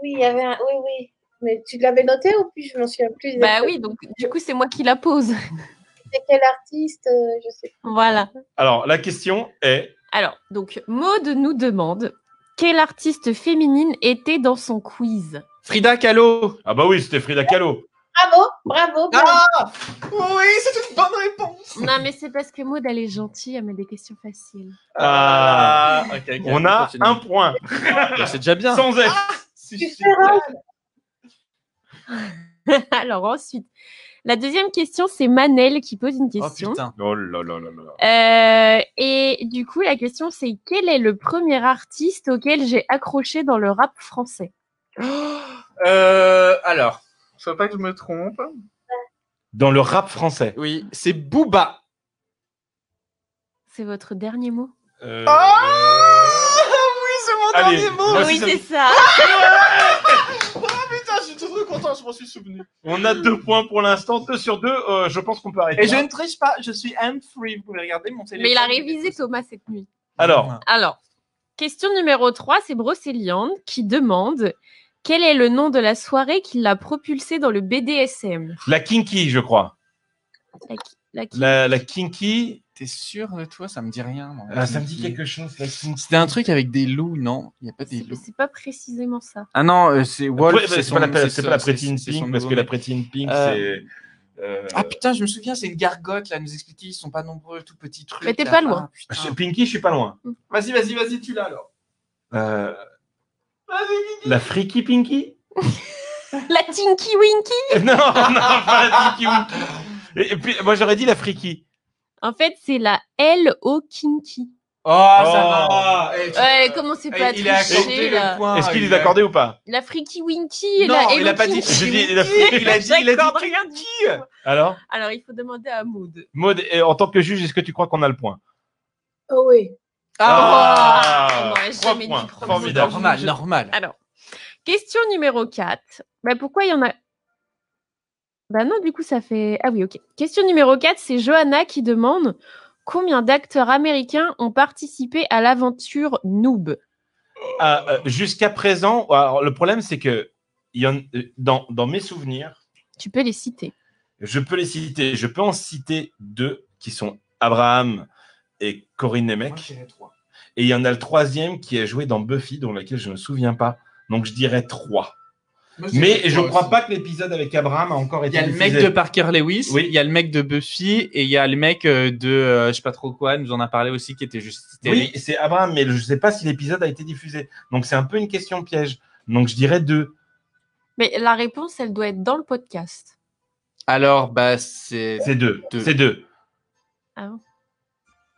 S4: oui, il y avait un... Oui, oui. Mais tu l'avais noté ou puis je m'en souviens plus
S3: Bah oui, donc du coup, c'est moi qui la pose. [LAUGHS]
S4: C'était quel artiste euh, Je sais
S3: [LAUGHS] Voilà.
S2: Alors, la question est
S3: Alors, donc, Maude nous demande quelle artiste féminine était dans son quiz
S1: Frida Kahlo.
S2: Ah bah oui, c'était Frida Kahlo.
S4: Bravo, bravo, bravo.
S1: Ah, Oui, c'est une bonne réponse.
S3: Non, mais c'est parce que Maude, elle est gentille, elle met des questions faciles.
S2: Ah,
S1: ok, ok,
S2: on a
S1: continue. Bah,
S2: un point
S1: C'est déjà bien.
S2: sans être.
S4: Super.
S3: [LAUGHS] Alors, ensuite, la deuxième question, c'est Manel qui pose une
S1: Oh
S3: question.
S1: putain.
S2: Oh là là là là.
S3: Euh, et du coup, la question, c'est quel est le premier artiste auquel j'ai accroché dans le rap français
S1: Oh. Euh, alors, faut pas que je me trompe.
S2: Dans le rap français.
S1: Oui, c'est Booba.
S3: C'est votre dernier mot
S2: Euh,
S1: Ah oui, c'est mon
S2: Allez, moi aussi,
S3: Oui,
S2: ça-
S3: c'est
S1: [LAUGHS]
S3: ça.
S1: Ah, Putain, je suis trop content, je m'en suis souvenu.
S2: On a deux points pour l'instant, deux sur deux. euh, je pense qu'on peut arrêter.
S1: Et je
S2: là.
S1: ne triche pas, je suis hands-free. Vous pouvez regarder mon téléphone.
S3: Mais il a révisé Thomas cette nuit.
S2: Alors,
S3: Alors, question numéro 3, c'est Brocéliande qui demande quel est le nom de la soirée qui l'a propulsé dans le BDSM
S2: la kinky, je crois.
S3: La qui-
S2: La, la kinky.
S1: T'es sûr de toi Euh, Ça me dit rien. moi.
S2: ah, ça me dit quelque chose. La kinky.
S1: C'était un truc avec des loups, non Il n'y a pas des
S3: C'est
S1: loups.
S3: c'est pas précisément ça.
S1: Ah non, euh, c'est Wolf.
S2: Ouais, bah, c'est
S1: son-
S2: pas la,
S1: son-
S2: c'est pas la
S1: c'est-
S2: prétine
S1: c'est son
S2: pink parce
S1: nouveau
S2: que la
S1: mec.
S2: prétine pink
S1: Euh,
S2: c'est. euh,
S1: Ah putain, je me souviens, c'est une gargote là, elle nous expliquait ils sont pas nombreux, tout petit truc.
S3: Mais t'es
S1: là.
S3: pas loin.
S1: Ah, putain.
S2: je- Pinky, je suis pas loin.
S1: Vas-y, vas-y, vas-y, tu l'as alors.
S2: Euh,
S1: Vas-y, Guigui.
S2: la freaky pinky
S3: [LAUGHS] La Tinky Winky
S2: [LAUGHS] Non,
S1: [LAUGHS]
S2: non, pas la tinky winky. Et, et puis, moi j'aurais dit la freaky.
S3: En fait, c'est la L.O. Kinky.
S1: Oh, ça va. Eh, tu-
S3: Ouais, commencez pas à
S1: Eh, il a accordé
S3: tricher,
S1: le
S3: là.
S1: point.
S2: Est-ce qu'il
S1: il
S2: est
S1: a-
S2: accordé ou pas
S3: La Freaky Winky et
S1: Non,
S3: la
S1: il a
S3: Hello
S1: pas dit.
S3: Kinky.
S2: J'ai dit la
S1: Freaky, il a dit. Il a
S3: J'accorde
S1: dit.
S3: rien du
S1: Freaky.
S2: Alors,
S3: Alors, il faut demander à Maud.
S2: Maud, et en tant que juge, est-ce que tu crois qu'on a le point
S4: Oh oui.
S1: Ah,
S2: Ah,
S3: on aurait
S2: trois
S3: Oh, jamais
S2: points,
S3: dû prendre
S1: bon.
S2: formidable.
S1: Normal, normal.
S3: Alors, question numéro 4. Bah, pourquoi il y en a... Bah non, du coup, ça fait... Ah oui, ok. Question numéro 4, c'est Johanna qui demande combien d'acteurs américains ont participé à l'aventure Noob
S2: Ah, euh, Jusqu'à présent, alors, le problème c'est que il y en- euh, dans, dans mes souvenirs,
S3: Tu peux les citer.
S2: je peux les citer, je peux en citer deux qui sont Abraham et Corinne
S1: Moi, je
S2: Nemec.
S1: dirais trois.
S2: Et il y en a le troisième qui a joué dans Buffy, dont laquelle je ne me souviens pas. Donc je dirais trois.
S1: Moi, je dirais
S2: Mais je
S1: trois
S2: ne crois
S1: aussi.
S2: pas que l'épisode avec Abraham a encore
S1: Il
S2: été
S1: y a le mec de
S2: diffusé.
S1: Parker Lewis,
S2: Oui.
S1: il y a le mec de Buffy et il y a le mec euh, de euh, je sais pas trop quoi, nous en a parlé aussi qui était juste
S2: Oui, c'est Abraham, mais je ne sais pas si l'épisode a été diffusé. Donc c'est un peu une question piège. Donc je dirais deux.
S3: Mais la réponse, elle doit être dans le podcast.
S1: Alors bah c'est
S2: C'est deux.
S1: Deux.
S2: C'est deux.
S3: Ah bon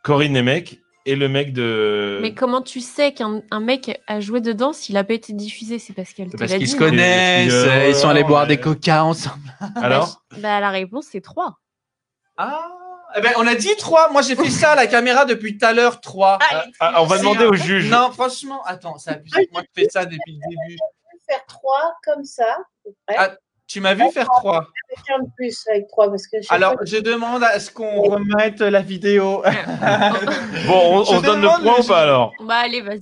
S2: Corinne Nemec et le mec
S1: Euh.
S2: de.
S3: Mais comment tu sais qu'un un mec a joué dedans s'il n'a pas été diffusé C'est parce qu'elle te
S1: parce
S3: l'a dit.
S1: qu'ils se
S3: non
S1: connaissent,
S2: Parce que-
S1: euh, ils sont allés
S2: Ouais.
S1: boire des coca ensemble.
S2: Alors
S3: Bah, la réponse, c'est 3.
S1: Ah eh ben on a dit trois, moi j'ai fait ça à la caméra depuis tout à l'heure trois.
S2: Ah, On va
S1: C'est
S2: demander
S1: un-
S2: au juge.
S1: Non, franchement, attends, c'est abusé. Moi je fais ça depuis le début.
S4: peux faire trois comme ça, à peu près.
S1: Ah. Tu m'as vu faire trois.
S4: Avec un de plus avec trois parce que je
S1: Alors je demande à ce qu'on remette
S3: [LAUGHS]
S1: la vidéo.
S2: Bon, on,
S1: Je
S2: on se donne
S1: demande
S2: le point
S1: le
S2: ou pas alors
S3: Bah, allez, vas-y.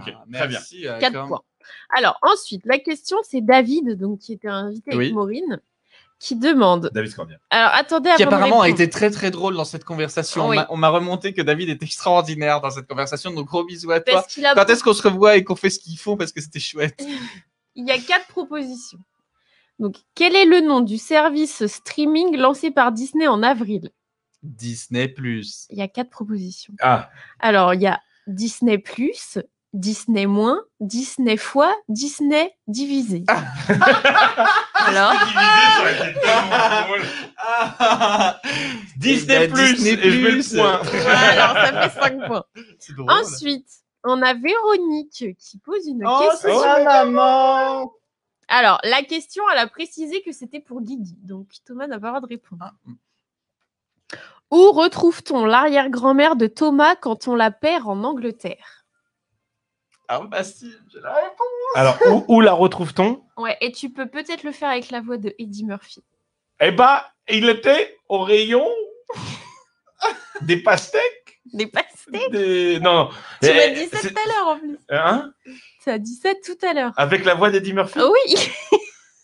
S1: Ah,
S2: très bien.
S1: merci, euh,
S3: 4
S1: quand-
S3: points. Alors, ensuite, la question, c'est David, donc, qui était invité
S1: Oui.
S3: avec Maureen, qui demande.
S2: David Scordia.
S3: Alors, attendez,
S1: qui
S3: avant de
S1: apparemment a
S3: répondre.
S1: été très très drôle dans cette conversation.
S3: Oui.
S1: On m'a- On m'a remonté que David est extraordinaire dans cette conversation, donc gros bisous à toi.
S3: Parce qu'il a.
S1: Quand est-ce qu'on se revoit et qu'on fait ce qu'il faut parce que c'était chouette
S3: Il y a quatre propositions. Donc, quel est le nom du service streaming lancé par Disney en avril
S1: Disney Plus.
S3: Il y a quatre propositions.
S2: Ah,
S3: Alors, il y a Disney Plus, Disney moins, Disney fois, Disney divisé.
S1: Ah.
S3: Alors,
S2: [LAUGHS] Disney
S1: Eh ben,
S2: Plus
S1: Disney+.
S2: et je mets le point.
S3: alors, ça fait cinq points.
S1: C'est drôle.
S3: Ensuite, on a Véronique qui pose une
S1: Oh, c'est
S3: question.
S1: ma maman
S3: Alors, la question, elle a précisé que c'était pour Guigui, donc Thomas n'a pas le droit de répondre.
S1: Ah.
S3: Où retrouve-t-on l'arrière-grand-mère de Thomas quand on la perd en Angleterre
S1: Ah bah si, j'ai la réponse.
S2: Alors, où, où la retrouve-t-on
S3: Ouais, et tu peux peut-être le faire avec la voix de Eddie Murphy.
S2: Eh ben, il était au
S1: [LAUGHS]
S2: rayon des pastèques.
S3: Des pastèques
S2: Des... Non.
S3: Tu
S2: Eh,
S3: m'as dit ça
S2: c'est-
S3: tout à l'heure en plus.
S2: Hein
S3: Tu as dit ça tout à l'heure.
S2: Avec la voix d'Eddie Murphy.
S3: Ah [LAUGHS] oui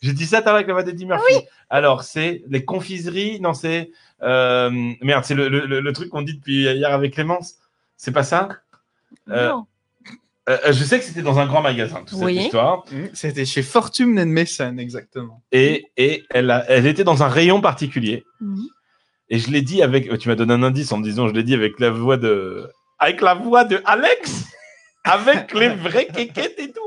S2: J'ai dit ça tout à l'heure avec la voix d'Eddie Murphy. Alors, c'est les confiseries. Non, c'est. euh, Merde, c'est le, le- le- le truc qu'on dit depuis hier avec Clémence. C'est pas ça Euh,
S3: Non.
S2: Euh, je sais que c'était dans un grand magasin, toute
S3: Oui.
S2: cette histoire.
S1: Mmh, C'était chez Fortune and Mason, exactement.
S2: Et, et elle, a- elle était dans un rayon particulier.
S3: Mhm.
S2: Et je l'ai dit avec. euh, Tu m'as donné un indice en me disant, je l'ai dit avec la voix de. Avec la voix de Alex
S1: [LAUGHS]
S2: Avec les vraies quéquettes et tout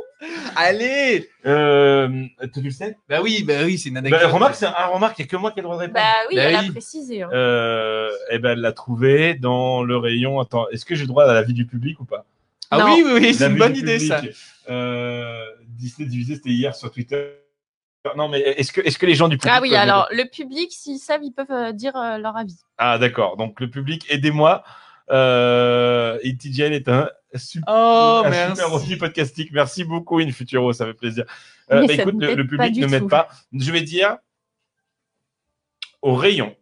S1: Allez
S2: euh, Tu le sais
S1: Bah oui, bah oui, c'est une
S2: bah,
S1: anecdote.
S2: Remarque, c'est un un remarque, il n'y a que moi qui ai le droit de répondre.
S3: Bah oui,
S1: Bah
S3: elle
S1: oui.
S3: a précisé. hein.
S2: Euh, et ben, elle l'a trouvé dans le rayon. Attends, est-ce que j'ai le droit à la vie du public ou pas
S1: ah
S3: Non.
S1: oui, oui, oui, c'est
S2: La
S1: une
S2: vue
S1: bonne
S2: du
S1: idée, ça.
S2: public. Euh, Disney divisé, c'était hier sur Twitter. Non, mais est-ce que, est-ce que les gens du public.
S3: Ah oui,
S2: peuvent-
S3: alors le public, s'ils savent, ils peuvent euh, dire euh, leur avis.
S2: Ah, d'accord. Donc, le public, aidez-moi. Euh, et TJL est un super.
S1: Oh,
S2: un
S1: merci.
S2: super hobby podcastique. Merci beaucoup, Infuturo, ça fait plaisir. Euh,
S3: Mais
S2: bah,
S3: ça
S2: écoute,
S3: ne
S2: le,
S3: m'aide
S2: le
S3: pas
S2: public
S3: du
S2: ne m'aide
S3: tout.
S2: pas. Je vais dire au rayon.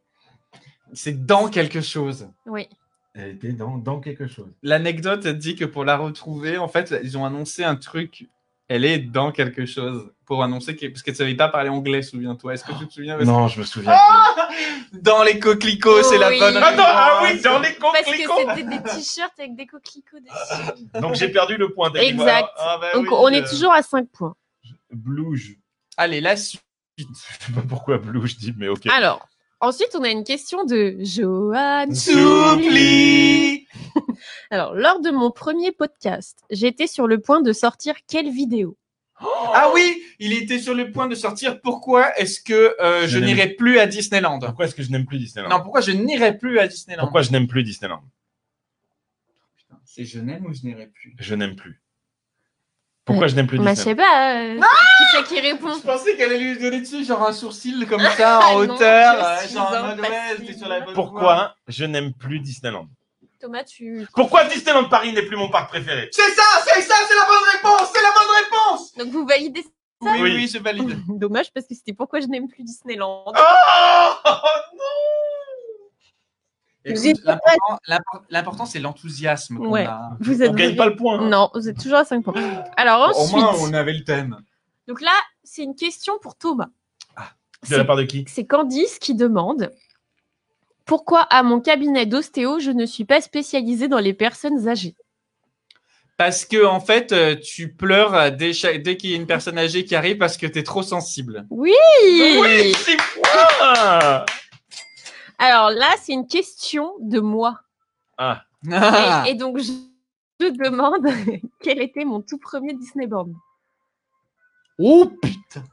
S1: C'est dans quelque chose.
S3: Oui.
S2: Elle était dans, dans quelque chose.
S1: L'anecdote elle dit que pour la retrouver, en fait, ils ont annoncé un truc. Elle est dans quelque chose pour annoncer que parce qu'elle ne savait pas parler anglais, souviens-toi. Est-ce que tu te souviens parce
S2: Non, je me souviens.
S1: que- Dans les coquelicots, c'est la
S3: Oui.
S1: bonne.
S2: Attends, ah oui,
S1: réponse.
S2: dans les
S3: Parce que
S2: coquelicots.
S3: c'était des t-shirts avec des coquelicots dessus.
S2: Donc j'ai perdu le point. David.
S3: Exact.
S2: Ah, bah
S3: Donc
S2: oui,
S3: on est
S2: euh,
S3: toujours à 5 points.
S2: Blouge.
S1: Allez, la suite.
S2: Je sais pas pourquoi Blouge dit, mais ok.
S3: Alors, ensuite, on a une question de Johan.
S1: Soupli.
S3: [LAUGHS] Alors, lors de mon premier podcast, j'étais sur le point de sortir quelle vidéo
S1: Ah oui, il était sur le point de sortir. Pourquoi est-ce que euh,
S2: Je
S1: je
S2: n'aime-
S1: n'irai plus à Disneyland
S2: Pourquoi est-ce que je n'aime plus Disneyland
S1: Non, pourquoi je n'irai plus à Disneyland
S2: Pourquoi je n'aime plus Disneyland
S1: Putain, C'est je n'aime ou je n'irai plus
S2: Je n'aime plus. Pourquoi je n'aime plus
S3: Bah, je
S2: Disneyland
S3: sais pas.
S5: Ah
S3: euh, qui c'est qui répond
S1: Je pensais qu'elle allait lui donner dessus, genre un sourcil comme ça,
S3: [LAUGHS] Ah
S1: en
S3: non,
S1: hauteur,
S3: je
S1: euh,
S3: suis
S1: genre en
S3: un
S1: mode ouais,
S3: facile.
S1: t'es sur la bonne voie.
S2: Pourquoi je n'aime plus Disneyland
S3: Thomas, tu.
S2: Pourquoi Disneyland Paris n'est plus mon parc préféré
S1: C'est ça, c'est ça, c'est la bonne réponse, c'est la bonne réponse
S3: Donc vous validez.
S1: Oui,
S2: Oui.
S1: oui, je valide.
S3: [LAUGHS] Dommage parce que c'était pourquoi je n'aime plus Disneyland.
S2: Ah!
S4: Vous
S1: Écoute,
S4: étiez pas-
S1: l'important- l'impor- L'important, c'est l'enthousiasme qu'on
S3: Ouais.
S1: a.
S3: Vous
S2: On gagne pas le point. hein. Ah.
S3: Non, vous êtes toujours à 5 points. Alors
S1: Au
S3: ensuite,
S1: moins, on avait le thème.
S3: donc là, c'est une question pour Thomas.
S1: Ah,
S2: De la
S3: C'est-
S2: part de qui
S3: C'est Candice qui demande pourquoi à mon cabinet d'ostéo, je ne suis pas spécialisée dans les personnes âgées.
S1: Parce que, en fait, euh, tu pleures euh, dès, chaque- dès qu'il y a une personne âgée qui arrive parce que t'es trop sensible.
S3: Oui,
S2: Oui, six points
S3: Alors là, c'est une question de moi.
S2: Ah,
S3: Et, et donc, je, je demande [LAUGHS] quel était mon tout premier Disney [LAUGHS] Born.
S1: Oh putain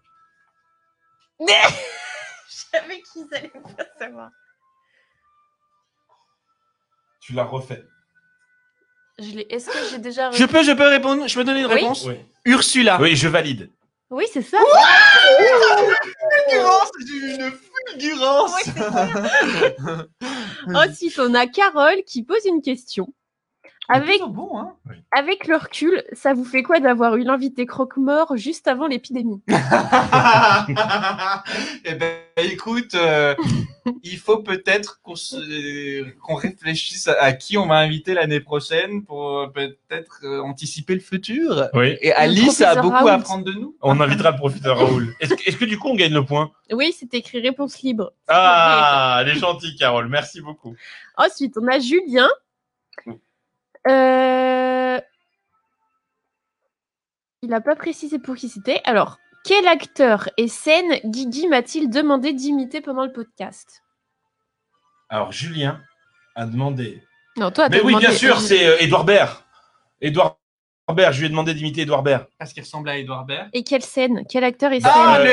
S3: Je savais qu'ils allaient pas savoir.
S2: tu l'as refait.
S3: Je l'ai- Est-ce que j'ai déjà
S1: Je
S3: reçu
S1: peux, je peux répondre, je peux donner une
S3: Oui.
S1: réponse
S2: Oui.
S1: Ursula.
S2: oui, je valide.
S3: Oui, c'est ça.
S1: fulgurance, j'ai eu une fulgurance.
S3: Oui, c'est
S1: [LAUGHS]
S3: Ensuite, on a Carole qui pose une question. Avec,
S1: Plutôt bon, hein.
S3: avec le recul, ça vous fait quoi d'avoir eu l'invité croque-mort juste avant l'épidémie
S1: eh ben, écoute, euh, il faut peut-être qu'on se- qu'on réfléchisse à, à qui on va inviter l'année prochaine pour euh, peut-être euh, anticiper le futur.
S2: Oui.
S1: Et Alice a
S3: professeur
S1: beaucoup
S3: Raoult.
S1: à apprendre de nous.
S2: On invitera le profiteur Raoul. Est-ce que, est-ce que du coup on gagne le point
S3: Oui, c'est écrit réponse libre. C'est
S2: Ah, elle est gentille, Carole. Merci beaucoup.
S3: complet. Ensuite, on a Julien. Euh, Il n'a pas précisé pour qui c'était. Alors, quel acteur et scène Guigui m'a-t-il demandé d'imiter pendant le podcast
S2: Alors, Julien a demandé
S3: Non, toi,
S2: Mais
S3: t'as
S2: oui, bien
S3: demandé-
S2: sûr, c'est euh, Edouard Baird. Edouard Baird, je lui ai demandé d'imiter Edouard Baird.
S1: Parce qu'il ressemble à Edouard Baird.
S3: Et quelle scène Quel acteur et scène
S1: Ah,
S2: Euh,
S1: le,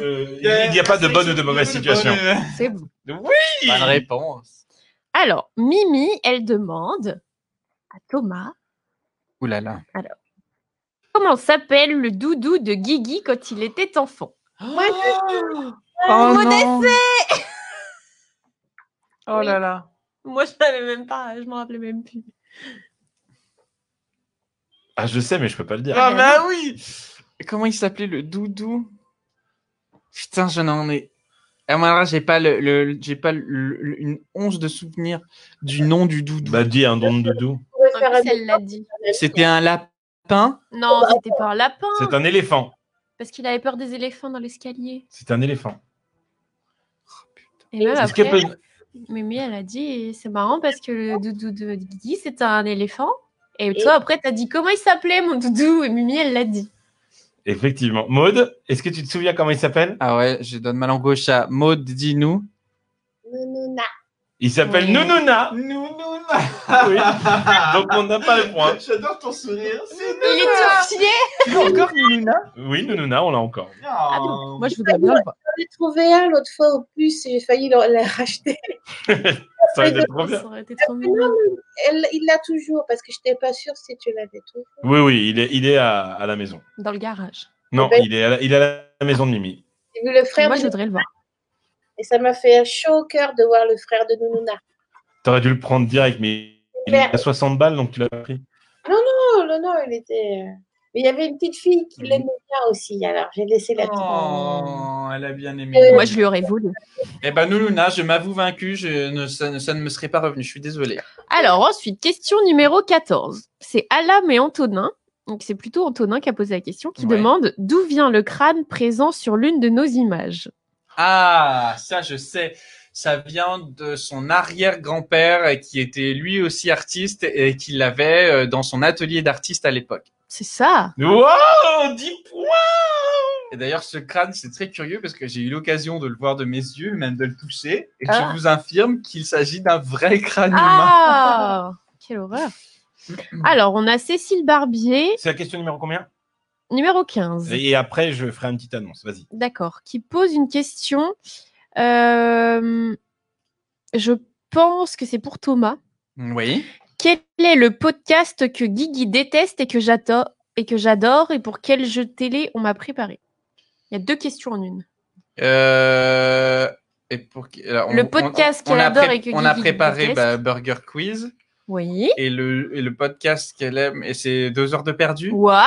S1: euh,
S2: Euh, il n'y a pas de bonne ou de mauvaise situation.
S3: C'est bon.
S2: Oui
S1: Bonne réponse.
S3: Alors, Mimi, elle demande à Thomas
S1: Ouh là là.
S3: comment s'appelle le doudou de Guigui quand il était enfant.
S1: Oh,
S3: Ah, Mon
S1: non. [LAUGHS] oh
S3: Oui.
S1: là là.
S3: Moi, je savais même pas, je m'en rappelais même plus.
S2: Ah, je sais, mais je peux pas le dire.
S1: Ah bah oui Comment il s'appelait le doudou Putain, je n'en ai... Ah, moi, là, j'ai pas, le, le- j'ai pas le- le- une once de souvenir du nom du doudou.
S2: Bah, dis un don de doudou.
S4: On pourrait
S3: En
S4: faire un
S3: plus, elle Ah, l'a dit.
S1: C'était un lapin
S3: Non, c'était pas un lapin,
S2: C'est un éléphant.
S3: parce qu'il avait peur des éléphants dans l'escalier.
S2: C'est un éléphant.
S3: Et même
S2: Est-ce qu'elle
S3: après,
S2: peut-
S3: Mimi, elle a dit, c'est marrant parce que le doudou de Guigui, c'est un éléphant. Et
S4: Et-
S3: toi, après, t'as dit comment il s'appelait, mon doudou Et Mimi, elle l'a dit.
S2: Effectivement. Maude, est-ce que tu te souviens comment il s'appelle
S1: Ah ouais, je donne ma langue gauche à Maud, dis-nous.
S4: Nounouna.
S2: Il s'appelle
S3: Oui.
S2: Nounouna. Oui. Donc on n'a pas le point.
S1: [LAUGHS] J'adore ton sourire.
S3: Il est tout fier
S1: Tu veux encore Nounouna
S2: Oui, Nounouna, on l'a encore.
S3: Ah non, Moi, je voudrais bien le voir.
S4: J'en ai trouvé un l'autre fois au puce et j'ai failli le- la racheter. Euh,
S2: Ça va être trop bien.
S3: Ça aurait été trop mignon.
S4: Elle- il l'a toujours parce que je n'étais pas sûre si tu l'avais toujours.
S2: Oui, oui, il est, il est à, à la maison.
S3: Dans le garage.
S2: Non,
S4: Eh ben-
S2: il est à la, il est à la maison de Mimi.
S4: J'ai vu le frère
S3: Moi,
S4: de-
S3: je voudrais le voir.
S4: et ça m'a fait chaud au cœur de voir le frère de Nounouna.
S2: T'aurais dû le prendre direct, mais il est à
S4: Merde.
S2: 60 balles, donc tu l'as pris.
S4: Non, non, non, il était. euh, Mais il y avait une petite fille qui l'aimait bien aussi, alors j'ai laissé la petite.
S1: Oh, elle a bien aimé.
S4: Euh,
S3: Moi, je lui aurais voulu.
S1: Eh ben, Nounouna, je m'avoue vaincu, je ne, ça, ne- ça ne me serait pas revenu, je suis désolé.
S3: Alors ensuite, question numéro 14. C'est Alam et Antonin. Donc c'est plutôt Antonin qui a posé la question qui
S1: Ouais.
S3: demande d'où vient le crâne présent sur l'une de nos images.
S1: Ah, ça, je sais. Ça vient de son arrière-grand-père euh, qui était lui aussi artiste et qui l'avait euh, dans son atelier d'artiste à l'époque.
S3: C'est ça.
S2: Wow 10 points
S1: Et d'ailleurs, ce crâne, c'est très curieux parce que j'ai eu l'occasion de le voir de mes yeux, même de le toucher, et
S3: Ah.
S1: je vous infirme qu'il s'agit d'un vrai crâne humain.
S3: Ah Quelle horreur. Alors on a Cécile Barbier,
S2: C'est la question numéro combien
S3: numéro 15.
S2: Et après, je ferai une petite annonce. Vas-y.
S3: D'accord. Qui pose une question. Euh, je pense que c'est pour Thomas.
S1: Oui.
S3: Quel est le podcast que Guigui déteste et que j'adore et que j'adore et pour quel jeu de télé on m'a préparé Il y a deux questions en une.
S1: Euh, et pour qui- alors,
S3: Le podcast
S1: on- on
S3: qu'elle
S1: a
S3: adore
S1: pré-
S3: et que
S1: on a
S3: Guigui
S1: préparé
S3: déteste.
S1: bah, Burger Quiz
S3: Oui.
S1: et le et le podcast qu'elle aime et c'est deux heures de perdu.
S3: Waouh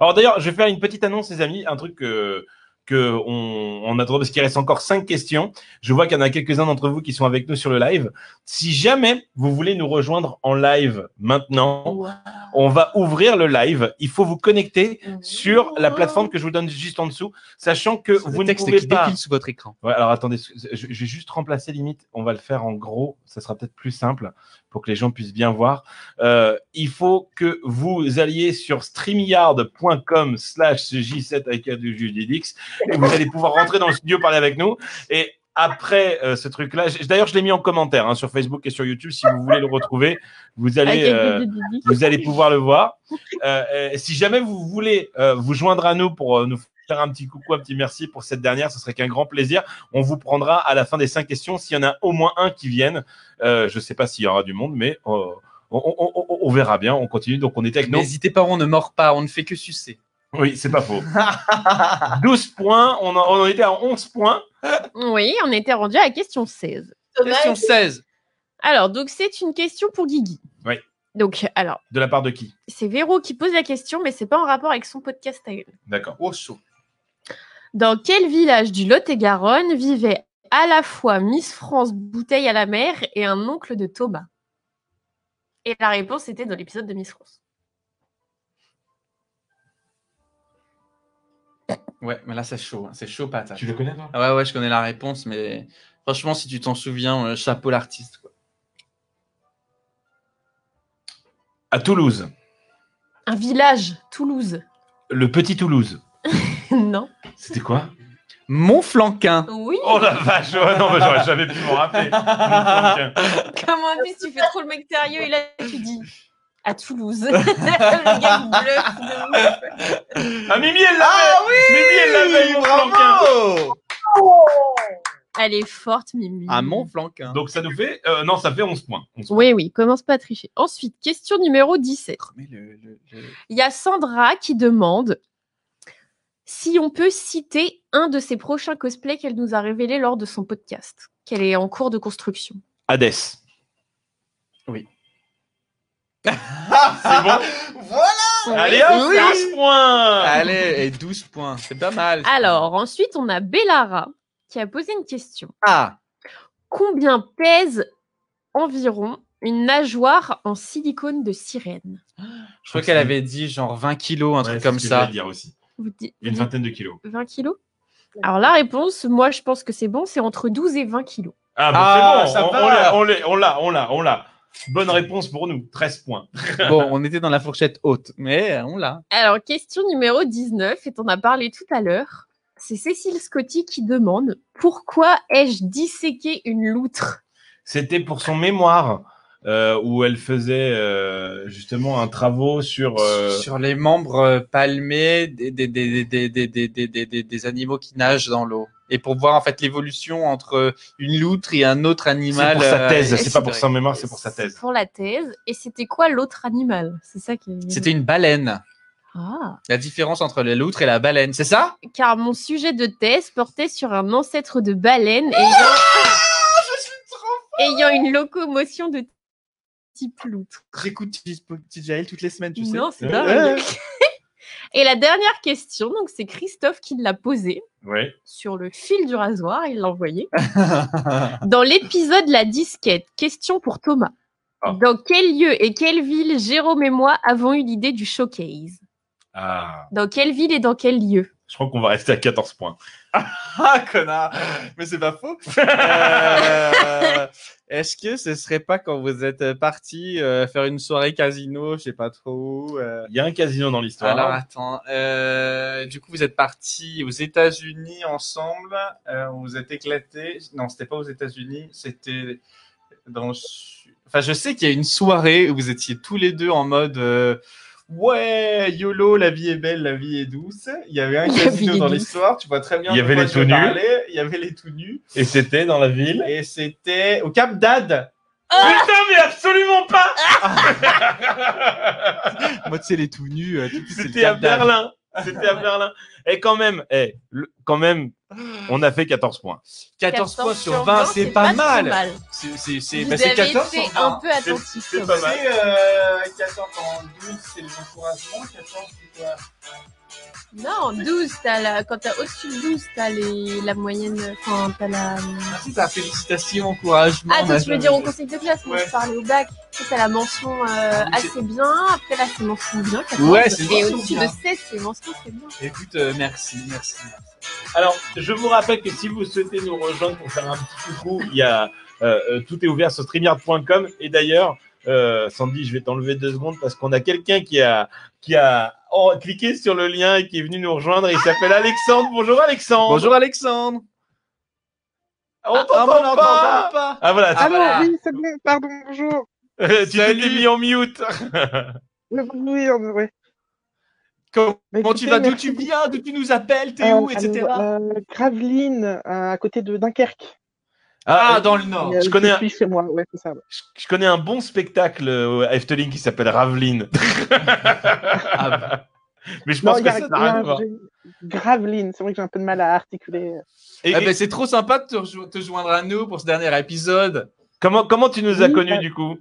S2: Alors d'ailleurs, je vais faire une petite annonce, les amis, un truc que que on, on a trop parce qu'il reste encore cinq questions. Je vois qu'il y en a quelques-uns d'entre vous qui sont avec nous sur le live. Si jamais vous voulez nous rejoindre en live maintenant, on va ouvrir le live. Il faut vous connecter sur la plateforme que je vous donne juste en dessous, sachant que
S1: Le
S2: vous ne
S1: texte
S2: pouvez
S1: qui
S2: pas.
S1: défile sous votre écran.
S2: Ouais, alors attendez, je, je vais juste remplacer limite, on va le faire en gros, ça sera peut-être plus simple pour que les gens puissent bien voir. Euh, il faut que vous alliez sur streamyard.com slash J7 avec un du JDX et vous allez pouvoir rentrer dans le studio, parler avec nous. Et après euh, ce truc-là, j- d'ailleurs je l'ai mis en commentaire hein, sur Facebook et sur YouTube, si vous voulez le retrouver, vous allez...
S3: Avec le
S2: euh,
S3: guide de Guigui.
S2: vous allez pouvoir le voir. Euh, euh, si jamais vous voulez euh, vous joindre à nous pour euh, nous faire un petit coucou, un petit merci pour cette dernière, ce serait qu'un grand plaisir. On vous prendra à la fin des cinq questions s'il y en a au moins un qui vienne. Euh, je sais pas s'il y aura du monde, mais euh, on, on- on- on- on verra bien. On continue. Donc on était avec nous.
S1: N'hésitez pas, on ne mord pas, on ne fait que sucer.
S2: Oui, c'est pas faux. [LAUGHS] 12 points. On en, on en était à 11 points.
S3: Oui, on était rendu à la question 16.
S4: Thomas,
S1: Question 16.
S3: Alors, donc c'est une question pour Guigui.
S2: Oui.
S3: Donc, alors,
S2: De la part de qui
S3: c'est Véro qui pose la question, mais c'est pas en rapport avec son podcast à elle.
S2: D'accord.
S1: Au chaud.
S3: Dans quel village du Lot-et-Garonne vivait à la fois Miss France Bouteille à la mer et un oncle de Thomas Et la réponse était dans l'épisode de Miss France.
S1: Ouais, mais là c'est chaud, hein. c'est chaud patate.
S2: Tu le connais toi
S1: Ah Ouais, ouais, je connais la réponse, mais franchement, si tu t'en souviens, euh, chapeau l'artiste.
S2: [LAUGHS]
S1: quoi.
S2: À Toulouse.
S3: Un village, Toulouse. [LAUGHS]
S2: Le petit Toulouse.
S3: non.
S2: C'était quoi
S1: Mon flanquin.
S3: Oui.
S2: Oh la vache ouais, Non, mais j'aurais jamais pu
S1: [LAUGHS]
S2: m'en rappeler.
S1: Ah,
S2: Tiens.
S3: Comment en plus tu fais trop le mec sérieux et là tu dis à Toulouse. [LAUGHS]
S1: [LAUGHS]
S3: le gars il bluffe de ouf.
S2: Ah, Mimi, elle l'avait Mimi, elle l'avait, mon flanquin
S4: oh
S3: Elle est forte, Mimi.
S1: À Ah, mon flanquin.
S2: Donc, ça nous fait... euh, non, ça fait 11 points. 11 points.
S3: Oui, oui, commence pas à tricher. Ensuite, question numéro 17.
S1: Oh, Mais le- le- le-
S3: Il y a Sandra qui demande si on peut citer un de ses prochains cosplays qu'elle nous a révélé lors de son podcast, qu'elle est en cours de construction.
S2: Hades. C'est bon Allez, hop,
S1: Oui.
S2: 15 points
S1: Allez, et 12 points, c'est pas mal.
S3: Alors, ensuite, on a Bellara qui a posé une question.
S1: Ah,
S3: Combien pèse environ une nageoire en silicone de
S1: [GASPS]
S3: sirène
S1: je crois qu'elle avait dit genre 20 kilos, un
S2: Ouais,
S1: truc
S2: c'est
S1: comme
S2: ce que
S1: ça.
S2: j'allais dire aussi.
S3: Vous dites
S2: Une vingtaine de kilos.
S3: 20 kilos Alors, la réponse, moi, je pense que c'est bon, c'est entre 12 et 20 kilos.
S2: Ah,
S1: Ah,
S2: bah, c'est
S1: ça
S2: bon, on-
S1: va.
S2: on l'a, on l'a, on l'a, on l'a, on l'a. Bonne réponse pour nous, 13 points.
S1: Bon, on était dans la fourchette haute, mais euh, on l'a.
S3: Alors, question numéro 19, et on a parlé tout à l'heure. C'est Cécile Scotti qui demande Pourquoi ai-je disséqué une loutre
S2: C'était pour son mémoire euh, où elle faisait euh, justement un travaux sur. euh,
S1: Sur les membres euh, palmés des, des, des, des, des, des, des, des, des- des animaux qui nagent dans l'eau. Et pour voir en fait l'évolution entre une loutre et un autre
S2: C'est
S1: animal.
S2: pour sa
S1: euh,
S2: thèse,
S1: etc.
S2: c'est pas pour son mémoire, c'est pour sa thèse.
S3: Pour la thèse. Et c'était quoi l'autre animal C'est ça qui.
S1: C'était une baleine.
S3: Ah.
S1: La différence entre la loutre et la baleine, c'est ça
S3: Car mon sujet de thèse portait sur un ancêtre de baleine ayant, ayant une locomotion de type loutre.
S1: J'écoute Petit Jaël toutes les semaines, tu sais.
S3: Non, c'est
S2: Euh,
S3: dingue. [LAUGHS] Et la dernière question, donc c'est Christophe qui l'a posée.
S2: Ouais.
S3: sur le fil du rasoir, il l'a envoyé. Dans l'épisode La disquette, question pour Thomas.
S2: Ah.
S3: Dans quel lieu et quelle ville Jérôme et moi avons eu l'idée du showcase
S2: Ah,
S3: Dans quelle ville et dans quel lieu
S2: je crois qu'on va rester à 14 points.
S1: [LAUGHS] Ah, connard [LAUGHS] Mais c'est pas
S2: [LAUGHS]
S1: faux Euh, [LAUGHS] Est-ce que ce serait pas quand vous êtes parti faire une soirée casino, Oh, je sais pas trop où euh,
S2: Il y a un casino dans l'histoire.
S1: Alors attends, euh, du coup vous êtes partis aux États-Unis ensemble, euh, vous vous êtes éclatés. Non, c'était pas aux États-Unis, c'était dans. le sud. Enfin, je sais qu'il y a une soirée où vous étiez tous les deux en mode euh, ouais YOLO, la vie est belle, la vie est douce. Il y avait un
S3: [LAUGHS] La
S1: casino
S3: vie est
S1: dans
S3: douce.
S1: l'histoire, tu vois très bien.
S2: Il y
S1: de
S2: avait
S1: quoi
S2: les
S1: je veux
S2: tout nus.
S1: parler. Il y avait les tout nus.
S2: Et c'était dans la ville.
S1: Et c'était au Cap d'Ad.
S3: Ah
S2: Putain, mais absolument pas
S1: Moi, tu sais, les tout nus. euh, tout de suite, c'est le
S2: C'était à
S1: Cap d'Ad.
S2: Berlin. C'était à Berlin. Et quand même, eh, le- quand même, on a fait 14 points.
S1: 14 points sur 20, c'est pas,
S3: trop
S1: mal. C'est- C'est c'est-
S3: Vous
S1: bah, c'est
S3: avez
S1: 14
S3: été
S1: sur 20.
S3: un peu
S2: C'est-
S3: attentif. hein.
S2: c'est
S3: Thomas.
S2: pas mal.
S1: C'est, euh, 14 en 12, c'est les encouragements. 14, c'est quoi
S3: Non, 12, t'as la... quand t'as au-dessus de 12, t'as les... la moyenne. Enfin, t'as la.
S1: Merci, ta félicitation, encouragement.
S3: Ah, donc tu veux
S1: machin,
S3: dire au
S1: machin.
S3: conseil de classe, moi
S1: Ouais.
S3: je parlais au bac. Tu sais, t'as la mention euh,
S1: mais c'est-
S3: assez bien, après là c'est mention bien, 14.
S1: Ouais, c'est
S3: et
S1: mention
S3: au-dessus de
S1: bien.
S3: 16, c'est mention c'est bien.
S1: Écoute, euh, merci, merci.
S2: Alors, je vous rappelle que si vous souhaitez nous rejoindre pour faire un petit coucou, il y a euh, euh, tout est ouvert sur streamyard.com. Et d'ailleurs, euh, Sandy, je vais t'enlever deux secondes parce qu'on a quelqu'un qui a qui a oh, cliqué sur le lien et qui est venu nous rejoindre. Il s'appelle Alexandre. Bonjour Alexandre.
S1: Bonjour Alexandre.
S2: On t'entend
S1: Ah, on n'entend
S2: pas.
S1: pas.
S2: Ah voilà.
S1: Ah
S5: Ah
S1: voilà.
S5: non, oui, c'est bon, pardon, bonjour.
S2: Euh, tu t'es
S1: salut.
S2: mis en [LAUGHS] mute. Ah,
S5: Le bruit, on ouais.
S1: Comment tu
S5: Bah, écoutez,
S1: vas D'où
S5: merci
S1: tu viens D'où tu nous appelles T'es
S5: Euh,
S1: où Etc.
S5: alors, euh, Gravelines, euh, à côté de Dunkerque.
S1: Ah, dans le Nord.
S5: Euh,
S2: je connais un-
S5: suis chez moi, ouais, c'est ça. ouais.
S2: Je, je connais un bon spectacle euh, à Efteling qui s'appelle Raveline. Ah, bah. [LAUGHS] Mais je pense
S5: il
S2: que
S5: y
S2: ça
S5: a- il y
S2: n'a
S5: a
S2: rien à
S5: un-
S2: voir.
S5: j'ai- Gravelines, c'est vrai que j'ai un peu de mal à articuler. euh.
S2: Et-
S1: Eh ben,
S2: et
S1: c'est trop sympa de te, rejo- te joindre à nous pour ce dernier épisode.
S2: comment, comment tu nous as
S5: Oui,
S2: connus
S5: bah-
S2: du coup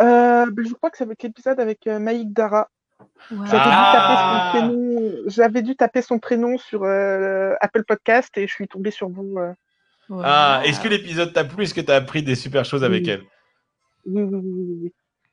S5: Euh, bah, je crois que c'est avec l'épisode avec euh, Maïk Dara. J'avais
S2: Ah.
S5: dû taper son prénom, j'avais dû taper son prénom sur euh, Apple Podcast et je suis tombée sur vous. euh.
S3: Ouais.
S2: Ah, est-ce que l'épisode t'a plu Est-ce que t'as appris des super choses avec
S5: Oui.
S2: elle
S5: Oui, oui, oui, oui, oui, oui.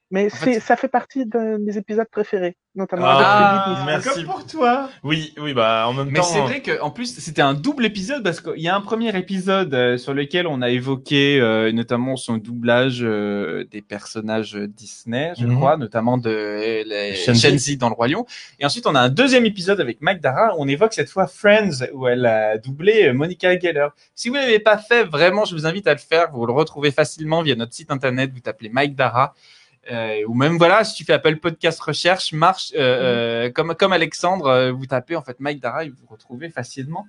S5: Mais
S1: fait,
S5: c'est- ça fait partie de mes épisodes préférés, notamment
S2: Ah,
S5: avec Judith.
S2: merci.
S1: comme pour toi.
S2: Oui, oui, bah en même
S1: Mais
S2: temps.
S1: c'est vrai qu'en plus, c'était un double épisode parce qu'il y a un premier épisode euh, sur lequel on a évoqué euh, notamment son doublage euh, des personnages euh, Disney, je
S2: Mhm.
S1: crois, notamment de euh, les-
S2: Shenzi.
S1: Shenzi dans Le Roi Lion. Et ensuite, on a un deuxième épisode avec Mike Dara. où On évoque cette fois Friends où elle a doublé euh, Monica Geller. Si vous ne l'avez pas fait, vraiment, je vous invite à le faire. Vous le retrouvez facilement via notre site internet. Vous tapez Mike Dara. Euh, ou même voilà, si tu fais Apple Podcast Recherche, marche euh, euh, comme comme Alexandre, euh, vous tapez en fait Mike Dara et vous retrouvez facilement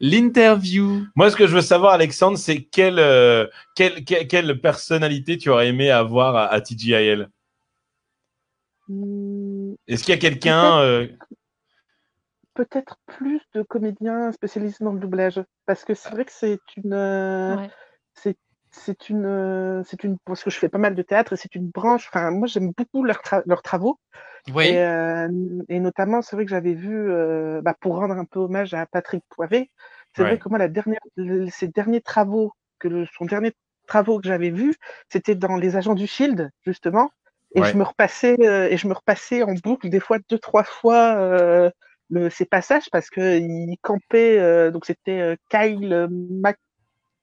S1: l'interview.
S2: Moi, ce que je veux savoir, Alexandre, c'est quelle, euh, quelle, quelle, quelle personnalité tu aurais aimé avoir à, à TGIL
S5: Hmm,
S2: Est-ce qu'il y a quelqu'un
S5: [LAUGHS]
S2: euh,
S5: Peut-être plus de comédiens spécialisés dans le doublage, parce que c'est vrai que c'est une, euh,
S3: Ouais.
S5: c'est c'est une, euh, c'est une, parce que je fais pas mal de théâtre et c'est une branche. Enfin, moi j'aime beaucoup leurs tra- leurs travaux.
S1: Oui.
S5: Et, euh, et notamment, c'est vrai que j'avais vu, euh, bah, pour rendre un peu hommage à Patrick Poivet, c'est
S2: Ouais.
S5: vrai que moi, la dernière, le- ses derniers travaux, que le- son dernier travaux que j'avais vu, c'était dans Les Agents du Shield, justement. Et
S2: Ouais.
S5: je me repassais, euh, et je me repassais en boucle des fois deux, trois fois euh, le, ces passages parce que il campait. euh, donc c'était euh, Kyle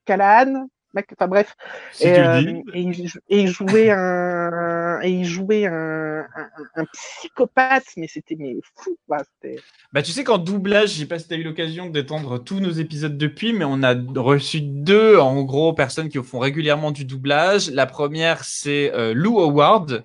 S5: McCallahan,
S6: Mac- Enfin bref.
S2: Si
S6: et,
S2: tu
S6: euh,
S2: le dis.
S6: et il jou- et il jouait un, et il jouait un, un, un psychopathe, mais c'était mais fou. quoi, c'était-
S1: Bah, tu sais qu'en doublage, je sais pas si t'as eu l'occasion d'étendre tous nos épisodes depuis, mais on a reçu deux, en gros, personnes qui font régulièrement du doublage. La première, c'est euh, Lou Howard,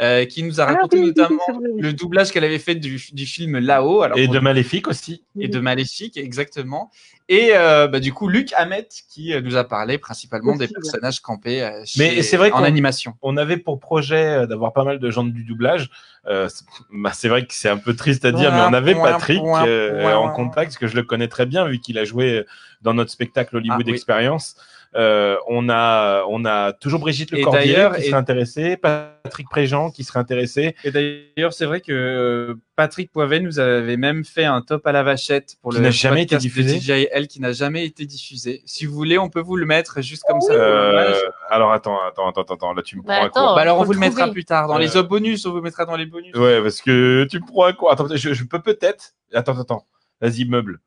S1: euh, qui nous a
S6: Ah
S1: raconté
S6: oui, oui, oui,
S1: notamment
S6: c'est vrai, oui.
S1: le doublage qu'elle avait fait du, du film Là-haut. Alors,
S2: Et
S1: pour-
S2: de Maléfique aussi.
S1: et de Maléfique, exactement. Et euh, bah, du coup, Luc Hamet, qui euh, nous a parlé principalement des
S6: Aussi, ouais.
S1: personnages campés euh,
S2: Mais
S1: chez-
S2: c'est vrai
S1: en
S2: qu'on-
S1: animation.
S2: On avait pour projet euh, d'avoir pas mal de gens du doublage. Euh, c'est- bah, c'est vrai que c'est un peu triste à dire, mais on avait Patrick euh, en contact, parce que je le connais très bien, vu qu'il a joué euh, dans notre spectacle Hollywood
S1: Ah, oui.
S2: Experience. Euh, on a on a toujours Brigitte
S1: Et
S2: Lecordier
S1: d'ailleurs,
S2: qui
S1: et-
S2: serait intéressée, Patrick Préjean qui serait intéressé,
S1: Et d'ailleurs, c'est vrai que euh, Patrick Poivet nous avait même fait un top à la vachette pour
S2: Qui
S1: le
S2: n'a jamais été
S1: podcast
S2: diffusé.
S1: de DJL qui n'a jamais été diffusé. Si vous voulez, on peut vous le mettre juste comme ça.
S2: Euh,
S1: Dommage.
S2: alors attends, attends, attends, attends, attends, là tu me
S3: Ah Bah,
S2: prends
S3: attends.
S2: à
S1: Bah
S2: quoi
S1: alors, on
S3: faut
S1: vous
S3: le
S1: le mettra
S3: trouver.
S1: plus tard dans les
S2: Euh,
S1: bonus. On vous le mettra dans les bonus. Ouais,
S2: Ouais, parce que tu me prends à quoi Attends, je, je peux peut-être. Attends, attends, vas-y meuble.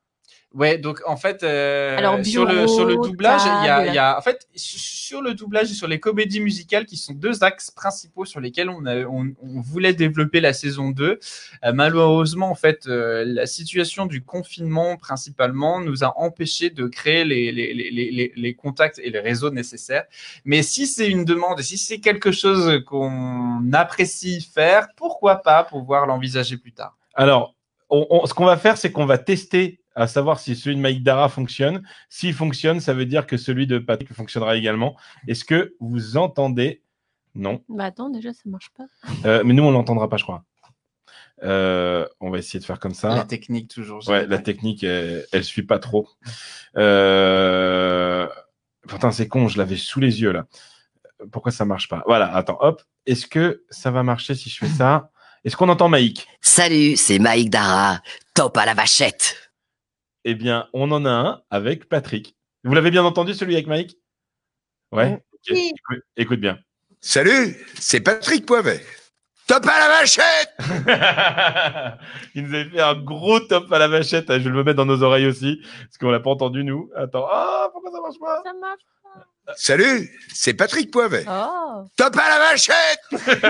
S1: donc en fait, euh,
S3: Alors,
S1: sur le sur le
S3: bureau,
S1: doublage, il y a,
S3: table.
S1: il y a en fait su- sur le doublage et sur les comédies musicales qui sont deux axes principaux sur lesquels on a, on, on voulait développer la saison 2. Euh, malheureusement, en fait, euh, la situation du confinement principalement nous a empêché de créer les, les, les, les- les, les contacts et les réseaux nécessaires. Mais si c'est une demande et si c'est quelque chose qu'on apprécie faire, pourquoi pas pouvoir l'envisager plus tard
S2: Alors, on- on- ce qu'on va faire, c'est qu'on va tester à savoir si celui de Mike Dara fonctionne. S'il fonctionne, ça veut dire que celui de Patrick fonctionnera également. Est-ce que vous entendez Non.
S3: Bah attends, déjà ça marche pas.
S2: Euh, mais nous, on l'entendra pas, je crois. Euh, on va essayer de faire comme ça.
S1: La technique toujours. je
S2: Ouais,
S1: dirais.
S2: la technique, elle, elle suit pas trop. Euh... Putain, c'est con, je l'avais sous les yeux là. Pourquoi ça marche pas Voilà, attends, hop. Est-ce que ça va marcher si je fais ça Est-ce qu'on entend Maïk
S7: Salut, c'est Mike Dara. Top à la vachette.
S2: Eh bien, on en a un avec Patrick. Vous l'avez bien entendu celui avec Maïk
S1: Mm.
S2: Ouais. ok.
S4: Oui.
S2: Écoute, écoute bien.
S8: Salut, c'est Patrick Poivet. Top à la vachette
S2: Il nous avait fait un gros top à la vachette. hein, Je vais le mettre dans nos oreilles aussi, parce qu'on l'a pas entendu nous. Attends, ah pourquoi ça marche pas
S3: Ça marche.
S8: Salut, c'est Patrick Poivet.
S3: Oh.
S8: Top à la vachette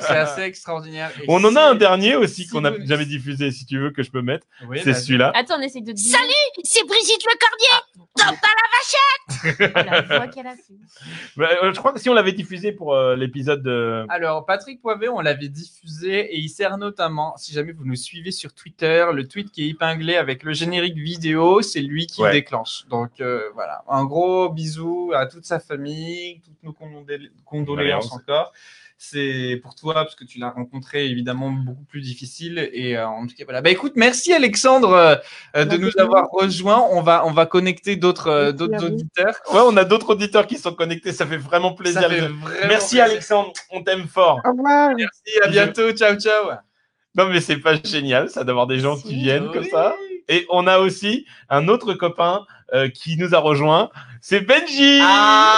S1: C'est assez extraordinaire. Et
S2: On en
S1: si-
S2: a un dernier aussi
S1: si
S2: qu'on n'a
S1: vous-
S2: jamais diffusé, si tu veux, que je peux mettre.
S1: Oui,
S2: c'est
S1: bah,
S2: celui-là.
S3: Attends, on essaie de Ah, deviner
S5: Salut, c'est Brigitte Lecordier. Top à la
S3: oh, la voix qu'elle a fait.
S2: Bah, euh, je crois que si on l'avait diffusé pour euh, l'épisode de...
S1: Alors, Patrick Poivet, on l'avait diffusé et il sert notamment, si jamais vous nous suivez sur Twitter, le tweet qui est épinglé avec le générique vidéo, c'est lui qui
S2: Ouais.
S1: déclenche. Donc euh, voilà, un gros bisou à toute sa famille, toutes nos condolé- condoléances
S2: Condoléances.
S1: encore. C'est pour toi, parce que tu l'as rencontré évidemment beaucoup plus difficile. Et euh, en tout cas, voilà. Bah écoute, merci Alexandre euh, euh, de
S6: Merci
S1: nous
S6: à vous.
S1: avoir rejoints. On va, on va connecter d'autres euh,
S6: Merci
S1: d'autres
S6: à vous.
S1: auditeurs.
S2: Ouais, on a d'autres auditeurs qui sont connectés, ça fait vraiment plaisir.
S1: Ça fait
S2: les-
S1: vraiment
S2: Merci
S1: plaisir.
S2: Alexandre, on t'aime fort.
S6: Au revoir.
S1: Merci, à bientôt. Ciao, ciao.
S2: Non mais c'est pas génial ça d'avoir des gens qui
S3: Si,
S2: viennent comme
S1: Oui.
S2: ça. Et on a aussi un autre copain euh, qui nous a rejoint, c'est Benji.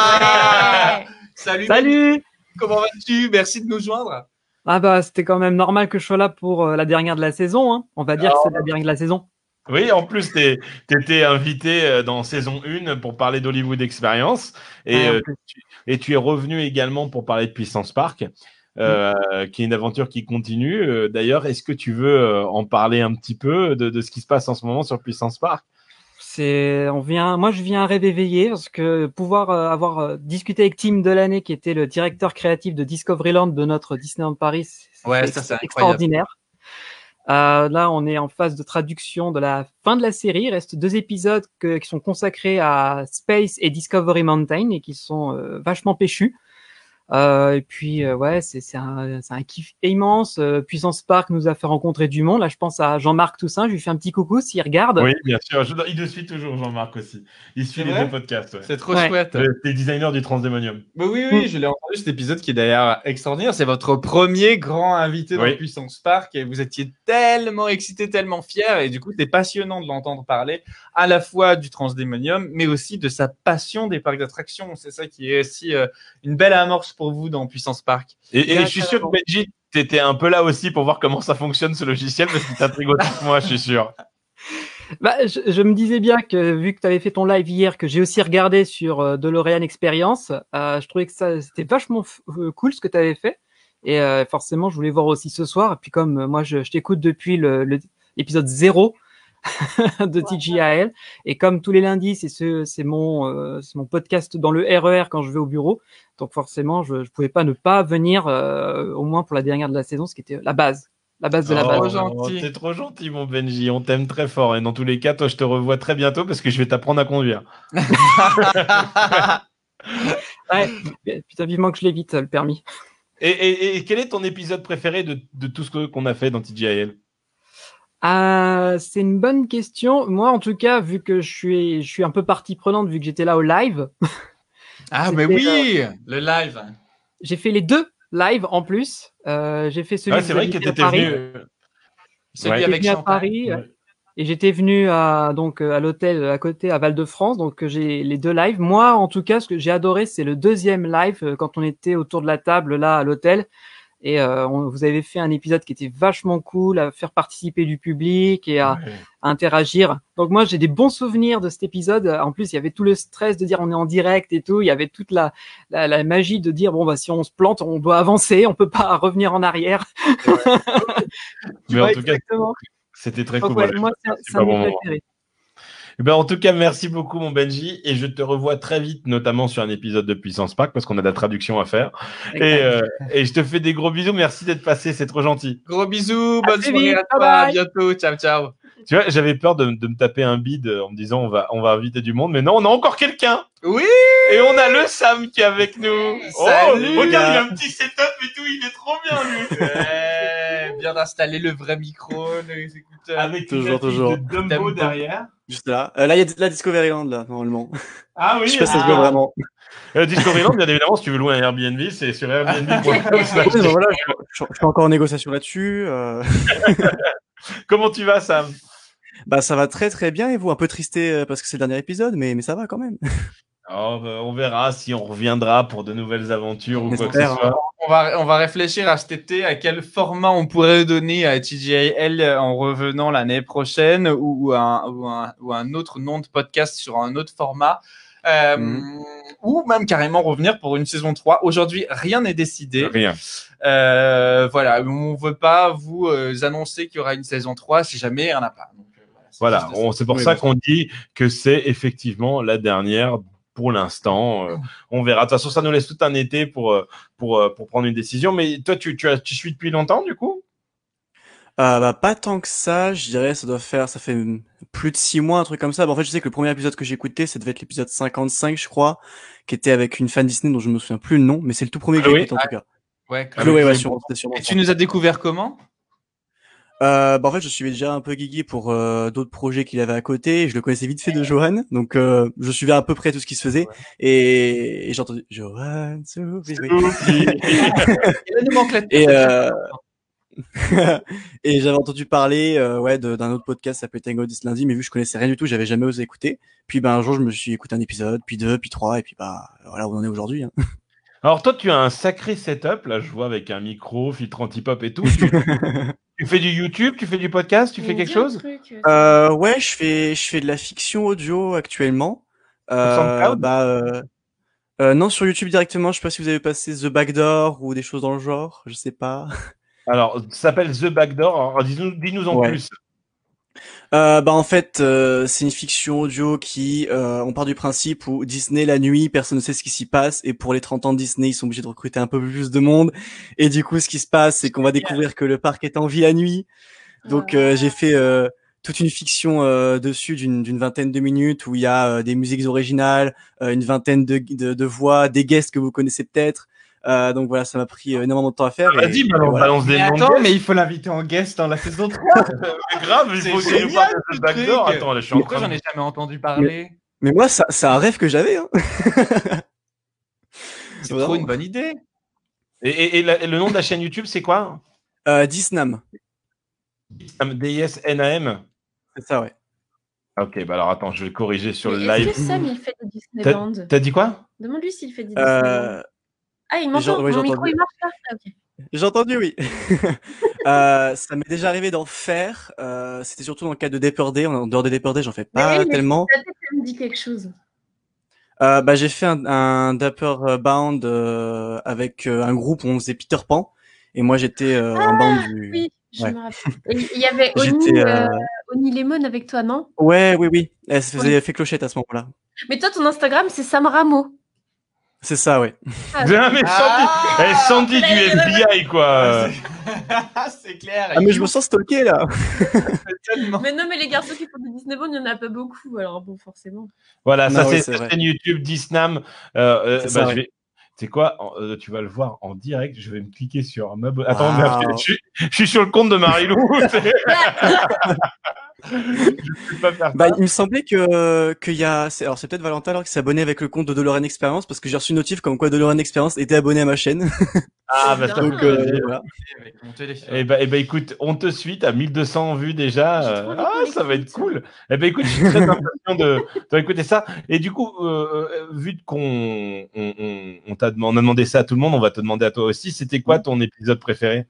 S1: Ah
S3: Ouais.
S1: Salut,
S9: Salut
S1: Comment vas-tu Merci de nous joindre.
S9: Ah bah c'était quand même normal que je sois là pour euh, la dernière de la saison, hein. on va dire que c'est la dernière de la saison.
S2: Oui, en plus t'es- t'étais invité euh, dans saison 1 pour parler d'Hollywood Experience et
S9: Ouais, en
S2: euh,
S9: plus.
S2: Et tu es revenu également pour parler de Puissance Park, euh,
S9: Mm.
S2: qui est une aventure qui continue. Euh, D'ailleurs, est-ce que tu veux euh, en parler un petit peu de, de ce qui se passe en ce moment sur Puissance Park
S9: C'est, on vient, moi je viens un rêve éveillé parce que pouvoir euh, avoir euh, discuté avec Tim Delaney qui était le directeur créatif de Discoveryland de notre Disneyland Paris, c'est
S1: Ouais,
S9: c'est
S1: ça, c'est
S9: extraordinaire. Euh, là, on est en phase de traduction de la fin de la série. Il reste deux épisodes que- qui sont consacrés à Space et Discovery Mountain et qui sont euh, vachement péchus. Euh, et puis euh, ouais, c'est c'est un, c'est un kiff immense. Euh, Puissance Park nous a fait rencontrer du monde. Là, je pense à Jean-Marc Toussaint. Je lui fais un petit coucou s'il regarde.
S2: Oui, bien sûr. Je- il le suit toujours, Jean-Marc aussi. Il suit
S1: Bah. C'est
S2: les
S1: vrai
S2: deux podcasts. Ouais.
S1: C'est trop
S9: Ouais.
S1: chouette.
S2: Le- T'es designer
S1: [LAUGHS]
S2: du Transdémonium.
S1: Bah oui,
S2: Hmm.
S1: oui, je l'ai entendu cet épisode qui est d'ailleurs extraordinaire. C'est votre premier grand invité dans
S2: Oui.
S1: Puissance Park et vous étiez tellement excité, tellement fier. Et du coup, c'est passionnant de l'entendre parler à la fois du Transdémonium, mais aussi de sa passion des parcs d'attractions. C'est ça qui est aussi euh, une belle amorce pour vous dans Puissance Park.
S2: Et, et
S9: Ouais,
S2: je suis sûr que Benji, t'étais un peu là aussi pour voir comment ça fonctionne ce logiciel parce qu'il t'intrigue autant que moi, je suis sûr.
S9: Bah, je, je me disais bien que vu que tu avais fait ton live hier, que j'ai aussi regardé sur euh, DeLorean Experience, euh, je trouvais que ça c'était vachement f- euh, cool ce que tu avais fait. Et euh, forcément, je voulais voir aussi ce soir. Et puis comme euh, moi, je, je t'écoute depuis le- le- l'épisode 0 [LAUGHS] de TGIL. Et comme tous les lundis, c'est ce, c'est mon, euh, c'est mon podcast dans le RER quand je vais au bureau. Donc forcément, je ne pouvais pas ne pas venir, euh, au moins pour la dernière de la saison, ce qui était la base. La base de la
S2: Oh,
S9: base.
S1: gentil.
S2: T'es trop gentil, mon Benji. On t'aime très fort. Et dans tous les cas, toi, je te revois très bientôt parce que je vais t'apprendre à conduire.
S9: [LAUGHS] Ouais, putain, vivement que je l'évite, le permis.
S2: Et, et- et quel est ton épisode préféré de, de tout ce que- qu'on a fait dans TGIL
S9: Ah, c'est une bonne question. Moi, en tout cas, vu que je suis, je suis un peu partie prenante, vu que j'étais là au live, [LAUGHS]
S5: Ah, mais
S9: C'était,
S5: oui, le live.
S9: j'ai fait les deux lives en plus. Euh, j'ai fait celui
S2: Ah, c'est
S9: des
S2: vrai que
S9: invités à
S2: t'étais
S9: Paris.
S2: venu.
S5: Celui
S2: Ouais.
S9: J'étais
S5: avec
S9: venu à
S5: Champagne.
S9: Paris
S2: Ouais.
S9: et j'étais venu à donc à l'hôtel à côté à Val-de-France. Donc j'ai les deux lives. Moi, en tout cas, ce que j'ai adoré, c'est le deuxième live euh, quand on était autour de la table là à l'hôtel. Et euh, on- vous avez fait un épisode qui était vachement cool à faire participer du public et à,
S2: Ouais.
S9: à interagir. Donc moi j'ai des bons souvenirs de cet épisode. En plus il y avait tout le stress de dire on est en direct et tout. Il y avait toute la, la, la magie de dire bon bah si on se plante on doit avancer, on peut pas [LAUGHS] revenir en arrière.
S2: Mais en
S9: Ouais,
S2: tout cas,
S9: exactement.
S2: c'était très cool.
S9: Donc, ouais,
S2: voilà.
S9: moi c'est un-
S2: C'est
S9: c'est
S2: pas
S9: un de mes
S2: bon moment.
S9: préférés.
S2: Eh ben, en tout cas, merci beaucoup, mon Benji. Et je te revois très vite, notamment sur un épisode de Puissance Pack, parce qu'on a de la traduction à faire. Et, euh, et je te fais des gros bisous. Merci d'être passé. C'est trop gentil.
S1: Gros bisous, bonne
S9: très
S1: soirée
S9: vite,
S1: à toi,
S9: bye
S1: à bientôt, ciao ciao.
S2: Tu vois, j'avais peur de, de me taper un bide en me disant on va, on va inviter du monde. Mais non, on a encore quelqu'un.
S1: Oui,
S2: Et on a le Sam qui est avec nous.
S1: Salut.
S2: oh, regarde, il a un petit setup et tout. Il est trop bien, lui.
S1: [LAUGHS] Ouais, bien installer le vrai micro, les écouteurs.
S2: Avec
S10: Toujours,
S2: une affiche
S10: toujours.
S2: de Dumbo
S1: Dumbo.
S2: derrière.
S10: Juste là. Euh, là, il y a la Discoveryland, là, normalement.
S2: Ah
S10: [LAUGHS]
S2: oui.
S10: Je sais pas si ça se
S2: ah.
S10: voit vraiment.
S2: Euh, Discoveryland, bien évidemment, si tu veux louer un Airbnb, c'est
S1: [LAUGHS]
S2: sur [LAUGHS] airbnb.com.
S10: Ouais, bah voilà, je, je- je suis encore en négociation là-dessus. euh. [LAUGHS]
S2: Comment tu vas, Sam
S10: Bah, ça va très très bien et vous, un peu tristé euh, parce que c'est le dernier épisode, mais, mais ça va quand même.
S2: Oh, bah, on verra si on reviendra pour de nouvelles aventures ou quoi que ce
S10: J'espère,
S2: soit.
S1: On va, on va réfléchir à cet été, à quel format on pourrait donner à TGIL en revenant l'année prochaine ou, ou un, ou, un, ou un autre nom de podcast sur un autre format. Euh,
S10: Mhm.
S1: Ou même carrément revenir pour une saison 3. Aujourd'hui, rien n'est décidé.
S2: Rien.
S1: Euh, voilà, on veut pas vous euh, annoncer qu'il y aura une saison 3 si jamais il n'y en a pas. Donc, euh, c'est
S2: Voilà,
S1: juste ça.
S2: on- c'est pour
S10: Oui,
S2: ça
S10: bien sûr.
S2: qu'on dit que c'est effectivement la dernière pour l'instant. Euh, on verra. De toute façon, ça nous laisse tout un été pour, euh, pour, euh, pour prendre une décision. Mais toi, tu, tu, as- tu suis depuis longtemps, du coup
S10: Euh, bah, pas tant que ça, je dirais, ça doit faire, ça fait hum, plus de six mois, un truc comme ça. Bah, en fait, je sais que le premier épisode que j'ai écouté, ça devait être l'épisode 55, je crois, qui était avec une fan Disney dont je me souviens plus le nom, mais c'est le tout premier que j'ai
S2: Chloé.
S10: écouté en tout cas.
S1: Ah Ouais, Chloé.
S10: Chloé, ouais,
S2: Chloé
S10: sûrement, c'était sûrement
S1: Et
S10: ça.
S1: tu nous as découvert comment
S10: Euh, bah en fait, je suivais déjà un peu Guigui pour euh, d'autres projets qu'il avait à côté. Je le connaissais vite fait de Johan, donc euh, je suivais à peu près tout ce qui se faisait. Et, et j'ai entendu Johan, Sophie, oui.
S1: Et la nomenclature,
S10: Et,
S1: c'est
S10: euh,
S1: très
S10: [LAUGHS] et j'avais entendu parler euh, ouais de- d'un autre podcast ça s'appelait Tango This lundi, mais vu que je connaissais rien du tout, j'avais jamais osé écouter. Puis ben un jour, je me suis écouté un épisode, puis deux, puis trois, et puis bah voilà où on en est aujourd'hui. hein. [LAUGHS]
S2: Alors, toi, tu as un sacré setup. Là, je vois avec un micro, filtre anti-pop et tout. Tu, tu fais du YouTube, tu fais du podcast, tu fais quelque chose
S10: Euh, ouais, je fais je fais de la fiction audio actuellement.
S2: Sur
S10: Euh,
S2: SoundCloud
S10: bah euh, Euh, non, sur YouTube directement, je sais pas si vous avez passé The Backdoor ou des choses dans le genre, je sais pas.
S2: Alors, ça s'appelle The Backdoor. Alors, dis-nous dis-nous en
S10: Ouais.
S2: plus.
S10: Euh, bah en fait, euh, c'est une fiction audio qui, euh, on part du principe où Disney la nuit, personne ne sait ce qui s'y passe, et pour les 30 ans de Disney, ils sont obligés de recruter un peu plus de monde, et du coup, ce qui se passe, c'est qu'on va découvrir que le parc est en vie la nuit. Donc
S1: Ah.
S10: euh, j'ai fait euh, toute une fiction euh, dessus d'une d'une vingtaine de minutes où il y a euh, des musiques originales, euh, une vingtaine de, de, de voix, des guests que vous connaissez peut-être. Euh, donc voilà, ça m'a pris euh, énormément de temps à faire. et-
S2: Vas-y,
S10: et
S2: balance,
S10: voilà.
S2: balance des noms de
S1: mais il faut l'inviter en guest dans la saison 3.
S2: Mais grave, il
S1: C'est
S2: faut que nous
S1: génial,
S2: parle de
S1: ce
S2: ce backdoor.
S1: truc.
S2: Attends, là, je suis en
S1: Pourquoi
S2: train
S1: j'en
S2: de...
S1: ai jamais entendu parler
S10: Mais moi, ça- c'est un rêve que j'avais. Hein. [LAUGHS]
S1: C'est trop
S10: Vraiment.
S1: une bonne idée.
S2: Et, et- et la- et le nom de la chaîne YouTube, c'est quoi Ah,
S10: Euh, Disnam.
S2: D-I-S-N-A-M
S10: C'est ça, ouais.
S2: Ok, bah alors attends, je vais corriger sur le
S3: Mais Est-ce
S2: live.
S3: que Sam, il fait de Disneyland
S2: T'as dit quoi
S3: Demande-lui s'il fait du Disneyland.
S10: Euh,
S3: Ah, il
S10: j'en-
S3: m'entend
S10: ouais, j'ai
S3: Mon micro,
S10: entendu.
S3: il marche pas Ah, ok.
S10: J'ai entendu, oui. [LAUGHS] Euh, ça m'est déjà arrivé d'en faire. euh, C'était surtout dans le cadre de Dapper Day. En- En dehors de Dapper Day, j'en fais
S3: Mais
S10: pas
S3: oui, mais
S10: Ah, tellement.
S3: Ta tête, elle me dit quelque chose.
S10: Euh, bah, j'ai fait un, un Dapper euh, Bound euh, avec euh, un groupe où on faisait Peter Pan. Et moi, j'étais euh, un bound
S3: Ah
S10: du...
S3: Oui, je
S10: Ouais.
S3: me rappelle. Et Il y avait Oni,
S10: J'étais...
S3: euh,
S10: euh,
S3: Oni Lemon avec toi, non
S10: Ouais, oui, oui. Elle se
S3: Oui.
S10: faisait fait clochette à ce moment-là.
S3: Mais toi, ton Instagram, c'est Sam
S2: [LAUGHS]
S3: Rameau.
S10: C'est ça, ouais.
S3: Ah,
S2: Bien, mais Sandy, eh, Sandy du FBI, quoi.
S1: c'est clair.
S10: Ah, mais je me sens stalké, là.
S3: Mais non, mais les garçons qui font des 19 ans, il n'y en a pas beaucoup, alors bon, forcément.
S2: Voilà, ça
S10: Non, oui,
S2: c'est
S10: c'est
S2: sa
S10: vrai.
S2: chaîne YouTube Disnam. Euh, euh,
S10: C'est
S2: bah,
S10: ça,
S2: je
S10: ouais.
S2: vais. Tu sais quoi en- euh, Tu vas le voir en direct. Je vais me cliquer sur ma. Attends,
S10: Waouh.
S2: mais je, suis- je suis sur le compte de Marilou. c'est- je peux pas faire
S10: Bah,
S2: ça.
S10: il me semblait que qu'il y a, c'est- alors c'est peut-être Valentin alors qui s'est abonné avec le compte de DeLorean Experience parce que j'ai reçu une notif comme quoi DeLorean Experience était abonné à ma chaîne.
S2: [LAUGHS] Ah, bah,
S3: bien.
S2: stop.
S10: Donc euh,
S2: vas-y.
S10: voilà.
S1: Avec mon téléphone.
S2: Eh ben, eh ben, écoute, on te suit, t'as 1200 vues déjà.
S3: J'ai
S2: euh,
S3: trop envie qu'on
S2: ah, ça va être
S3: l'écoute.
S2: cool. Eh ben, écoute, je suis très impatient de, de écouter ça. Et du coup, euh, euh, vu qu'on on, on, on t'a demandé, on a demandé ça à tout le monde, on va te demander à toi aussi. C'était quoi ton épisode préféré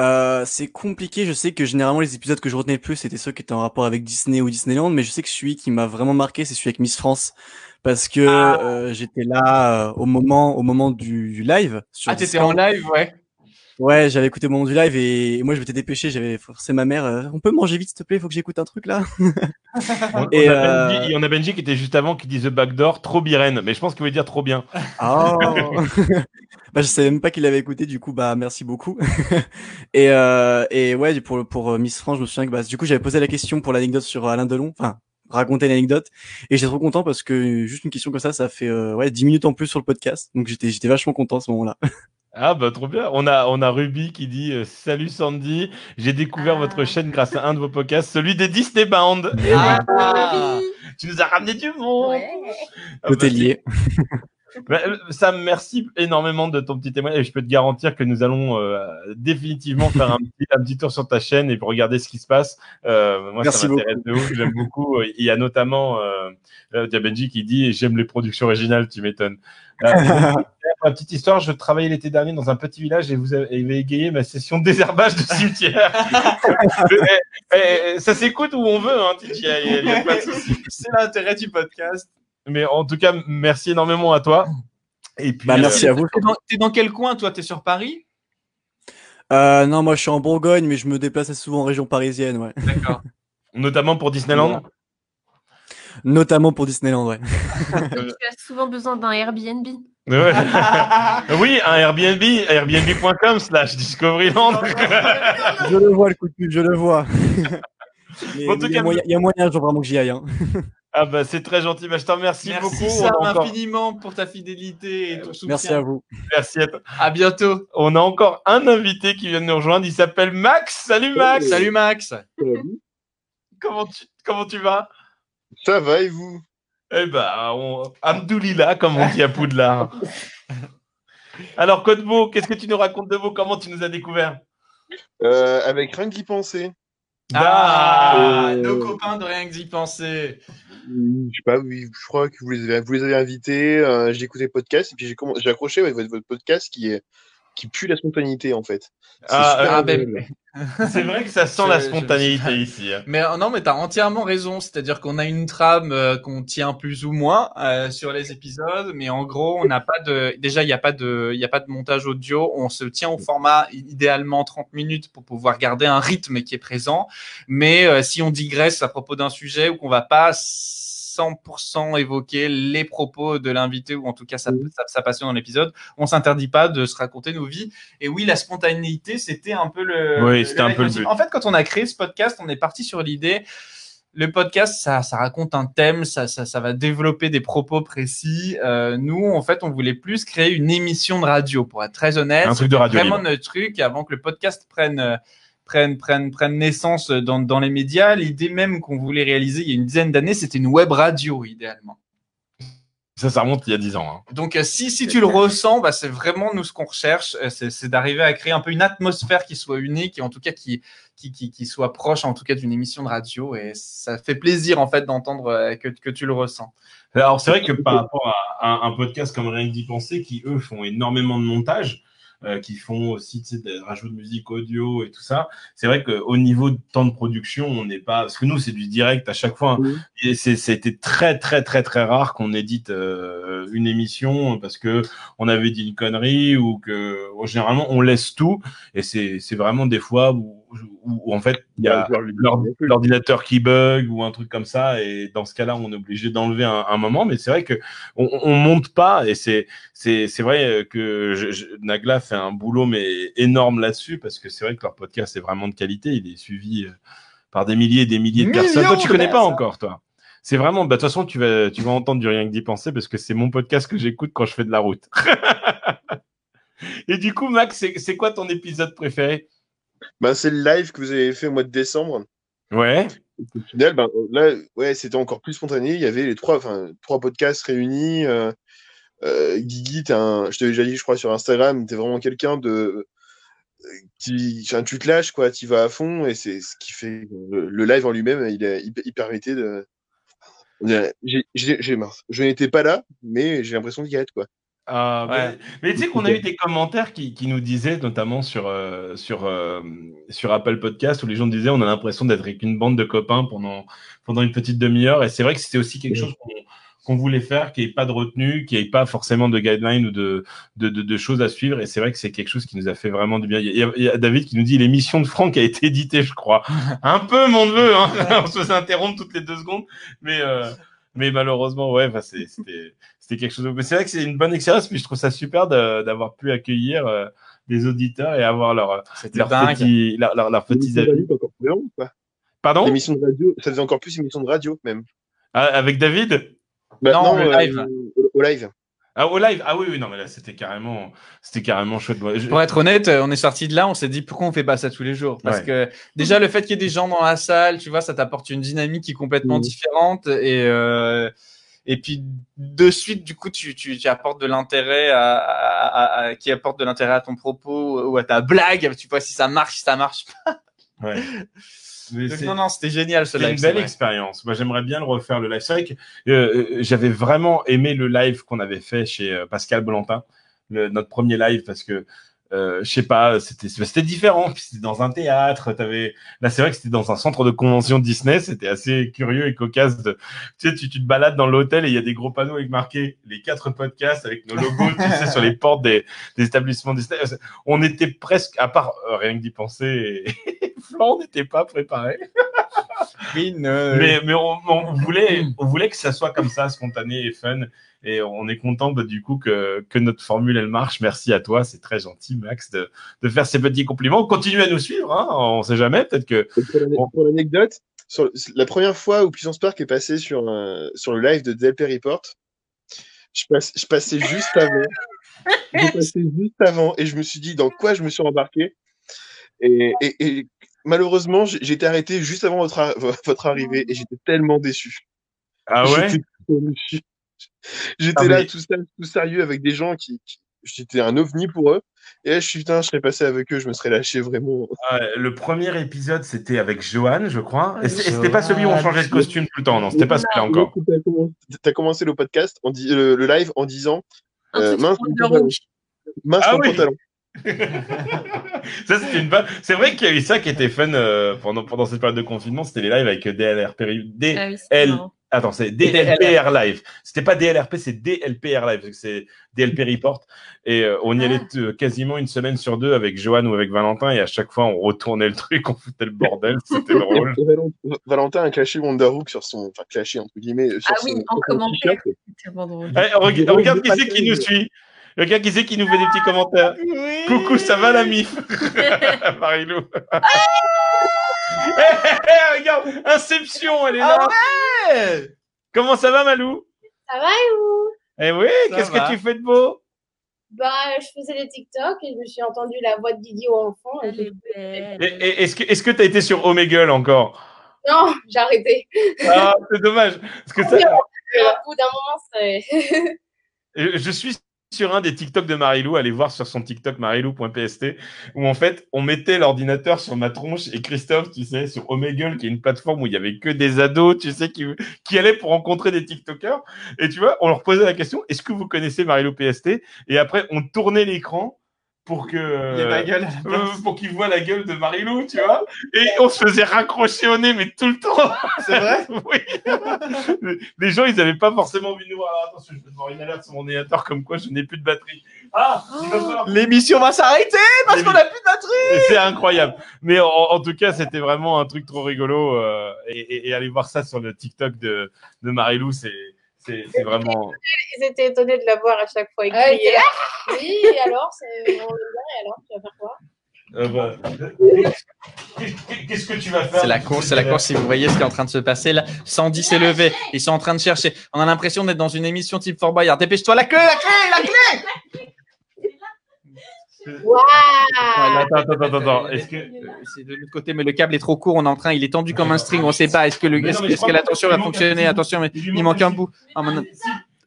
S10: Euh, c'est compliqué. Je sais que généralement les épisodes que je retenais le plus c'était ceux qui étaient en rapport avec Disney ou Disneyland, mais je sais que celui qui m'a vraiment marqué c'est celui avec Miss France parce que
S2: Ah.
S10: euh, j'étais là euh, au moment au moment du, du live sur
S1: Ah, t'étais en
S10: Discord.
S1: live, ouais.
S10: Ouais, j'avais écouté au moment du live et, et moi je m'étais dépêché. J'avais forcé ma mère. euh, on peut manger vite s'il te plaît, faut que j'écoute un truc là. [LAUGHS]
S2: on,
S10: Et
S2: on a Benji,
S10: [LAUGHS] euh,
S2: il y en a Benji qui était juste avant qui disait backdoor, trop Biren. Mais je pense qu'il veut dire trop bien.
S10: Oh. bah, je savais même pas qu'il l'avait écouté, du coup, bah, merci beaucoup. [LAUGHS] et, euh, et ouais, du- pour, le- pour euh, Miss France, je me souviens que, bah, du coup, j'avais posé la question pour l'anecdote sur euh, Alain Delon, enfin, raconter l'anecdote. Et j'étais trop content parce que juste une question comme ça, ça fait, euh, ouais, 10 minutes en plus sur le podcast. Donc, j'étais, j'étais vachement content à ce moment-là.
S2: [LAUGHS]
S10: [LAUGHS]
S2: Ah bah trop bien. On a on a Ruby qui dit euh, salut Sandy, j'ai découvert votre
S3: Ah.
S2: chaîne grâce à un de vos podcasts, celui des Disney Bound. Eh oui,
S1: Ah.
S2: tu nous as ramené du monde.
S3: bah Ouais.
S2: Ah
S10: Tout
S2: bah,
S10: est lié.
S2: [LAUGHS] Bah, euh, Sam, merci énormément de ton petit témoignage. Et je peux te garantir que nous allons euh, définitivement faire un petit, un petit tour sur ta chaîne et pour regarder ce qui se passe. Euh, moi,
S10: Merci
S2: ça m'intéresse de ouf. J'aime beaucoup. Euh, Il y a notamment euh, euh, il y a Benji qui dit J'aime les productions originales, tu m'étonnes. Euh, donc, pour la petite histoire, je travaillais l'été dernier dans un petit village et vous avez et vous avez égayé ma session de désherbage de cimetière. Eh, eh, ça s'écoute où on veut, hein, TJ, il n'y a pas de souci.
S10: [LAUGHS]
S1: C'est l'intérêt du podcast.
S2: Mais en tout cas, merci énormément à toi. Et puis,
S10: Bah,
S2: euh,
S10: merci à vous.
S1: T'es dans, t'es dans quel coin, toi T'es sur Paris
S10: Euh, non, moi, je suis en Bourgogne, mais je me déplace assez souvent en région parisienne, ouais.
S1: D'accord.
S2: Notamment pour Disneyland.
S10: [LAUGHS] Notamment pour Disneyland, ouais. Euh.
S3: Donc, tu as souvent besoin d'un
S2: [LAUGHS]
S3: Airbnb.
S2: Ouais. oui, un Airbnb, airbnb.com
S10: [LAUGHS]
S2: slash Discoveryland.
S10: Je le vois, le coup de pub, je le vois. Mais
S2: En tout
S10: mais il y, a
S2: cas,
S10: moyen- il y a moyen, genre, vraiment que j'y aille, hein.
S2: Ah bah c'est très gentil, bah, je te remercie
S1: Merci,
S2: beaucoup. On
S1: Sam,
S2: a encore-
S1: infiniment pour ta fidélité et ton soutien.
S10: Euh, Merci à vous.
S2: Merci à toi.
S1: À bientôt.
S2: On a encore un invité qui vient de nous rejoindre, il s'appelle Max. Salut Max.
S1: Salut Max.
S2: Comment tu, comment tu vas
S11: Ça va et vous
S2: Eh bah, on... Amdoulila, comme on dit
S11: [LAUGHS]
S2: à Poudlard. Alors Codebo, qu'est-ce que tu nous racontes de vous Comment tu nous as découvert
S11: Euh, Avec rien qu'y penser.
S1: Ah,
S11: Euh,
S1: nos copains de rien que d'y penser.
S11: Je sais pas, oui, je crois que vous les avez, vous les avez invités. euh, j'ai écouté le podcast et puis j'ai commen- j'ai accroché avec votre, votre podcast qui, est, qui pue la spontanéité en fait. C'est
S2: Ah,
S11: super
S2: euh,
S1: Ah, ben,
S11: agréable.
S2: C'est vrai que ça sent la
S1: Je- je-
S2: spontanéité ici. hein.
S1: Mais euh, non, mais t'as entièrement raison. C'est-à-dire qu'on a une trame euh, qu'on tient plus ou moins euh, sur les épisodes, mais en gros, on n'a pas de. Déjà, il n'y a pas de, il y a pas de montage audio. On se tient au format i- idéalement 30 minutes pour pouvoir garder un rythme qui est présent. Mais euh, si on digresse à propos d'un sujet ou qu'on va pas 100% évoquer les propos de l'invité ou en tout cas sa, sa, sa passion dans l'épisode, on s'interdit pas de se raconter nos vies. Et oui, la spontanéité, c'était un peu le.
S2: Oui, c'était un peu le
S1: leitmotiv.
S2: but.
S1: En fait, quand on a créé ce podcast, on est parti sur l'idée. Le podcast, ça, ça raconte un thème, ça, ça, ça va développer des propos précis. Euh, nous, en fait, on voulait plus créer une émission de radio, pour être très honnête.
S2: Un truc de radio
S1: Vraiment
S2: libre.
S1: notre truc. Et avant que le podcast prenne euh, prennent, prennent, prennent naissance dans, dans les médias. L'idée même qu'on voulait réaliser il y a une dizaine d'années, c'était une web radio, idéalement.
S2: Ça, ça remonte il y a 10 ans. hein.
S1: Donc, euh, si, si tu le ressens, bah, c'est vraiment nous ce qu'on recherche, euh, c'est c'est d'arriver à créer un peu une atmosphère qui soit unique et en tout cas qui, qui, qui, qui soit proche, en tout cas d'une émission de radio. Et ça fait plaisir, en fait, d'entendre euh, que, que tu le ressens.
S2: Alors, c'est vrai que par rapport à, à un podcast comme Rien que d'y penser, qui eux font énormément de montage, euh, qui font aussi tu sais, des rajouts de musique audio et tout ça. C'est vrai qu'au niveau de temps de production, on n'est pas. Parce que nous, c'est du direct à chaque fois. hein. Et c'est- c'était très, très, très, très rare qu'on édite euh, une émission parce que on avait dit une connerie ou que oh, généralement on laisse tout. Et c'est c'est vraiment des fois où, où- où, en fait il y a l'ord- l'ordinateur qui bug ou un truc comme ça. Et dans ce cas-là, on est obligé d'enlever un, un moment. Mais c'est vrai que on, on monte pas. Et c'est c'est c'est vrai que je- je- Nagla fait un boulot mais énorme là-dessus parce que c'est vrai que leur podcast est vraiment de qualité. Il est suivi euh, par des milliers et des milliers de
S12: Millions
S2: personnes. Toi, tu
S12: de
S2: connais pas
S12: personnes.
S2: encore, toi. C'est vraiment, bah, de toute façon, tu vas, tu vas entendre du rien que d'y penser parce que c'est mon podcast que j'écoute quand je fais de la route. [LAUGHS] Et du coup, Max, c'est c'est quoi ton épisode préféré
S11: Bah, c'est le live que vous avez fait au mois de décembre.
S2: Ouais.
S11: Au final, ben, euh, là, ouais, c'était encore plus spontané. Il y avait les trois, enfin, trois podcasts réunis. Euh, euh, Guigui, t'es un, je t'avais déjà dit, je crois, sur Instagram, t'es vraiment quelqu'un de, euh, qui, enfin, tu te lâches, quoi, tu vas à fond, et c'est ce qui fait que le, le live en lui-même, il, a- il, il permettait de. on a- j'ai- j'ai- j'ai mince. Je n'étais pas là, mais j'ai l'impression d'y être, quoi.
S2: Ah, mais- Mais tu sais qu'on a eu des commentaires qui, qui nous disaient, notamment sur, euh, sur, euh, sur Apple Podcast, où les gens disaient on a l'impression d'être avec une bande de copains pendant, pendant une petite demi-heure. Et c'est vrai que c'était aussi quelque chose qu'on qu'on voulait faire, qu'il n'y ait pas de retenue, qu'il n'y ait pas forcément de guidelines ou de, de, de, de choses à suivre. Et c'est vrai que c'est quelque chose qui nous a fait vraiment du bien. Il y a, il y a David qui nous dit l'émission de Franck a été éditée, je crois. Un peu, mon neveu. Hein [LAUGHS] on se fait interrompre toutes les deux secondes. Mais. euh, mais malheureusement, ouais, enfin, c'est- c'était c'était quelque chose. de- Mais c'est vrai que c'est une bonne expérience, puis je trouve ça super de- d'avoir pu accueillir euh, des auditeurs et avoir leur, leur
S11: dingue.
S2: petit, leur, leur- leurs petits
S11: L'émission de
S2: avis.
S11: radio, t'es encore plus long, quoi.
S2: Pardon
S11: L'émission de radio, ça faisait encore plus émission de radio, même.
S2: Ah, avec David
S11: Bah, Non, non, le euh, live. Au, live.
S2: Ah, au live Ah oui, oui, non, mais là, c'était carrément, c'était carrément chouette. Moi, je-
S1: Pour être honnête, euh, on est sorti de là, on s'est dit pourquoi on fait pas ça tous les jours Parce
S2: Ouais.
S1: que déjà le fait qu'il y ait des gens dans la salle, tu vois, ça t'apporte une dynamique qui est complètement
S2: Mhm.
S1: différente et euh, et puis de suite du coup tu, tu, tu apportes de l'intérêt à, à- à- à- qui apporte de l'intérêt à ton propos ou à ta blague. Tu vois si ça marche, si ça marche pas. [LAUGHS]
S2: Ouais. Mais
S1: Donc,
S2: c'est-
S1: non non, c'était génial ce
S2: C'était
S1: live.
S2: une
S1: c'est
S2: belle
S1: vrai.
S2: expérience. Moi, j'aimerais bien le refaire le live. C'est vrai que euh, euh, j'avais vraiment aimé le live qu'on avait fait chez euh, Pascal Bolantin, le- notre premier live, parce que euh, je sais pas, c'était c'était différent. Puis c'était dans un théâtre. T'avais là, c'est vrai que c'était dans un centre de convention Disney. C'était assez curieux et cocasse. De... Tu sais, tu, tu te balades dans l'hôtel et il y a des gros panneaux avec marqué les quatre podcasts avec nos logos, tu sais, sur les portes des, des établissements Disney. On était presque, à part euh, rien que d'y penser, et [LAUGHS] Flan n'était pas préparé.
S1: Oui, ne-
S2: Mais, mais on, on voulait, on voulait que ça soit comme ça, spontané et fun. Et on est content bah, du coup que, que notre formule elle marche. Merci à toi, c'est très gentil Max de, de faire ces petits compliments. Continue à nous suivre, hein, on sait jamais, peut-être que
S11: Pour l'ane- pour l'anecdote, sur le- la première fois où Puissance Park est passé sur, euh, sur le live de Delpy Report, je, passe- je passais juste [LAUGHS] avant. Je passais juste avant et je me suis dit dans quoi je me suis embarqué. Et, et- et malheureusement, j'ai j'ai été arrêté juste avant votre, ar- votre arrivée et j'étais tellement déçu.
S2: Ah ouais
S11: J'étais trop déçu. J'étais
S2: Ah,
S11: là
S2: mais-
S11: tout, seul, tout sérieux avec des gens qui, qui- j'étais un ovni pour eux. Et là, je suis putain, je serais passé avec eux, je me serais lâché vraiment.
S2: euh, le premier épisode c'était avec Johan, je crois. Et c'est- et c'était pas
S11: Johan.
S2: celui où on changeait de costume tout le temps, non, c'était pas celui-là encore.
S11: T'as commencé- T'as commencé le podcast, en dis- le, le live en disant euh, mince mon pantalon. Mince
S2: Ah
S11: mon
S2: oui. [LAUGHS]
S11: pantalon.
S2: Ça, c'était une bonne- C'est vrai qu'il y a eu ça qui était fun euh, pendant, pendant cette période de confinement. C'était les lives avec euh, DLRP. DL...
S12: Ah oui, c'est marrant.
S2: Attends, c'est DLPR Live. C'était pas DLRP, c'est DLPR Live. parce que C'est DLP Report. Et euh,
S12: Ah.
S2: on y allait euh, quasiment une semaine sur deux avec Johan ou avec Valentin. Et à chaque fois, on retournait le truc, on foutait le bordel. C'était
S4: [LAUGHS]
S2: drôle.
S11: Et Valent- Valentin a clashé Wonderhook sur son. Enfin, clashé entre guillemets. Sur
S3: Ah
S11: son,
S3: oui,
S11: sur
S3: en
S11: son
S3: commentaire.
S11: t-shirt.
S3: C'est tellement drôle.
S2: Eh, reg- regarde qui c'est qui nous suit. [LAUGHS] Regarde qui c'est qui nous fait des
S12: Ah,
S2: petits commentaires. Coucou, ça va
S12: [LAUGHS]
S2: la mif Marilou. Eh, regarde, Inception, elle est
S3: Ah
S2: là. Comment ça va, Malou
S4: Ça va et vous
S2: Eh oui,
S4: Ça
S2: qu'est-ce
S4: va.
S2: que tu fais de beau
S4: Bah, je faisais les TikTok et je me suis entendu la voix de Guigui au enfant. et j'ai-
S2: Et- et- Est-ce que est-ce que t'as été sur Omegle encore
S4: Non, [LAUGHS] j'ai arrêté.
S2: Ah, c'est dommage. Parce
S4: Oh,
S2: que ça-
S4: À bout d'un moment, c'est. [LAUGHS]
S2: Euh, Je suis sur un des TikTok de Marilou, allez voir sur son TikTok marilou.pst, où en fait, on mettait l'ordinateur sur ma tronche et Christophe, tu sais, sur Omegle, qui est une plateforme où il y avait que des ados, tu sais, qui, qui allaient pour rencontrer des TikTokers. Et tu vois, on leur posait la question, est-ce que vous connaissez Marilou PST Et après, on tournait l'écran pour que.
S1: Il y a la
S2: [LAUGHS]
S1: gueule à la place.
S2: [LAUGHS] euh, pour qu'il voit la gueule de Marilou, tu vois. Et on se faisait raccrocher au nez, mais tout le temps.
S1: C'est vrai
S2: [LAUGHS] Oui. Les- Les gens, ils n'avaient pas forcément vu nous. voir. Alors, attention, Ah, je vais devoir une alerte sur mon ordinateur comme quoi je n'ai plus de batterie. Ah,
S3: Oh.
S2: il va falloir-
S1: L'émission va s'arrêter Eh, parce qu'on a plus de
S2: Et
S1: batterie.
S2: C'est incroyable. Mais en, en tout cas, c'était vraiment un truc trop rigolo. euh, et, et- et allez voir ça sur le TikTok de, de Marilou, c'est c'est- c'est vraiment.
S4: Ils étaient étonnés de la voir à chaque fois. Ah, Ils
S5: Ouais,
S4: criaient.
S5: ils étaient là.
S4: oui, alors, c'est- on le verra, alors, tu vas faire quoi
S2: Euh, bah, Qu'est-ce que tu vas faire
S1: C'est la course, c'est la course. Si vous voyez ce qui est en train de se passer là, 110 s'est levé. Ils sont en train de chercher. On a l'impression d'être dans une émission type Fort Boyard. Dépêche-toi, la queue, la queue, la clé. Ah,
S4: Waouh
S2: Attends, attends, attends, attends. Est-ce que
S1: Euh, C'est de l'autre côté, mais le câble est trop court. On est en train, il est tendu comme un string. On ne sait pas. Est-ce que, le,
S2: Mais non,
S1: est-ce,
S2: mais
S1: que-
S2: je
S1: est-ce que
S2: crois
S1: la tension
S2: qu'il
S1: va
S2: manque un
S1: fonctionner
S2: petit bout.
S1: Attention, mais
S2: Il lui
S1: il
S2: manque
S1: manque un
S2: un
S1: bout. Ah, mon-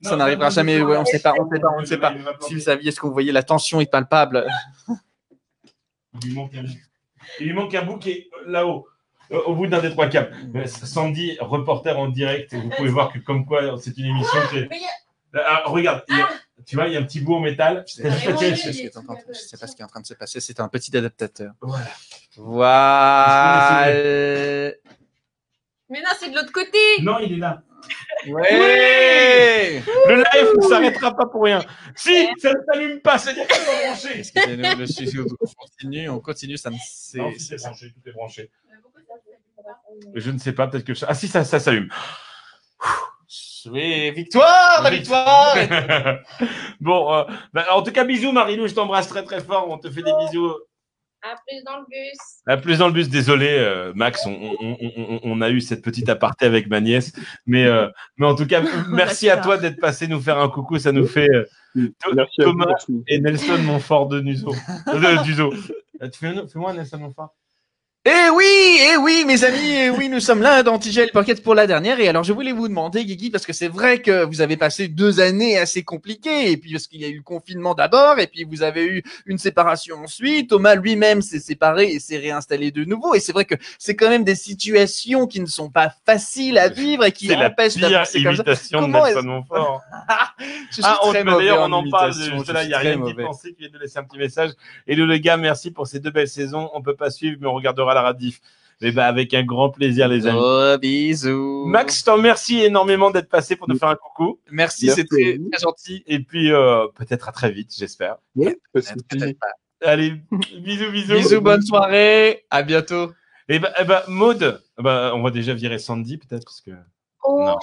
S1: ça
S2: Non,
S1: n'arrivera
S2: attends,
S1: jamais.
S2: je-
S1: ouais, on ne sait pas, on ne sait pas, on ne
S2: je
S1: sait
S2: vais-
S1: pas.
S2: je vais
S1: Si vous saviez ce qu'on voyait, la tension est palpable.
S2: il lui manque un bout Il lui manque un bout qui est là-haut, euh, au bout d'un des trois câbles. Euh, Sandy, reporter en direct, vous pouvez voir que comme quoi c'est une émission qui est- Ah, regarde, il y a- tu vois, il y a un petit bout en métal.
S1: Je ne
S2: [LAUGHS]
S1: sais pas ce qui est en train de se passer. C'est un petit adaptateur. Voilà.
S5: Mais non, c'est de l'autre côté.
S2: Non, Ah, il est là.
S1: Ouais
S2: Le
S1: Eh,
S2: live ne s'arrêtera pas pour rien. Si, ça ne s'allume pas, c'est-à-dire que c'est branché.
S1: Excusez-nous, le sujet, on continue, on continue, ça ne c'est-
S2: Non, si, c'est branché, tout est branché. Je ne sais pas, peut-être que ça. Ah si, ça, ça s'allume.
S1: Oui, victoire, la victoire
S2: [LAUGHS] bon, euh, bah, en tout cas, bisous Marilou, je t'embrasse très très fort, on te fait des bisous.
S4: À plus dans le bus.
S2: À Ah, plus dans le bus, désolé euh, Max, on, on- on- on- on a eu cette petite aparté avec ma nièce, mais, euh, mais en tout cas, merci à toi d'être passé nous faire un coucou, ça nous fait euh,
S11: Merci à vous,
S2: Thomas
S11: merci.
S2: et Nelson Montfort de Nuzo. De Duzo. Euh, tu fais- Fais-moi un Nelson Montfort.
S1: Eh oui, eh oui, mes amis, eh oui, nous sommes là dans Tigel Pocket pour la dernière. Et alors, je voulais vous demander, Guigui, parce que c'est vrai que vous avez passé deux années assez compliquées. Et puis, parce qu'il y a eu le confinement d'abord, et puis vous avez eu une séparation ensuite. Thomas lui-même s'est séparé et s'est réinstallé de nouveau. Et c'est vrai que c'est quand même des situations qui ne sont pas faciles à vivre et qui
S2: C'est la
S1: empêchent
S2: pire
S1: d'avancer comme ça.
S2: imitation de
S1: Comment est-ce-
S2: Nelson Montfort.
S1: [LAUGHS] Je suis
S2: Ah, on,
S1: très
S2: bah,
S1: mauvais
S2: d'ailleurs,
S1: en
S2: on en parle.
S1: imitation,
S2: de-
S1: je
S2: Là, il
S1: suis
S2: n'y a
S1: très
S2: rien qui
S1: mauvais.
S2: pensait qui vient de laisser un petit message. Et le, le gars, merci pour ces deux belles saisons. On peut pas suivre, mais on regardera la radiff. Et bah, avec un grand plaisir, les amis.
S1: Gros bisous.
S2: Max, je t'en remercie énormément d'être passé pour nous faire un coucou.
S1: merci,
S11: Merci
S1: c'est très,
S11: à vous.
S1: très gentil.
S2: Et puis, euh, peut-être à très vite, j'espère.
S11: Ouais, pas de souci.
S1: Peut-être pas.
S2: Allez, bisous, bisous.
S1: Bisous, bonne soirée, à bientôt.
S2: Et bah, eh bah, Maud, bah, on va déjà virer Sandy, peut-être, parce que.
S4: Oh,
S2: Non.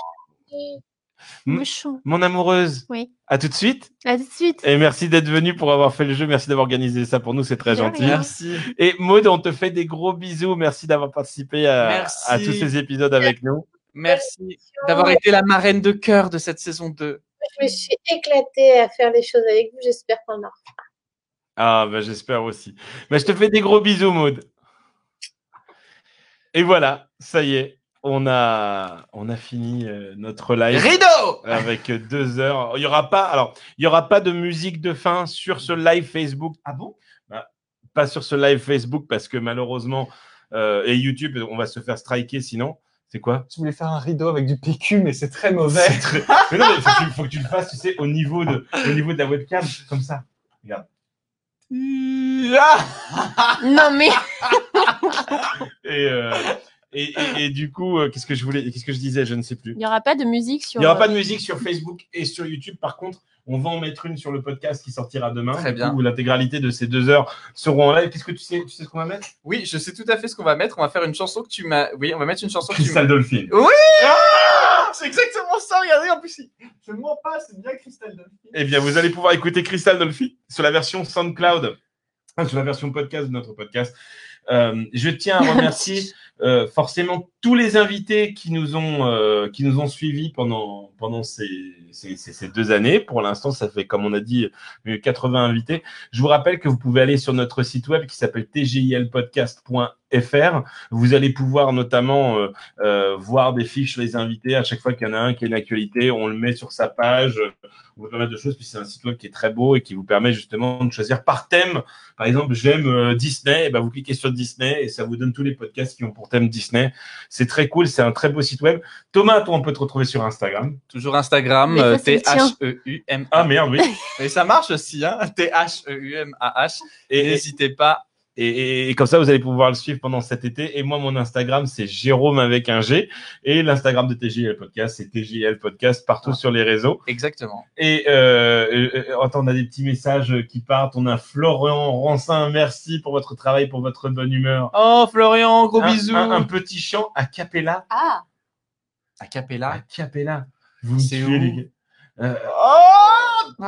S2: Mm.
S1: [LAUGHS]
S3: Méchant.
S2: Mon amoureuse,
S3: Oui.
S2: à tout de suite.
S3: À tout de suite.
S2: Et merci d'être venu pour avoir fait le jeu. Merci d'avoir organisé ça pour nous. C'est très
S3: De
S2: gentil.
S3: rien.
S1: Merci.
S2: Et Maud, on te fait des gros bisous. Merci d'avoir participé à,
S1: Merci.
S2: à tous ces épisodes avec nous.
S1: Merci d'avoir été la marraine de cœur de cette saison 2.
S4: je me suis éclatée à faire des choses avec vous. J'espère qu'on en
S2: Ah, bah, j'espère aussi. Bah, je te fais des gros bisous, Maud. Et voilà, ça y est, on a, on a fini euh, notre live.
S1: Rideau
S2: Avec deux heures. Il y aura pas, alors, il y aura pas de musique de fin sur ce live Facebook. Ah bon Bah, Pas sur ce live Facebook parce que malheureusement, euh, et YouTube, on va se faire striker sinon. C'est quoi
S1: Je voulais faire un rideau avec du PQ, mais c'est très mauvais.
S2: C'est [LAUGHS] très- Mais non, mais faut, que tu, faut que tu le fasses, tu sais, au niveau de, au niveau de la webcam, comme ça. Regarde.
S3: Non, mais.
S2: Et, euh, et, et- et du coup, euh, qu'est-ce que je voulais, qu'est-ce que je disais, je ne sais plus.
S3: Il n'y aura pas de musique
S2: Il
S3: sur.
S2: n'y aura pas
S3: euh,
S2: de musique sur Facebook et sur YouTube. Par contre, on va en mettre une sur le podcast qui sortira demain.
S1: Très
S2: Du
S1: bien.
S2: coup, l'intégralité de ces deux heures seront en live. Qu'est-ce que tu sais, tu sais ce qu'on va mettre
S1: Oui, je sais tout à fait ce qu'on va mettre. On va faire une chanson que tu m'as. Oui, on va mettre une chanson que tu m'as.
S2: Crystal Dolphin.
S1: Ah, c'est exactement ça, regardez, en plus, il- je ne mens pas, c'est bien Christelle Dolphy.
S2: Eh bien, vous allez pouvoir écouter Crystal Dolphin sur la version SoundCloud, enfin, sur la version podcast de notre podcast. Euh, je tiens à remercier euh, forcément tous les invités qui nous ont euh, qui nous ont suivis pendant pendant ces, ces, ces- ces deux années. Pour l'instant, ça fait comme on a dit euh, 80 invités. Je vous rappelle que vous pouvez aller sur notre site web qui s'appelle tgilpodcast.fr. Vous allez pouvoir notamment euh, euh, voir des fiches sur les invités. À chaque fois qu'il y en a un qui a une actualité, on le met sur sa page vous pas mal de choses, puis c'est un site web qui est très beau et qui vous permet justement de choisir par thème. Par exemple, j'aime euh, Disney, et ben vous cliquez sur Disney et ça vous donne tous les podcasts qui ont pour thème Disney. C'est très cool, c'est un très beau site web. Thomas, toi, on peut te retrouver sur Instagram.
S1: Toujours Instagram,
S2: Mais ça,
S1: euh,
S2: c'est le tien.
S1: T-H-E-U-M-A.
S2: Ah, merde,
S1: [LAUGHS]
S2: oui.
S1: Et ça marche aussi, hein. T-H-E-U-M-A-H.
S2: Et
S1: n'hésitez pas.
S2: Et, et- et comme ça, vous allez pouvoir le suivre pendant cet été. Et moi, mon Instagram, c'est Jérôme avec un G. Et l'Instagram de TJL Podcast, c'est TJL Podcast partout sur les réseaux.
S1: Ah. Exactement.
S2: Et euh, euh, euh, attends, on a des petits messages euh, qui partent. On a Florian Rancin, merci pour votre travail, pour votre bonne humeur.
S1: Oh, Florian, gros
S2: Un-
S1: bisous.
S2: Un, un petit chant a cappella.
S12: Ah
S1: A cappella. A
S2: cappella. Vous me tuez, les gars. Euh,
S1: Oh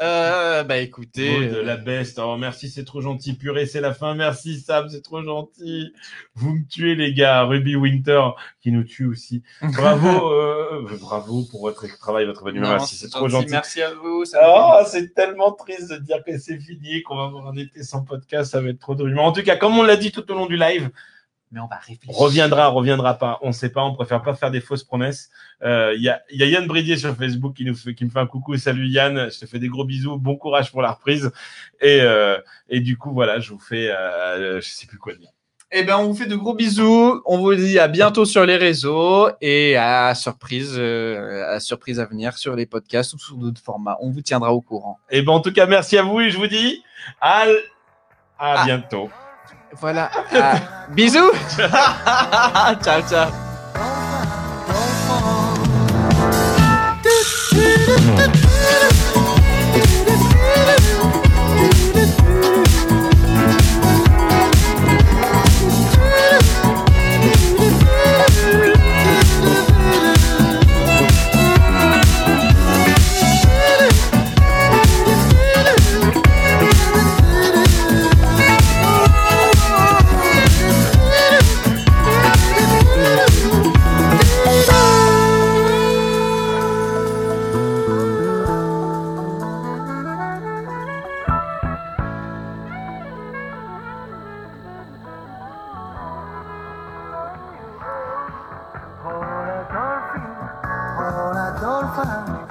S1: euh, Bah écoutez.
S2: de la best. Oh, merci, c'est trop gentil. Purée, c'est la fin. Merci, Sam, c'est
S1: [LAUGHS]
S2: trop gentil. Vous me tuez, les gars. Ruby Winter, qui nous tue aussi. Bravo, euh, bravo pour votre travail, votre bonne humeur.
S1: Non,
S2: Merci, c'est trop gentil.
S1: Merci à vous. ça me
S2: Oh,
S1: fait
S2: c'est tellement triste de dire que c'est fini, qu'on va avoir un été sans podcast, ça va être trop drôle. Mais en tout cas, comme on l'a dit tout au long du live,
S1: Mais on va réfléchir.
S2: reviendra, reviendra pas, on sait pas, on préfère pas faire des fausses promesses. Euh, Il y, a, il y a Yann Bridier sur Facebook qui nous fait, qui me fait un coucou, salut Yann, je te fais des gros bisous, bon courage pour la reprise. Et, euh, et du coup, voilà, je vous fais, euh, je sais plus quoi dire.
S1: Eh ben, on vous fait de gros bisous. On vous dit à bientôt sur les réseaux et à surprise, euh, à surprise à venir sur les podcasts ou sur d'autres formats. On vous tiendra au courant.
S2: Et ben, en tout cas, merci à vous et je vous dis à, l- à [LAUGHS] bientôt.
S1: Voilà. Ah, bisous. ciao, ciao.
S12: Hola, dolphin. Hola, dolphin.